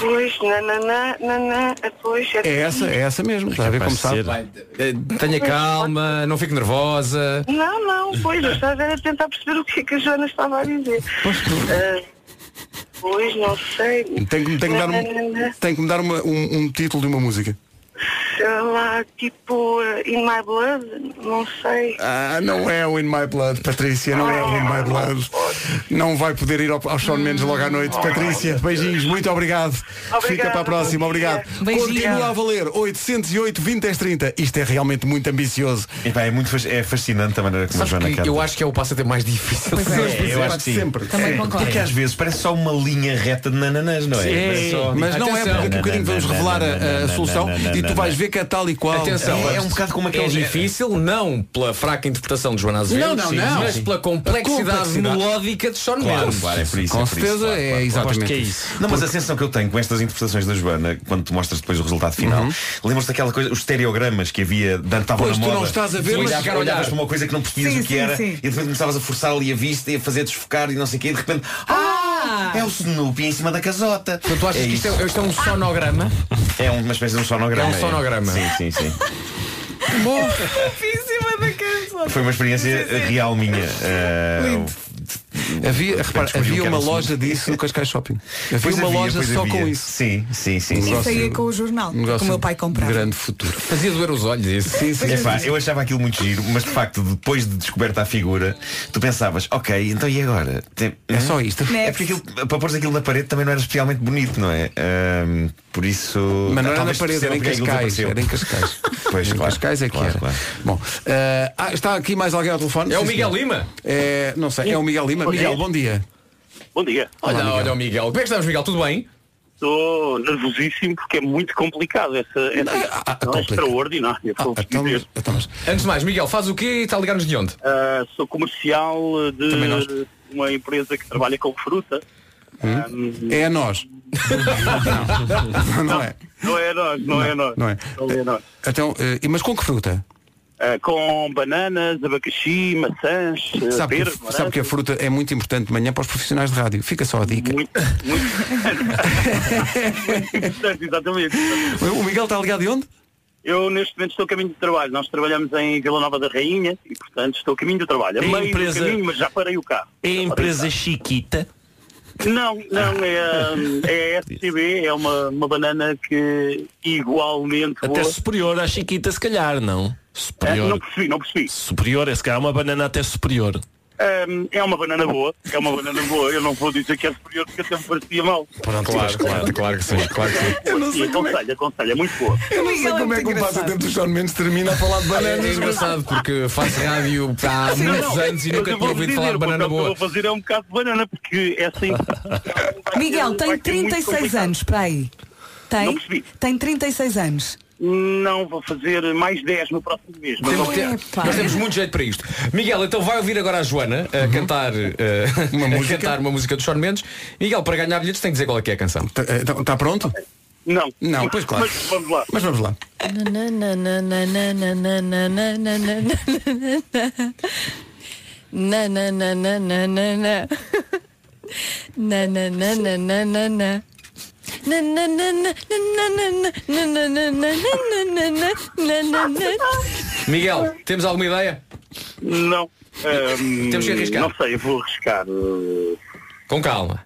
G: Pois, nananã, nanã, pois.
B: É essa, é essa mesmo. Está a ver como sabe.
E: eh, Tenha calma, não fique nervosa.
G: Não, não, pois, eu estava a tentar perceber o que é que a Joana estava a dizer. Ah, pois, não sei.
B: Tem que, tem que me dar, um,
G: Nananã,
B: tem que me dar uma- um, um título de uma música.
G: Sei lá, tipo, ah, In My Blood, não sei.
B: Ah, não é o In My Blood, Patrícia, não é o In My Blood. Não vai poder ir ao, ao Sean Mendes logo à noite. Patrícia, beijinhos, muito obrigado. Fica para a próxima, obrigado.
L: Beijinho.
B: Continua a valer 808 20 10 30. Isto é realmente muito ambicioso.
L: é muito fas- é fascinante a maneira como a
E: Sabes
L: Joana
E: que
L: canta.
E: eu acho que é o passatempo mais difícil.
L: Pois é, eu acho que sim.
B: Sempre.
L: É, Porque às vezes parece só uma linha reta de nananãs, não é?
B: Sim,
L: Parece só-
B: mas não é
L: Atenção.
B: porque daqui a um bocadinho vamos revelar a- a, solução e tu vais vê que é tal e qual.
E: Atenção,
B: É um bocado como aqueles-
E: É difícil, não pela fraca interpretação de Joana Azevedo,
B: Não, não,
E: sim,
B: não.
E: mas pela complexidade,
L: Complexidade.
E: melódica de Sean
L: Claro,
E: Mendes.
L: claro, é por isso. é por isso, claro, claro, claro. é Não, mas a sensação que eu tenho com estas interpretações da Joana, quando tu mostras depois o resultado final, lembras-te daquela coisa, os estereogramas que havia, de- estavam
B: Uhum. Pois,
L: na
B: tu
L: moda.
B: não estás a ver, mas-
L: olhavas, olhavas para uma coisa que não percebias
B: Sim,
L: o que
B: sim,
L: era
B: sim.
L: e depois começavas a forçar ali a vista e a fazer desfocar e não sei o quê, e de repente, ah, é o Snoopy em cima da casota.
E: Então tu achas que isto é- isto é um sonograma?
L: É uma espécie de um sonograma.
E: É um sonograma.
L: Sim, sim, sim.
E: Bom,
L: Foi uma experiência real minha. eh,
B: Havia, repara,
L: Portanto, escolhi o
B: havia
L: que era
B: uma
L: o seguinte.
B: loja disso no Cascais Shopping. Havia
L: um assim. Pois
B: uma
L: havia,
B: loja
L: pois
B: só
L: havia.
B: com isso.
L: Sim, sim, sim.
B: Isso
L: sim.
B: aí é
D: com o jornal.
L: Negócio
D: que o meu pai comprava.
B: Grande futuro.
E: Fazia doer os olhos isso.
B: Sim, sim.
L: Epá, eu achava aquilo muito giro, mas de facto, depois de descoberta a figura, tu pensavas, ok, então e agora? É
B: só isto.
L: É porque aquilo, para pôr aquilo na parede também não era especialmente bonito, não é? Ahm, por isso.
B: Mas não era na
L: talvez
B: parede, era
L: percebam
B: em
L: porque é que aquilo
B: Cascais.
L: desapareceu.
B: Era em Cascais.
L: Pois,
B: Em
L: claro.
B: Cascais é que
L: Claro,
B: era.
L: claro.
B: Bom, eh, ah, está aqui mais alguém ao telefone?
E: É o
B: Sim,
E: Miguel
B: senhor.
E: Lima?
B: É, não sei, é o Miguel Lima.
E: Bom dia.
B: Miguel, bom dia.
N: Bom dia.
E: Olha, olha o Miguel. Como é que estamos, Miguel? Tudo bem?
N: Estou nervosíssimo porque é muito complicado. Essa,
E: Ah,
N: essa situação é extraordinária. vou dizer.
E: então, Antes de mais, Miguel, faz o quê e está a ligar-nos de onde?
N: Ah, sou comercial de uma empresa que trabalha com fruta.
E: Hum?
N: Ah, hum.
B: É a nós. não, não é.
N: Não é nós, não, é nós.
B: Não é.
N: Não é nós.
B: Então, eh, e- mas com que fruta?
N: Ah, com bananas, abacaxi, maçãs, ah,
B: Sabe
N: peras,
B: que, sabe que a
N: laranjas.
B: fruta é muito importante de manhã para os profissionais de rádio. Fica só a dica.
N: Portanto, Exatamente.
B: O Miguel está ligado de onde?
N: Eu neste momento estou a caminho de trabalho. Nós trabalhamos em Vila Nova da Rainha e portanto estou a caminho do trabalho. A
I: É
N: meio
I: empresa-
N: do caminho, mas já parei o carro.
I: É a empresa chiquita.
N: Não, não, é, hum, é a STB, é uma, uma banana que igualmente
I: Até
N: boa.
I: superior à chiquita, se calhar, não? Superior.
N: É, não percebi, não percebi.
I: Superior, é se calhar uma banana até superior.
N: Hum, é uma banana boa, é uma banana boa. Eu não vou dizer que é superior porque até me parecia mal.
E: Pronto, claro, claro, claro que sim, claro que sim.
N: Eu não sei aconselho, aconselho, é muito boa.
B: Eu não sei como é que o passatempo do Sean Mendes termina a falar de bananas.
E: É engraçado porque faço rádio há
N: Não,
E: muitos
N: não,
E: anos e nunca
N: mas
E: tinha
N: eu vou-vos
E: ouvido
N: dizer,
E: falar de
N: o
E: banana
N: papel que eu
E: boa.
N: Vou fazer é um bocado de banana porque é assim.
D: Miguel, tem
N: vai ser muito
D: 36 anos, para aí. Tem? Tem 36 anos.
N: Não, vou fazer mais 10 no próximo mês. Mas
E: Temos,
N: vou-
E: te- nós temos muito jeito para isto. Miguel, então vai ouvir agora a Joana a
B: Uhum.
E: cantar, uh, uma, música. cantar uma música do Sean Mendes. Miguel, para ganhar bilhetes tem que dizer qual é que é a canção.
B: Está eh, então, tá pronto?
N: Não.
B: Não, pois claro.
N: Mas vamos lá.
B: Mas vamos lá.
E: Miguel, temos alguma ideia?
N: Não. Ahm,
E: Temos que arriscar.
N: Não sei, eu vou arriscar. eh,
E: Com calma.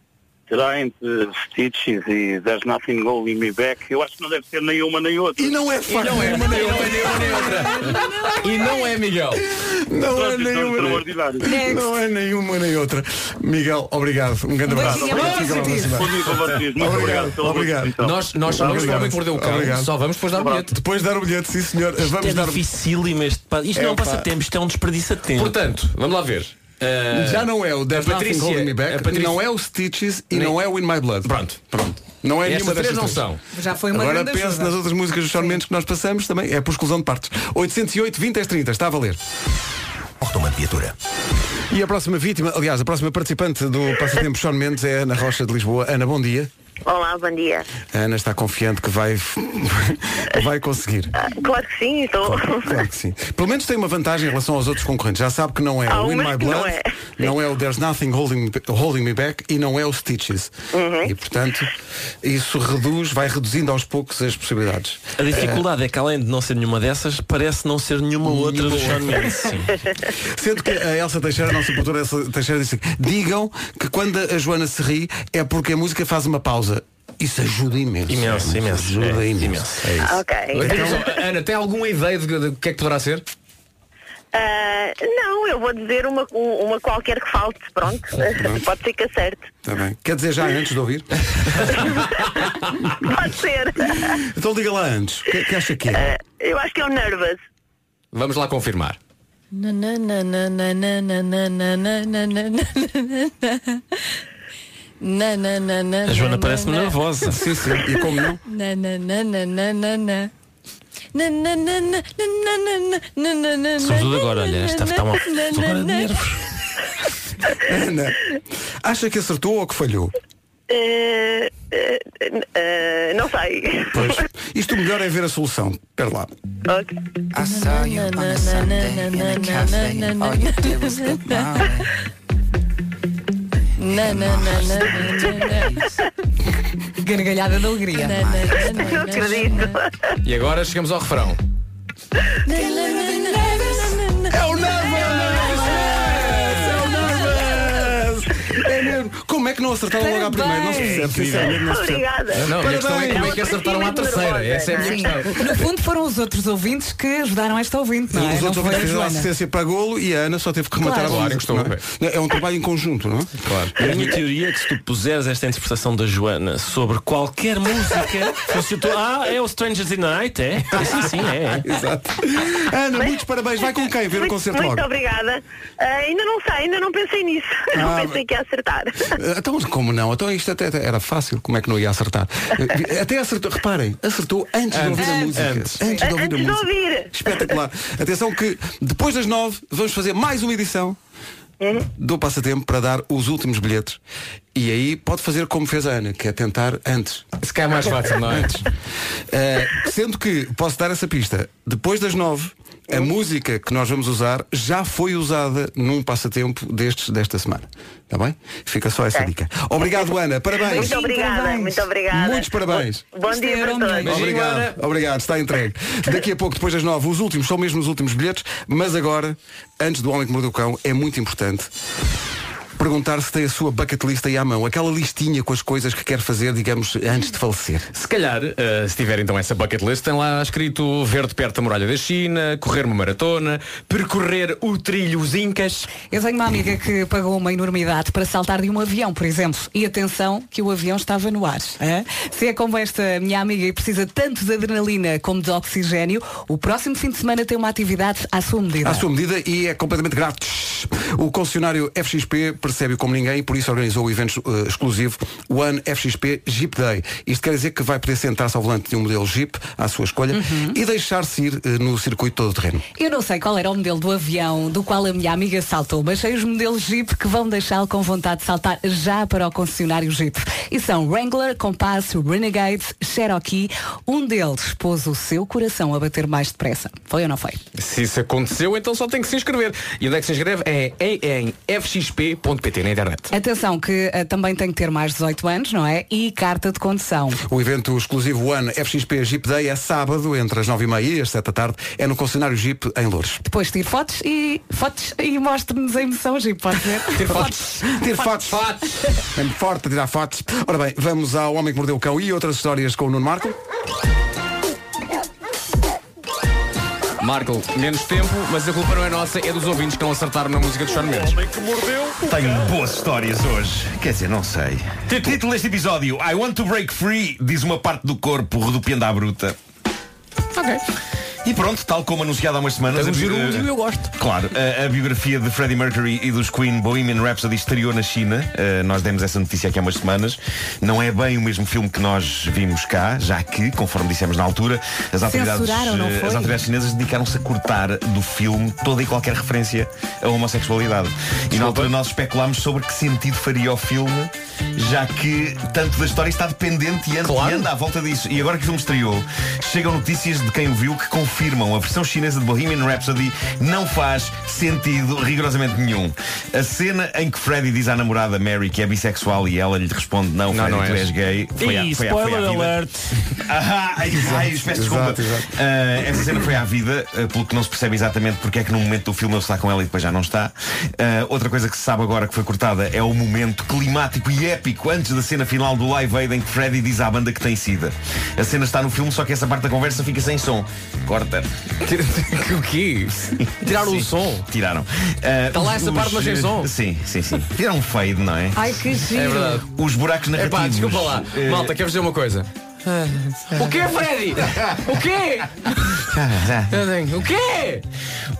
N: Será entre Stitches e There's Nothing Holding Me Back? Eu acho que não deve ser nem uma nem outra. E
B: não é
N: fácil. não é nem uma nem
E: outra. E não é, Miguel.
B: Não é nenhuma.
N: Extraordinário.
B: nem- Não é nenhuma nem outra. Miguel, obrigado. Um grande abraço.
N: Obrigado.
B: Fica lá
N: Obrigado.
B: para a semana.
N: Obrigado. Obrigado.
B: Obrigado.
N: Obrigado.
B: Obrigado.
E: Nós- nós só vamos
B: Obrigado.
E: para o homem que mordeu o cão. Só vamos depois dar o bilhete.
B: Depois dar o bilhete, sim senhor. Vamos
I: Isto é
B: dar
I: dificílimo este pa- Isto não é um
B: Epá.
I: passatempo, isto é um desperdício de tempo.
E: Portanto, vamos lá ver. Eh,
B: Já não é o There's
E: a
B: Nothing
E: Patrícia-
B: Holding Me
E: a
B: Back,
E: Patrícia-
B: não é o Stitches e não é o In My Blood. Pronto. Pronto. Não é
E: Estas
B: nenhuma
E: três
B: dessas
E: não
B: três.
E: são.
D: Já foi uma
B: Agora
D: grande
B: pense
D: ajuda.
B: nas outras músicas dos Sean Mendes que nós passamos também. É por exclusão de partes. 808 20 às 30. Está a valer.
O: Toma de viatura.
B: E a próxima vítima, aliás, a próxima participante do Passatempo Sean Mendes é a Ana Rocha de Lisboa. Ana, bom dia.
P: Olá, bom dia.
B: A Ana está confiante que vai, vai conseguir.
P: Ah, Claro que sim, estou.
B: Claro que sim. Pelo menos tem uma vantagem em relação aos outros concorrentes. Já sabe que não é
P: Há
B: o In
P: umas
B: My
P: que não
B: Blood, não é,
P: é.
B: o There's Nothing Holding, Me- Holding Me Back e não é o Stitches.
P: Uhum.
B: E portanto, isso reduz, vai reduzindo aos poucos as possibilidades. Eh,
I: A dificuldade é que além de não ser nenhuma dessas, parece não ser nenhuma outra do Sean Mendes. Sim.
B: Sendo que a Elsa Teixeira, a nossa produtora Elsa Teixeira, disse assim, digam que quando a Joana se ri é porque a música faz uma pausa. Isso ajuda imenso.
I: Imenso,
B: Isso
I: imenso.
B: Ajuda
I: É,
B: imenso.
I: imenso.
B: É isso.
P: Ok.
E: Diga só, Então, Ana, tem alguma ideia de de o que é que poderá ser?
P: Ah, não, eu vou dizer uma, um, uma qualquer que falte, pronto. Pode ser que acerte.
B: Tá bem. Quer dizer já antes de ouvir?
P: Pode ser. Ah,
B: Então diga lá antes. O que, que acha que é?
P: Eu acho que é o Nervous.
E: Vamos lá confirmar.
I: A Joana parece-me nervosa.
B: Sim, sim. E como não?
P: Na, na, na, na, na, na, na.
F: Sobretudo
K: agora, olha, esta está uma- estou agora de nervos.
B: Ana, acha que acertou ou que falhou?
P: Eh, eh, eh, não sei.
B: Pois. Isto o melhor é ver a solução. Espera lá.
M: I saw you on a Sunday in a cafe. All you did was look my way.
D: Na, na, na, na, na, na. Gargalhada de alegria.
P: Não acredito.
E: E agora chegamos ao refrão.
B: É o Nervous! É mesmo. Como é que não acertaram logo à primeira? Não se percebe, sinceramente não se percebe.
E: Não, não, a minha questão é como é que
B: Parabéns.
E: acertaram à terceira. Essa é a minha
D: Sim.
E: questão.
D: No fundo foram os outros ouvintes que ajudaram esta ouvinte, não é?
B: Os
D: Não foi a
B: outros ouvintes fizeram a
D: Joana.
B: assistência para golo e a Ana só teve que rematar
K: Claro.
B: a bola.
K: Claro, encostou.
B: não é? é um trabalho em conjunto, não é? Claro.
K: A minha teoria é que se tu puseres esta interpretação da Joana sobre qualquer música, fosse tu, ah, é o Strangers in the Night, é? É, Sim, sim, é.
B: Exato. Ana, muitos parabéns. Vai com quem ver o
P: muito,
B: concerto
P: muito
B: logo?
P: obrigada. Ah, ainda não sei, ainda não pensei nisso. não
B: Ah,
P: pensei que ia acertar.
B: Então, como não? Então isto até até era fácil, como é que não ia acertar? Até acertou, reparem, acertou antes de ouvir a
P: Antes.
B: música.
P: Antes.
B: de ouvir a
P: Antes de
B: música.
P: ouvir.
B: Espetacular. Atenção que depois das nove vamos fazer mais uma edição do passatempo para dar os últimos bilhetes. E aí pode fazer como fez a Ana, que é tentar antes.
E: Se calhar é mais fácil, não é?
B: Antes. Uh, sendo que posso dar essa pista. Depois das nove, a música que nós vamos usar já foi usada num passatempo destes, desta semana. Está bem? Fica só essa dica. Obrigado, Ana. Parabéns.
P: Muito obrigada, muito obrigada.
B: Muitos parabéns.
P: Bom, bom
G: é
P: dia para todos.
B: Obrigado, obrigado, está entregue. Daqui a pouco, depois das nove, os últimos, são mesmo os últimos bilhetes, mas agora, antes do Homem que Mordeu o Cão, é muito importante perguntar se tem a sua bucket list aí à mão, aquela listinha com as coisas que quer fazer, digamos, antes de falecer.
E: Se calhar, eh, se tiver então essa bucket list, tem lá escrito ver de perto a muralha da China, correr uma maratona, percorrer o trilho os Incas.
D: Eu tenho uma amiga que pagou uma enormidade para saltar de um avião, por exemplo. E atenção que o avião estava no ar. hã? Se é como esta minha amiga e precisa tanto de adrenalina como de oxigênio, o próximo fim de semana tem uma atividade à sua medida.
B: À sua medida e é completamente grátis. O concessionário FXP percebe como ninguém e por isso organizou o evento eh, exclusivo One FXP Jeep Day. Isto quer dizer que vai poder sentar-se ao volante de um modelo Jeep à sua escolha e deixar-se ir eh, no circuito todo o terreno.
D: Eu não sei qual era o modelo do avião do qual a minha amiga saltou, mas sei os modelos Jeep que vão deixá-lo com vontade de saltar já para o concessionário Jeep. E são Wrangler, Compass, Renegade, Cherokee. Um deles pôs o seu coração a bater mais depressa. Foi ou não foi?
E: Se isso aconteceu, então só tem que se inscrever. E onde é que se inscreve? É em fxp.pt na internet.
D: Atenção que eh, também tem que ter mais 18 anos, não é? E carta de condução.
B: O evento exclusivo One FXP Jeep Day é sábado, entre as 9h30 e as 7 da tarde, é no concessionário Jeep em Loures.
D: Depois tire fotos e fotos e mostre-nos a emoção, Jeep, pode ser?
B: Tire fotos. Tire fotos. É muito forte tirar fotos. Ora bem, vamos ao Homem que Mordeu o Cão e outras histórias com o Nuno Marco.
E: Marco, menos tempo, mas a culpa não é nossa, é dos ouvintes que não acertaram na música de Sean Mendes.
L: Tenho boas histórias hoje. Quer dizer, não sei. Título. deste episódio: I want to break free, diz uma parte do corpo redupiando à bruta.
M: Ok.
L: E pronto, tal como anunciado há umas semanas.
M: É um
L: bi-
M: giro, um giro, eu
E: gosto.
L: Claro, a, a biografia de Freddie Mercury e dos Queen Bohemian Rhapsody estreou na China. Uh, nós demos essa notícia aqui há umas semanas. Não é bem o mesmo filme que nós vimos cá, já que, conforme dissemos na altura, as autoridades,
M: Censuraram, não
L: eh,
M: foi?
L: as autoridades chinesas dedicaram-se a cortar do filme toda e qualquer referência à homossexualidade. E na altura nós especulámos sobre que sentido faria o filme, já que tanto da história está dependente e anda, e anda à volta disso. E agora que o filme estreou, chegam notícias de quem o viu que confirmam a versão chinesa de Bohemian Rhapsody não faz sentido rigorosamente nenhum. A cena em que Freddie diz à namorada Mary que é bissexual e ela lhe responde não, Freddie,
E: não é.
L: tu
E: és."
L: és gay. à-
K: Ih,
L: à- à
K: spoiler
L: vida.
K: alert.
L: Ah, ai, ai, peço desculpa.
K: exato, exato.
L: Ah, essa cena foi à vida, ah, pelo que não se percebe exatamente porque é que no momento do filme ele está com ela e depois já não está. Ah, outra coisa que se sabe agora que foi cortada é o momento climático e épico antes da cena final do Live Aid em que Freddy diz à banda que tem sida. A cena está no filme, só que essa parte da conversa fica sem som. Corta.
E: o quê? Tiraram o som?
L: Tiraram. Eh,
E: Está lá essa parte, mas sem som?
L: Sim, sim, sim. Tiraram um fade, não é?
D: Ai, que giro.
L: Os buracos
E: Epá,
L: narrativos.
E: desculpa lá.
L: eh,
E: Malta, quero dizer uma coisa. O quê, Freddy? O quê? O quê?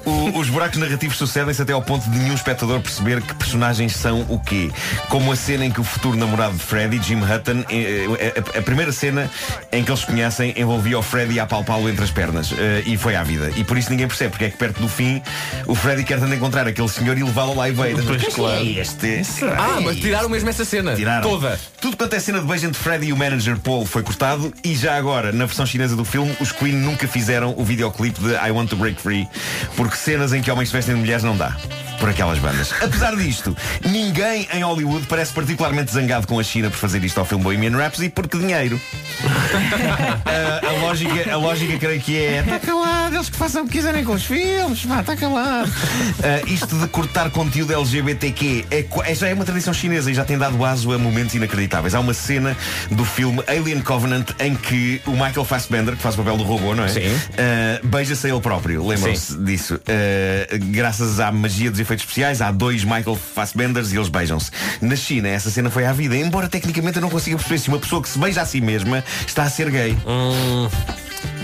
L: O- os buracos narrativos sucedem-se até ao ponto de nenhum espectador perceber que personagens são o quê. Como a cena em que o futuro namorado de Freddy, Jim Hutton, eh, eh, a, a primeira cena em que eles se conhecem envolvia o Freddy a palpá-lo entre as pernas. eh, e foi à vida. E por isso ninguém percebe, porque é que perto do fim o Freddy quer tanto encontrar aquele senhor e levá-lo lá e veio. é
E: Pois, claro.
L: Este,
E: Ah, mas tiraram mesmo essa cena.
L: é Tiraram.
E: Toda.
L: Tudo quanto é cena de beijo entre Freddy e o manager Paul foi cortado e já agora, na versão chinesa do filme, os Queen nunca fizeram o videoclipe de I Want to Break Free, porque cenas em que homens se vestem de mulheres não dá. Por aquelas bandas. Apesar disto, ninguém em Hollywood parece particularmente zangado com a China por fazer isto ao filme Bohemian Rhapsody porque dinheiro. Ah, a, lógica, a lógica creio que é
M: Está calado, eles que façam o que quiserem com os filmes, vá, está calado.
L: Ah, isto de cortar conteúdo LGBTQ é, qua- é- já é uma tradição chinesa e já tem dado aso a momentos inacreditáveis. Há uma cena do filme Alien Covenant em que o Michael Fassbender, que faz o papel do robô, não é? Sim. Beija-se a ele próprio, lembram-se disso. Ah, graças à magia dos efeitos especiais, há dois Michael Fassbenders e eles beijam-se. Na China, essa cena foi à vida, embora tecnicamente eu não consiga perceber se uma pessoa que se beija a si mesma está a ser gay. Hum,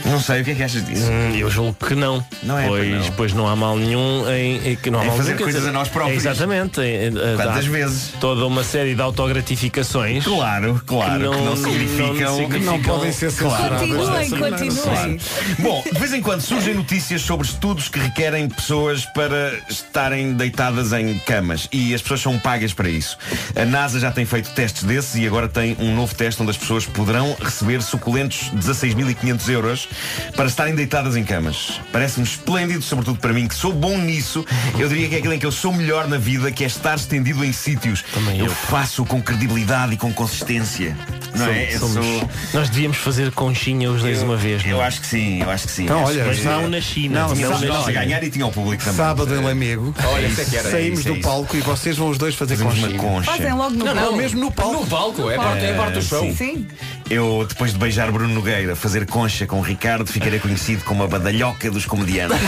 L: Não sei, o que é que achas disso?
K: Hum, eu julgo que não.
L: Não é,
K: pois,
L: pois não.
K: pois não há mal nenhum em, em que não há
L: Em
K: mal
L: fazer
K: nenhum, quer
L: coisas
K: dizer,
L: a nós próprios.
K: é Exatamente. é, é,
L: Quantas
K: dá
L: vezes?
K: Toda uma série de autogratificações.
L: Claro, claro, que não significam- que não podem ser censuradas. Continuem, continuem. Claro. Bom, de vez em quando surgem notícias sobre estudos que requerem pessoas para estarem deitadas em camas e as pessoas são pagas para isso. A NASA já tem feito testes desses e agora tem um novo teste onde as pessoas poderão receber suculentos 16.500 euros para estarem deitadas em camas. Parece-me esplêndido, sobretudo para mim, que sou bom nisso. Eu diria que é aquilo em que eu sou melhor na vida, que é estar estendido em sítios. eu faço com credibilidade e com consistência. Não é? Eu
K: Somos-
L: sou-
K: Nós devíamos fazer conchinha os dois uma vez. é?
L: eu acho que sim, eu acho que sim.
B: Então,
L: Acho
B: olha,
L: que-
K: mas não na China.
L: Não,
K: Não
L: não,
K: na
L: nós a
K: China.
L: ganhar e tinha o público também.
B: Sábado em Lamego,
L: Olha, isso é que era,
B: saímos
L: isso é
B: do
L: isso.
B: palco e vocês vão os dois fazer
L: Fazemos uma
B: conchinha.
L: concha. Fazem
D: logo no
E: Não, não,
D: palco.
E: mesmo no palco. No palco, é parte, é parte do show.
L: Sim. Eu, depois de beijar Bruno Nogueira, fazer concha com o Ricardo, ficarei conhecido como a badalhoca dos comediantes.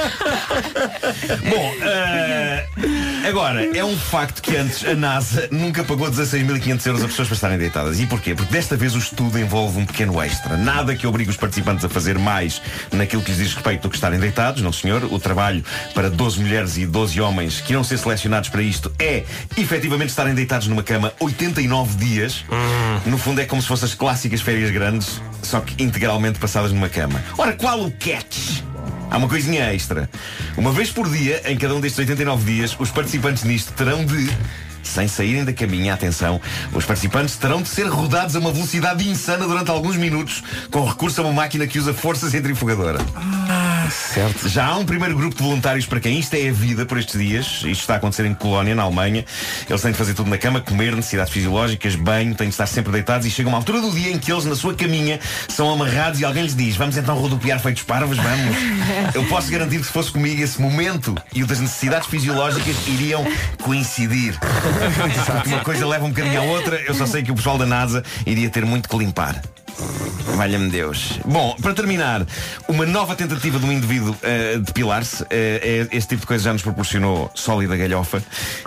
L: Bom, eh, agora, é um facto que antes a NASA nunca pagou 16.500 euros a pessoas para estarem deitadas. E porquê? Porque desta vez o estudo envolve um pequeno extra. Nada que obrigue os participantes a fazer mais naquilo que lhes diz respeito do que estarem deitados, não senhor. O trabalho para 12 mulheres e 12 homens que irão ser selecionados para isto é efetivamente estarem deitados numa cama 89 dias. No fundo é como se fossem as clássicas férias grandes, só que integralmente passadas numa cama. Ora, qual o catch? Há uma coisinha extra. Uma vez por dia, em cada um destes 89 dias, os participantes nisto terão de, sem saírem da caminha, atenção, os participantes terão de ser rodados a uma velocidade insana durante alguns minutos, com recurso a uma máquina que usa força centrifugadora. Certo. Já há um primeiro grupo de voluntários para quem isto é a vida por estes dias. Isto está a acontecer em Colónia, na Alemanha. Eles têm de fazer tudo na cama, comer, necessidades fisiológicas, banho, têm de estar sempre deitados e chega uma altura do dia em que eles, na sua caminha, são amarrados e alguém lhes diz, vamos então rodopiar feitos parvos, vamos. Eu posso garantir que se fosse comigo esse momento e o das necessidades fisiológicas iriam coincidir. Porque uma coisa leva um bocadinho à outra, eu só sei que o pessoal da NASA iria ter muito que limpar. Valha-me Deus. Bom, para terminar, uma nova tentativa de um indivíduo eh, depilar-se. eh, é- este tipo de coisa já nos proporcionou sólida galhofa.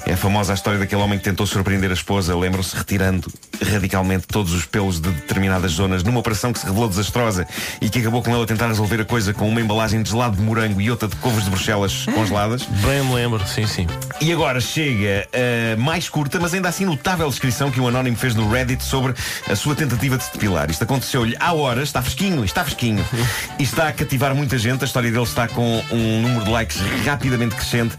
L: É a famosa a história daquele homem que tentou surpreender a esposa, lembram-se, retirando radicalmente todos os pelos de determinadas zonas numa operação que se revelou desastrosa e que acabou com ele a tentar resolver a coisa com uma embalagem de gelado de morango e outra de couves de Bruxelas congeladas.
K: Bem me lembro, sim, sim.
L: E agora chega a mais curta, mas ainda assim notável descrição que um anónimo fez no Reddit sobre a sua tentativa de se depilar. Isto aconteceu-lhe há horas, está fresquinho, está fresquinho. E está a cativar muita gente. A história dele está com um número de likes rapidamente crescente.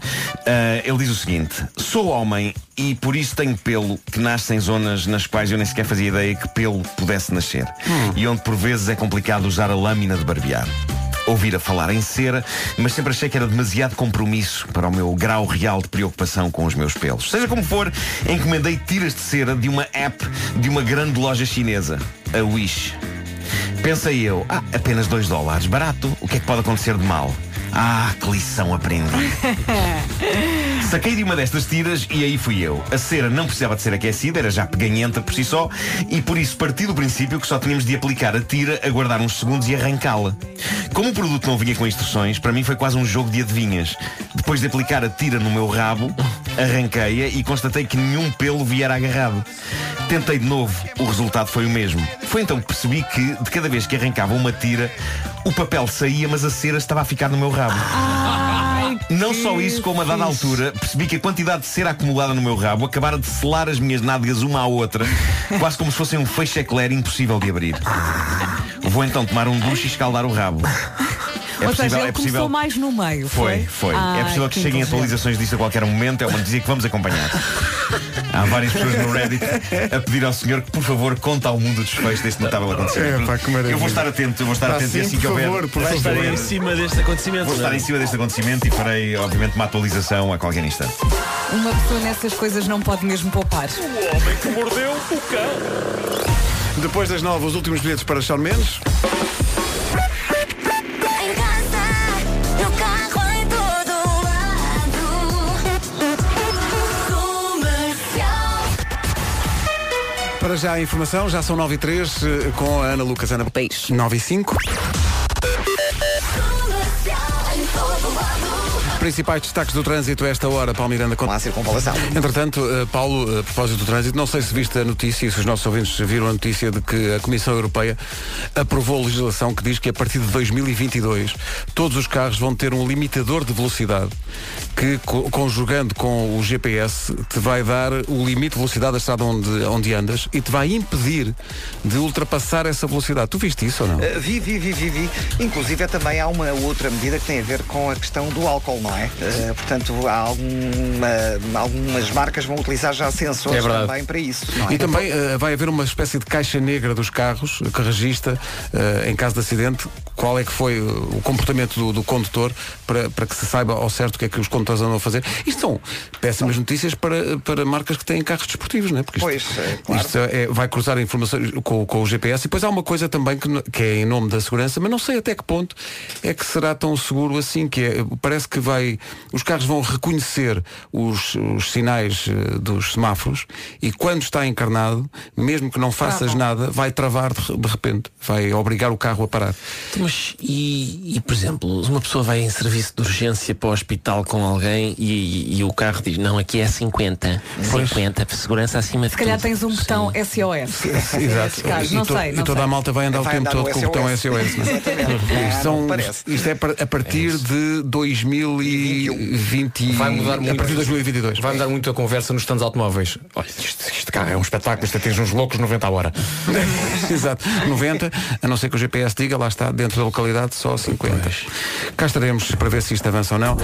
L: Ah, ele diz o seguinte: Sou homem e por isso tenho pelo que nasce em zonas nas quais eu nem sequer fazia ideia que pelo pudesse nascer. E onde por vezes é complicado usar a lâmina de barbear ouvir a falar em cera, mas sempre achei que era demasiado compromisso para o meu grau real de preocupação com os meus pelos. Seja como for, encomendei tiras de cera de uma app de uma grande loja chinesa, a Wish. Pensei eu, ah, apenas 2 dólares, barato, o que é que pode acontecer de mal? Ah, que lição aprendi. Saquei de uma destas tiras e aí fui eu. A cera não precisava de ser aquecida, era já peganhenta por si só, e por isso parti do princípio que só tínhamos de aplicar a tira, aguardar uns segundos e arrancá-la. Como o produto não vinha com instruções, para mim foi quase um jogo de adivinhas. Depois de aplicar a tira no meu rabo, arranquei-a e constatei que nenhum pelo viera agarrado. Tentei de novo, o resultado foi o mesmo. Foi então que percebi que, de cada vez que arrancava uma tira, o papel saía, mas a cera estava a ficar no meu rabo. Não só isso, como a dada altura, percebi que a quantidade de cera acumulada no meu rabo acabara de selar as minhas nádegas uma à outra, quase como se fossem um feixe eclair impossível de abrir.
D: Ah.
L: Vou então tomar um duche e escaldar o rabo. É
D: Ou seja,
L: possível,
D: ele
L: é possível.
D: começou mais no meio. Ah,
L: Foi, foi.
D: Ai,
L: é possível que cheguem
D: inteligente.
L: atualizações disso a qualquer momento, é uma notícia que vamos acompanhar. Há várias pessoas no Reddit a pedir ao senhor que, por favor, conta ao mundo o desfecho deste notável acontecimento.
B: É, pá, que maravilha.
L: eu vou estar atento, eu vou estar
B: Pá,
L: atento
B: sim,
L: e assim
B: por
L: que houver.
B: favor, por
L: vai estar
B: favor.
L: em
K: cima deste acontecimento.
L: Vou estar em cima deste acontecimento e farei, obviamente, uma atualização a qualquer instante.
D: Uma pessoa nessas coisas não pode mesmo poupar.
K: O homem que mordeu o cão.
B: Depois das nove, os últimos bilhetes para Shawn Mendes.
M: Em casa, no carro, em todo lado. Comercial.
B: Para já a informação, já são 9 e 3 eh, com a Ana Lucas Ana Peixe. 9 e 5. Principais destaques do trânsito a esta hora, Paulo Miranda com a
C: circunvalação.
B: Entretanto, eh, Paulo, eh, a propósito do trânsito, não sei se viste a notícia e se os nossos ouvintes viram a notícia de que a Comissão Europeia aprovou legislação que diz que a partir de 2022 todos os carros vão ter um limitador de velocidade que, co- conjugando com o GPS, te vai dar o limite de velocidade da estrada onde, onde andas e te vai impedir de ultrapassar essa velocidade. Tu viste isso ou não?
C: Uh, vi, vi, vi, vi, vi. Inclusive é também há uma outra medida que tem a ver com a questão do álcool, não é? Uh, portanto, há alguma- algumas marcas vão utilizar já sensores
B: É verdade.
C: também para isso. Não é?
B: E também eh, vai haver uma espécie de caixa negra dos carros eh, que registra, eh, em caso de acidente, qual é que foi eh, o comportamento do, do condutor para, para que se saiba ao certo o que é que os condutores andam a fazer. Isto são péssimas notícias para, para marcas que têm carros desportivos, não é? Porque isto,
C: Pois, é,
B: isto é- vai cruzar informações com, com o GPS. E depois há uma coisa também que, no- que é em nome da segurança, mas não sei até que ponto é que será tão seguro assim, que é, parece que vai, os carros vão reconhecer os, os sinais eh, dos semáforos e quando está encarnado, mesmo que não faças nada, vai travar de, re- de repente, vai obrigar o carro a parar.
I: Mas e, e, por exemplo, uma pessoa vai em serviço de urgência para o hospital com alguém e, e- e o carro diz, não, aqui é 50. 50, segurança acima de
D: Se calhar
I: tudo.
D: tens um botão SOS. Esses carros,
B: E,
D: Não
B: to-
D: sei,
B: e
D: não
B: toda
D: sei.
B: a malta vai andar
D: Vai
B: o tempo
D: andar no
B: todo com o botão
D: SOS.
B: SOS. não é?
D: Exatamente.
B: Isto
D: Ah,
B: são-
D: não parece.
B: isto é par- a partir de 2020.
E: Vai mudar
B: A
E: muito.
B: partir de 2022.
E: Vai mudar muito a conversa nos stands automóveis. Olha, isto, isto cá é um espetáculo, isto atinge uns loucos 90 a hora.
B: Exato, 90, a não ser que o GPS diga, lá está, dentro da localidade, só 50. Cá estaremos para ver se isto avança ou não.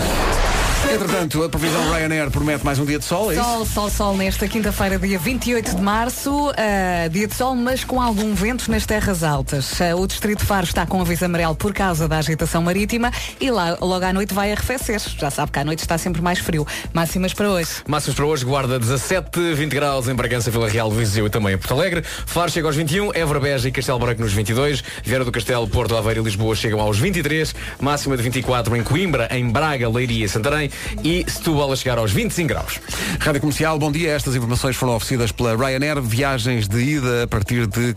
B: Entretanto, a previsão Ryanair promete mais um dia de sol, é isso?
D: Sol, sol, sol nesta quinta-feira, dia 28 de março, ah, dia de sol, mas com algum vento nas terras altas. Ah, o Distrito de Faro está com aviso amarelo por causa da agitação marítima e lá logo à noite vai arrefecer. Já sabe que à noite está sempre mais frio. Máximas para hoje.
E: Máximos para hoje, Guarda 17, 20 graus em Bragança, Vila Real, Viseu e também em Porto Alegre. Faro chega aos 21, Évora Beja e Castelo Branco nos 22, Vieira do Castelo, Porto Aveiro e Lisboa chegam aos 23, máxima de 24 em Coimbra, em Braga, Leiria e Santarém e Setúbal a chegar aos 25 graus.
B: Rádio Comercial, bom dia. Estas informações foram oferecidas pela Ryanair, viagens de ida a partir de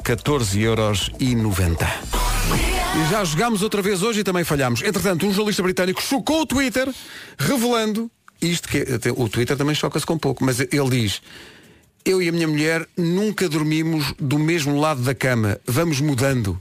B: 14,90€. E já jogámos outra vez hoje e também falhámos. Entretanto, um jornalista britânico chocou o Twitter, revelando isto que até o Twitter também choca-se com pouco, mas ele diz: Eu e a minha mulher nunca dormimos do mesmo lado da cama, vamos mudando.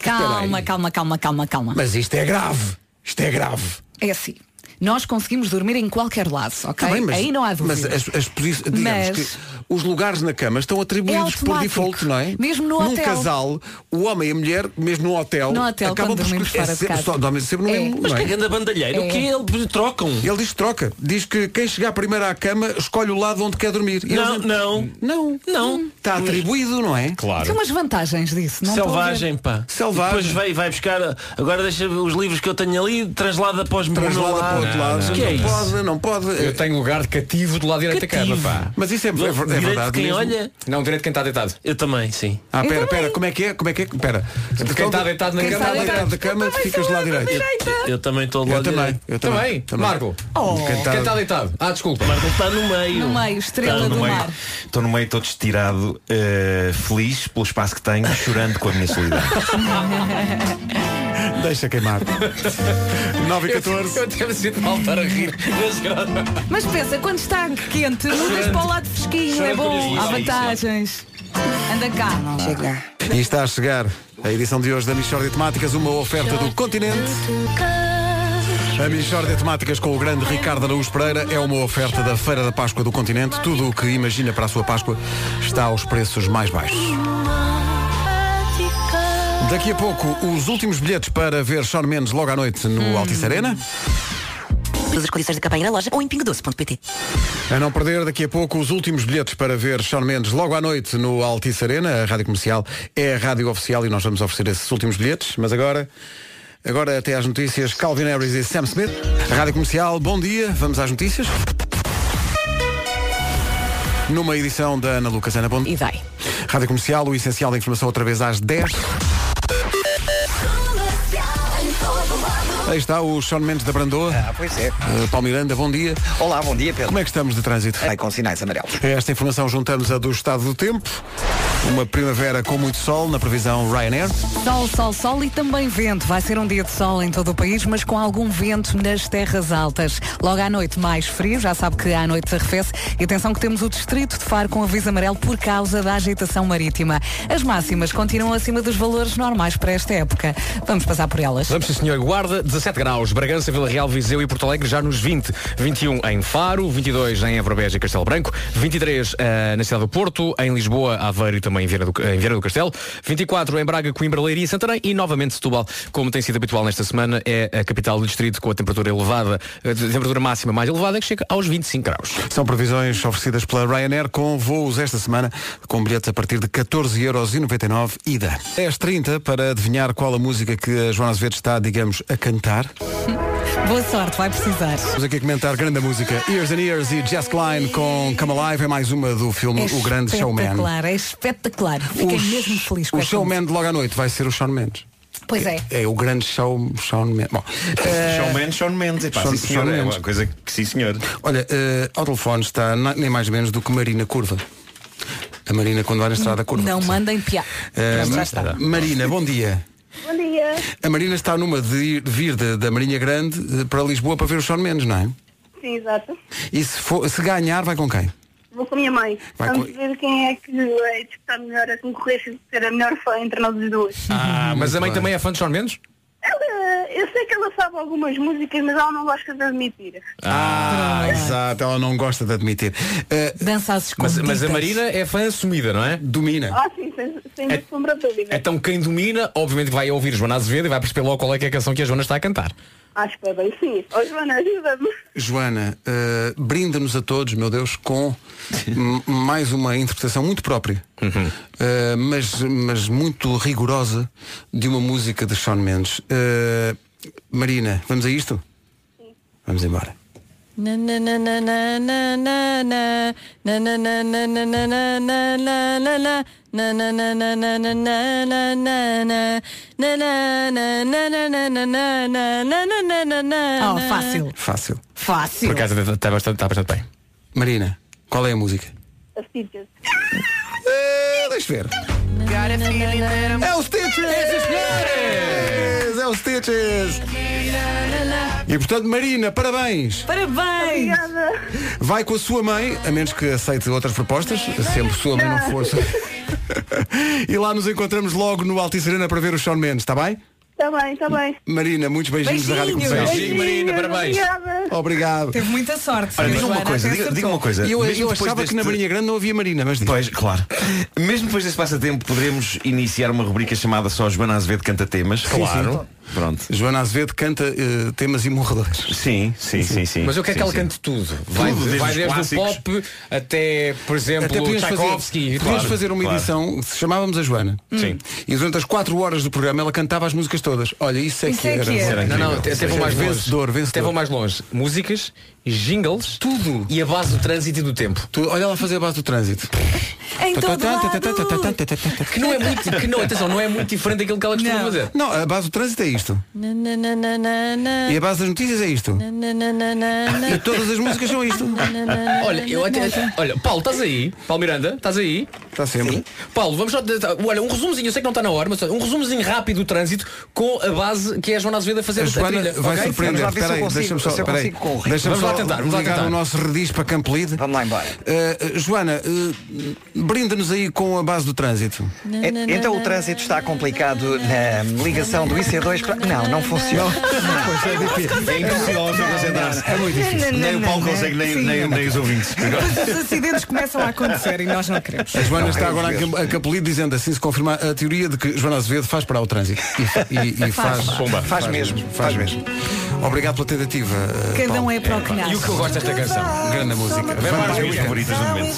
D: Calma, calma, calma, calma, calma.
B: Mas isto é grave. Isto é grave.
D: É assim. Nós conseguimos dormir em qualquer lado, ok?
B: Tá bem, mas-
D: Aí não há
B: Mas
D: dúvida.
B: as, as posi- digamos
D: Mas- É
B: que os lugares na cama estão atribuídos por
D: automático.
B: default, não é?
D: Mesmo no
B: Num
D: hotel.
B: casal, o homem e a mulher, mesmo no hotel,
D: No hotel,
B: acabam
D: quando
B: por
D: dormimos
B: escolher-
D: fora
B: é
D: de
B: sempre-
D: casa.
B: só dormem sempre no
D: É.
B: mesmo.
D: Mas
B: não
D: que grande bandalheira, o É. que é?
B: Ele trocam. Ele diz que troca. Diz que quem chegar primeiro à cama escolhe o lado onde quer dormir. E
I: Não,
B: eles-
I: não.
B: Não.
I: Não.
B: Está atribuído, não é? Claro.
D: Tem umas vantagens disso, não estou a ver.
I: Selvagem, pá.
B: Selvagem.
I: Depois vai, vai buscar. Agora deixa os livros que eu tenho ali, traslada para os
B: Traslada
I: meu
B: para
I: lado.
B: o outro lado.
E: que é
B: não
E: isso?
B: pode, não pode.
E: Eu tenho lugar de cativo do lado direito da
B: Cativo.
E: cama, pá.
B: Mas isso é- é- é
E: Direito de
B: verdade
E: quem
B: mesmo?
E: olha? Não, direito de quem está deitado.
K: Eu também, sim.
B: Ah,
D: Então
B: pera, pera, como é que é? Como é que é? Pera.
E: Quem está deitado na
B: Quem
E: cama,
B: está deitado na
E: deitado.
B: cama, tu ficas do lado direito.
K: Eu, eu também estou do
B: Eu
K: lado
B: também,
K: direito.
B: eu também, também. Um
E: Marco.
B: Quem está-
E: Quem está deitado? Ah, desculpa.
K: Marco está no meio.
D: No meio, estrela do mar.
L: Estou no meio todo estirado, eh, feliz pelo espaço que tenho, chorando com a minha solidão.
B: Deixa queimar. 9
E: e 14. Eu até me sinto mal estar a rir. Mas, cara,
D: Mas pensa, quando está quente, mudas para o lado fresquinho, é
E: Chorando com
D: bom,
E: isso,
D: há
E: isso,
D: vantagens. Anda cá. Não é? chega.
B: E está a chegar a edição de hoje da Michórdia de Temáticas, uma oferta do Continente. A Michórdia de Temáticas com o grande Ricardo Araújo Pereira é uma oferta da Feira da Páscoa do Continente. Tudo o que imagina para a sua Páscoa está aos preços mais baixos. Daqui a pouco, os últimos bilhetes para ver Sean Mendes logo à noite no Altice Arena.
Q: Hum. Todas as condições da campanha na loja ou em pingodoce.pt.
B: A não perder, daqui a pouco, os últimos bilhetes para ver Sean Mendes logo à noite no Altice Arena. A Rádio Comercial é a rádio oficial e nós vamos oferecer esses últimos bilhetes. Mas agora, agora até às notícias, Calvin Harris e Sam Smith. A Rádio Comercial, bom dia, vamos às notícias. Numa edição da Ana Lucas. Ana, bom dia.
F: E vai.
B: Rádio Comercial, o essencial da informação outra vez às 10. Aí está o Sean Mendes da Brandoa. Ah,
C: pois é.
B: Paulo Miranda, bom dia.
C: Olá, bom dia, Pedro.
B: Como é que estamos de trânsito?
C: Ai, com sinais amarelos.
B: A É Esta informação juntamos a do estado do tempo. Uma primavera com muito sol na previsão Ryanair.
D: Sol, sol, sol e também vento. Vai ser um dia de sol em todo o país, mas com algum vento nas terras altas. Logo à noite mais frio, já sabe que à noite se arrefece. E atenção que temos o distrito de Faro com aviso amarelo por causa da agitação marítima. As máximas continuam acima dos valores normais para esta época. Vamos passar por elas.
E: Vamos, sim, senhor. Guarda, 17 graus. Bragança, Vila Real, Viseu e Porto Alegre já nos 20. 21 em Faro, 22 em Everbeja e Castelo Branco, 23 eh, na cidade do Porto, em Lisboa, Aveiro e também em Vieira, do, em Vieira do Castelo, 24 em Braga, Coimbra, Leiria e Santarém e novamente Setúbal. Como tem sido habitual nesta semana, é a capital do distrito com a temperatura elevada, a temperatura máxima mais elevada que chega aos 25 graus.
B: São previsões oferecidas pela Ryanair com voos esta semana, com bilhetes a partir de 14,99€ ida. 10h30 É para adivinhar qual a música que a Joana Azevedo está, digamos, a cantar.
D: Boa sorte, vai precisar.
B: Vamos aqui comentar grande música. Years and Years e Jess Klein com Come Alive. É mais uma do filme O Grande Showman.
D: espetacular, é espetacular. Fiquei mesmo feliz com
B: O
D: esta
B: Showman de logo à noite vai ser o Sean Mendes.
D: Pois é.
B: É o grande show, Sean Mendes. Bom, eh,
L: Sean Mendes, Sean Mendes. Epá,
B: Sean-
L: sim, senhor,
B: Sean
L: é
B: Mendes.
L: uma coisa que sim, senhor.
B: Olha, eh, ao telefone está na- nem mais menos do que Marina Curva. A Marina quando vai na estrada curva.
D: Não mandem piar.
B: Eh,
D: Já
B: Ma-
D: está.
B: Marina, bom dia.
P: Bom dia.
B: A Marina está numa de ir- de vir da- da Marinha Grande eh, para Lisboa para ver o Sean Mendes, não é?
P: Sim, exato.
B: E se, for- se ganhar, vai com quem?
P: Vou com a minha mãe.
B: Vai
P: Vamos
B: com-
P: ver quem é que é que está melhor a concorrência de ser a melhor fã entre nós as duas.
E: Ah, mas a mãe também é fã de Sean Mendes?
P: Ela, eu sei que ela sabe algumas músicas, mas ela não gosta de admitir.
B: Ah, exato, ela não gosta de admitir. Eh,
D: Dança às
E: Mas, mas a
B: escondidas.
E: Marina é fã assumida, não é?
B: Domina.
P: Ah, sim, sem, sem
E: É-
P: sombra de dúvida.
E: Então quem domina, obviamente vai ouvir Joana Azevedo e vai perceber logo qual é, que é a canção que a Joana está a cantar.
P: Acho que é bem sim. Ô Joana, ajuda-me.
B: Joana, eh, brinda-nos a todos, meu Deus, com m- mais uma interpretação muito própria,
E: Uhum.
B: eh, mas, mas muito rigorosa de uma música de Sean Mendes. Eh, Marina, vamos a isto? Vamos embora.
F: Na na na na na na na na na na na na na na na na na na na na na na na na na na na na na na na na na na na na na na na na na na
D: Oh, fácil.
B: Fácil.
D: Fácil.
E: está bastante, está bastante bem.
B: Marina, qual é a música?
P: As Stitches.
B: Eh, deixa ver. É o Stitches! É o Stitches! E portanto, Marina, parabéns!
D: Parabéns!
P: Obrigada.
B: Vai com a sua mãe, a menos que aceite outras propostas, sempre sua mãe não for. e lá nos encontramos logo no Altice Arena para ver o Sean Mendes, está bem?
P: Está Tá bem, está bem.
B: Marina, muitos beijinhos da Rádio
P: Beijinhos.
B: Comercial.
P: Beijinhos, Obrigada.
B: Obrigado.
D: Teve muita sorte.
L: Olha,
B: Sim,
L: diga uma
B: Joana,
L: coisa,
B: até
L: diga, diga
B: acertou.
L: uma coisa.
B: E eu-
L: Mesmo
B: eu
L: depois
B: achava que na Marinha Grande não havia Marina, mas
L: Pois, claro. Mesmo depois desse passatempo, poderemos iniciar uma rubrica chamada só Joana Azevedo Canta Temas.
B: Claro.
L: Pronto.
B: Joana Azevedo canta eh, temas imorredores.
L: Sim, sim, sim, sim.
E: Mas eu quero que ela
L: Sim, sim.
E: cante tudo. Vai,
B: Tudo, desde
E: vai
B: os
E: desde
B: clássicos.
E: o pop até, por exemplo,
B: Até podíamos fazer,
E: Tchaikovsky. Hum.
B: podíamos fazer uma edição, se chamávamos a Joana.
E: Sim.
B: E durante as 4 horas do programa ela cantava as músicas todas. Olha, isso é
E: Isso
B: que
E: é
B: era.
E: que era. Não, não, até
L: é
E: vou mais longe.
B: vencedor,
E: Até
B: vencedor.
E: vou mais longe. Músicas, jingles, tudo. E a base do trânsito e do tempo.
B: Olha ela fazer a base do trânsito. Tá,
E: Em todo
B: Que tá.
E: Que não é muito, que não, atenção, não é muito diferente daquilo que ela costuma fazer.
B: Não, a base do trânsito é isto. E a base das notícias é isto. E todas as músicas são isto.
E: Olha, eu até, olha, Paulo, estás aí? Paulo Miranda, estás aí?
B: Está Tá sempre.
E: Paulo, vamos só. Olha, um resumozinho, eu sei que não está na hora, mas um resumozinho rápido do trânsito com a base que é a Joana Azevedo a fazer
B: A
E: a
B: Joana
E: trilha,
B: vai
E: ok?
B: surpreender.
E: Vamos lá ver se
B: Espera
E: eu
B: aí,
E: consigo,
B: deixa-me só,
E: se eu
B: espera aí.
E: consigo com o ritmo.
B: Deixa-me
E: Vamos
B: só
E: lá tentar, vamos lá
B: ligar
E: tentar.
B: o nosso rediz para Campo Lide.
C: Vamos lá embora.
B: Joana, eh, brinda-nos aí com a base do trânsito.
C: E- Então o trânsito está complicado na ligação do IC2 para... Não, não funciona.
L: É impossível concentrar-se.
C: É muito difícil.
L: Nem o Paulo consegue, nem, nem, nem os ouvintes.
D: Os acidentes começam a acontecer e nós não queremos.
B: A Joana
L: Não,
B: está
L: é
B: agora
L: isso
B: a
L: mesmo.
B: Cam- a Campolide dizendo assim se confirmar a teoria de que Joana Azevedo faz parar o trânsito. E, fa- e- e
D: Faz.
B: faz,
L: Pumba.
C: Faz mesmo, faz mesmo.
B: Obrigado pela tentativa. eh,
D: Cada um
B: Paulo.
D: é para o que nasce.
E: E o que eu gosto
B: Ah,
E: desta canção?
B: Grande música.
E: Vampire Weekend.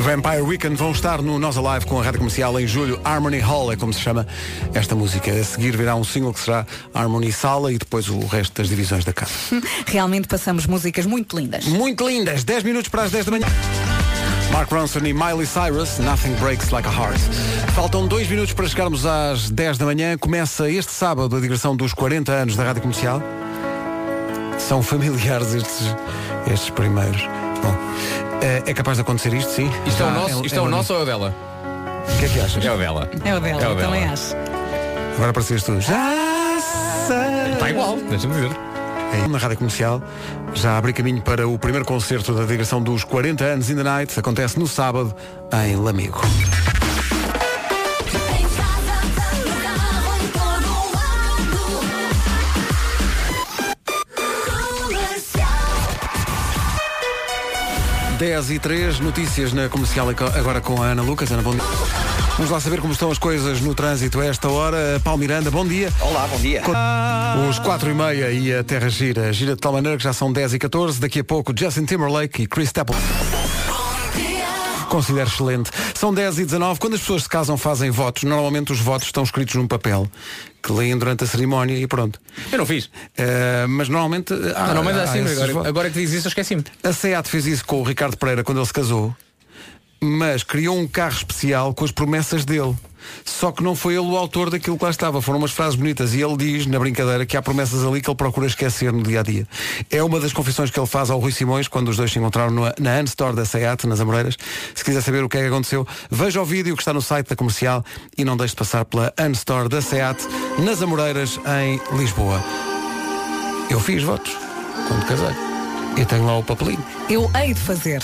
B: Vampire Weekend vão estar no Nós Alive com a rádio comercial em julho. Harmony Hall é como se chama esta música. A seguir virá um single que será Harmony Sala e depois o resto das divisões da casa.
D: Realmente passamos músicas muito lindas.
B: Muito lindas. 10 minutos para as 10 da manhã. Mark Ronson e Miley Cyrus, Nothing Breaks Like a Heart. Faltam dois minutos para chegarmos às 10 da manhã. Começa este sábado a digressão dos 40 anos da Rádio Comercial. São familiares estes, estes primeiros. Bom, eh, é um capaz de acontecer isto, sim?
E: Isto é o
B: Já
E: nosso, isto é o
B: bonito.
E: nosso ou é o dela?
B: O que é que achas?
E: É o dela.
D: É o dela,
E: É o
D: eu
E: dela.
D: também acho.
B: Agora aparecias tu. Já sei.
E: Está Tá igual, deixa-me ver.
B: Aí, na Rádio Comercial já abre caminho para o primeiro concerto da digressão dos 40 anos in the night. Acontece no sábado em Lamigo. Dez e três notícias na comercial agora com a Ana Lucas. Ana, bom dia. Vamos lá saber como estão as coisas no trânsito a esta hora. Paulo Miranda, bom dia.
C: Olá, bom dia.
B: Os 4 e meia e a Terra gira. Gira de tal maneira que já são 10 e 14. Daqui a pouco Justin Timberlake e Chris Stapleton. Considero excelente. São 10 e 19. Quando as pessoas se casam fazem votos, normalmente os votos estão escritos num papel que leem durante a cerimónia e pronto.
E: Eu não fiz.
B: Eh, mas normalmente eh, há,
E: Ah, não, mas é
B: há
E: assim,
B: esses
E: agora,
B: votos.
E: agora que diz isso, eu esqueci-me.
B: A SEAT fez isso com o Ricardo Pereira quando ele se casou, mas criou um carro especial com as promessas dele. Só que não foi ele o autor daquilo que lá estava, foram umas frases bonitas e ele diz, na brincadeira, que há promessas ali que ele procura esquecer no dia a dia. É uma das confissões que ele faz ao Rui Simões quando os dois se encontraram na, na Unstore da SEAT, nas Amoreiras. Se quiser saber o que é que aconteceu, veja o vídeo que está no site da comercial e não deixe de passar pela Unstore da SEAT, nas Amoreiras, em Lisboa. Eu fiz votos quando casei. Eu tenho lá o papelinho.
D: Eu hei de fazer.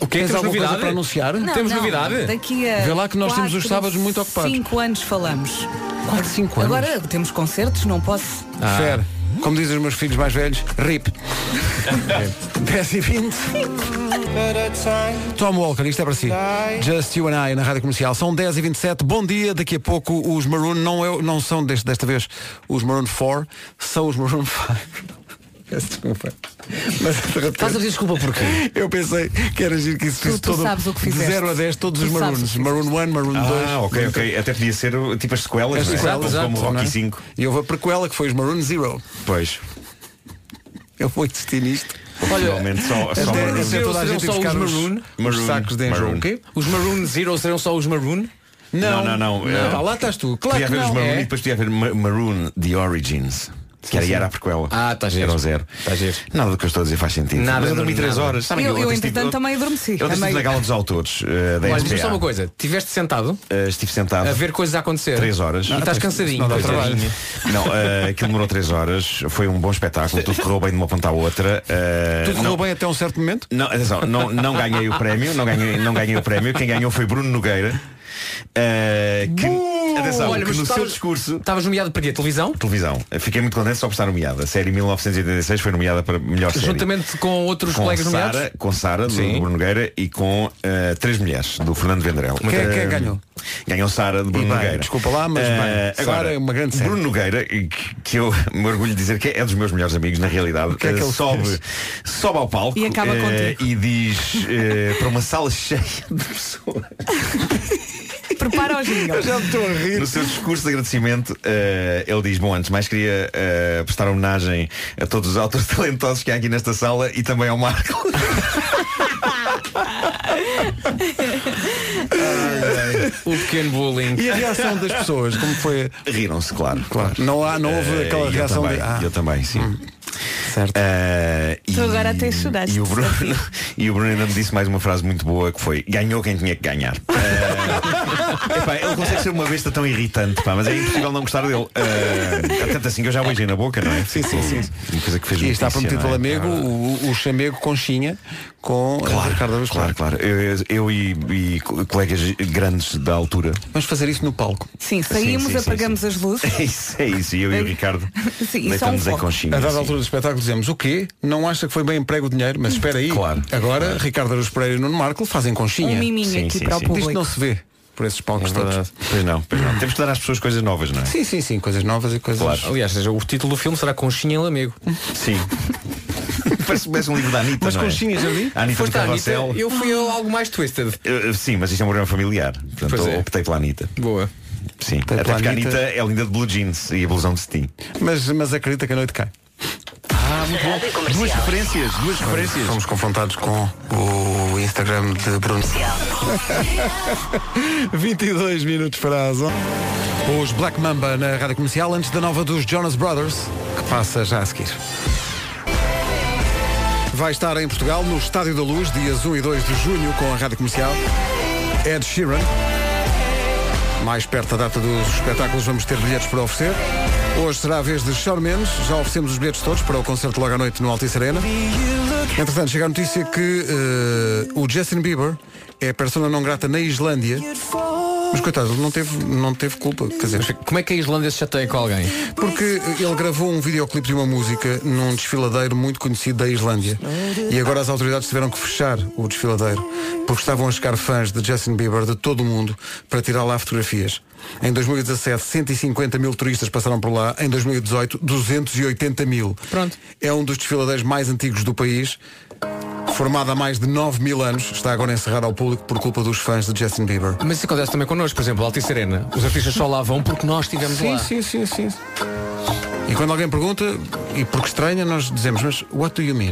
E: O que
B: Tens alguma coisa para anunciar?
D: Não, não, Daqui a
B: Vê lá que nós temos os
D: quatro,
B: sábados muito ocupados.
D: 5 anos falamos.
B: 4, 5 anos.
D: Agora temos concertos, não posso.
L: Ah.
B: Fer, como dizem os meus filhos mais velhos, RIP. 10 e 20. Tom Walker, isto é para si. Just You and I na Rádio Comercial. São 10 e 27. Bom dia. Daqui a pouco os Maroon não, é, não são deste- desta vez os Maroon 4, são os Maroon 5. Peço desculpa. Mas de repente-
E: Estás a pedir desculpa porquê?
B: Eu pensei que era giro que isso
D: Tu-
B: fosse
D: tu
B: todo.
D: sabes o que
B: de
D: fizeste.
B: 0 a 10, todos
D: Tu
B: os
D: sabes o que
B: Maroons. Maroon 1, Maroon 2.
L: Ah, ok, ok. Até podia ser uh, tipo as sequelas,
B: As
L: não é?
B: sequelas,
L: como, como
B: exato, não é?
L: Rocky 5.
B: E houve a prequela que foi os Maroon Zero.
L: Pois.
B: Eu vou insistir nisto.
L: Realmente só, só
B: até-
L: Maroon.
B: até um toda a
E: Serão
B: gente ir
E: só os
B: buscar os,
E: Maroon?
B: os sacos de enjoo.
L: Maroon.
B: O quê?
E: Os Maroon Zero serão só os Maroon?
L: Não, não, não. eh,
E: Pá, Tá lá estás tu. Claro
L: podia
E: que
L: haver os
E: não.
L: Maroon
E: É.
L: e depois podia haver Ma- Maroon The Origins. Que era,
E: sim.
L: era a prequela.
E: Ah, tá giro.
L: Era o zero.
E: Tá giro.
L: Nada do que eu estou a dizer faz sentido.
E: Nada,
L: Mas eu dormi
E: nada.
L: 3 horas. Sabem
D: Eu,
L: que
D: eu
L: ontem
D: entretanto,
L: estive-
D: também adormeci.
L: Eu estive
D: Também-
L: na gala dos autores eh, da
E: Olha, diz-me só
L: SPA.
E: uma coisa. Tiveste sentado
L: Eh, estive sentado.
E: a ver coisas a acontecer.
L: 3 horas.
E: E estás cansadinho.
L: Não, dá
E: Pois é.
L: trabalho. Não, eh, aquilo demorou 3 horas. Foi um bom espetáculo. Tudo correu bem de uma ponta à outra. eh,
B: Tudo
L: não-
B: correu bem até um certo momento?
L: Não, atenção, não, não ganhei o prémio, não ganhei, não ganhei o prémio. Quem ganhou foi Bruno Nogueira. eh, que, atenção,
E: Uh, Olha,
L: que
E: mas
L: no seu
E: estavas-
L: discurso
E: Estavas nomeado para quê? Televisão?
L: televisão. Fiquei muito contente só por estar nomeada. A série 1986 foi nomeada para melhor série.
E: Juntamente com outros
L: com
E: colegas
L: Sara,
E: nomeados?
L: com Sara, do,
E: Sim.
L: do Bruno Nogueira e com eh, três mulheres, do Fernando Vendrell.
B: Quem,
L: Eh,
B: quem ganhou?
L: Ganhou Sara de Bruno
B: bem,
L: Nogueira.
B: desculpa lá, mas bem,
L: Eh,
B: Sara
L: agora,
B: é uma grande série.
L: Bruno Nogueira, que, que eu me orgulho de dizer que é dos meus melhores amigos, na realidade,
B: que é que
L: eh,
B: ele
L: sobe,
B: fez?
L: sobe ao palco
B: E acaba
L: eh,
B: contigo.
L: e diz eh, para uma sala cheia de pessoas.
D: Prepara o jingle.
L: Eu já estou a rir. No seu discurso de agradecimento, eh, ele diz, bom, antes de mais queria eh, prestar homenagem a todos os autores talentosos que há aqui nesta sala e também ao Marco.
E: O pequeno bullying.
B: E a reação das pessoas, como foi?
L: Riram-se, claro. claro.
B: Não, há, não houve
L: Eh,
B: aquela
L: eu
B: reação
L: também,
B: de. Ah,
L: Eu também, sim.
B: Certo.
D: Tu agora até choraste.
L: Eh, E o, Bruno, e o Bruno ainda me disse mais uma frase muito boa que foi ganhou quem tinha que ganhar. Eh, epá, ele consegue ser uma besta tão irritante, pá, mas é impossível não gostar dele. Eh, tanto assim que eu já beijei na boca, não é? Sim, sim, sim. Uma coisa que fez
B: e está
L: notícia, não
B: prometido pelo
L: é?
B: amigo o, o chamego conchinha com claro, Ricardo Aruz
L: Claro, claro. Eu, eu e, e co- colegas grandes da altura.
B: Vamos fazer isso no palco.
D: Sim, saímos,
L: Sim, sim, sim,
D: apagamos as luzes.
L: É isso, é isso. E eu e o Ricardo
D: Sim, isso é um
L: deitamos a
D: foco.
L: conchinha.
B: A dada
L: sim.
B: altura do espetáculo dizemos o quê? Não acha que foi bem emprego o dinheiro? Mas espera aí. Claro. Agora, Ricardo Aruz Pereira e Nuno Marco fazem conchinha.
D: Um miminho Sim, aqui sim, para o sim. público.
B: Isto não se vê por esses palcos todos.
L: Pois não, pois não. É Temos que dar às pessoas coisas novas, não é?
B: Sim, sim, sim. Coisas novas e coisas.
E: Aliás, seja, o título do filme será Conchinha em Lamego.
L: Sim. parece, parece um livro da Anitta.
E: Mas
L: não é?
E: conchinha, Jardim?
L: A Anitta
E: Foste
L: do
E: à Anitta,
L: Carrossel.
E: eu fui a algo mais twisted.
L: Eh, Sim, mas isto é um programa familiar. Portanto,
E: Pois é.
L: optei pela Anitta.
E: Boa.
L: Sim, até
B: pela
L: porque a
B: Anitta.
L: Anitta é linda de blue jeans e a blusão de cetim.
B: Mas, mas acredita que a noite cai.
L: Ah, muito bom. Duas referências, duas referências.
B: Fomos confrontados com o Instagram de Bruno. 22 minutos para as on- Os Black Mamba na rádio comercial antes da nova dos Jonas Brothers, que passa já a seguir. Vai estar em Portugal no Estádio da Luz, dias 1 e 2 de junho, com a rádio comercial. Ed Sheeran. Mais perto da data dos espetáculos, vamos ter bilhetes para oferecer. Hoje será a vez de Shawn Mendes. Já oferecemos os bilhetes todos para o concerto logo à noite no Altice Arena. Entretanto, chega a notícia que eh, o Justin Bieber é persona não grata na Islândia. Mas coitado, ele não teve, não teve culpa. Quer dizer,
E: Como é que a Islândia se chateia com alguém?
B: porque ele gravou um videoclipe de uma música num desfiladeiro muito conhecido da Islândia. E agora as autoridades tiveram que fechar o desfiladeiro porque estavam a chegar fãs de Justin Bieber de todo o mundo para tirar lá fotografias. Em 2017, 150 mil turistas passaram por lá. Em 2018, 280 mil. Pronto. É um dos desfiladeiros mais antigos do país. Formado há mais de 9 mil anos, está agora encerrado ao público por culpa dos fãs de Justin Bieber.
E: Mas isso acontece também connosco, por exemplo, Altice Arena. Os artistas só lá vão porque nós estivemos
B: Sim,
E: lá.
B: sim, sim, sim. E quando alguém pergunta, e porque estranha, nós dizemos, mas what do you mean?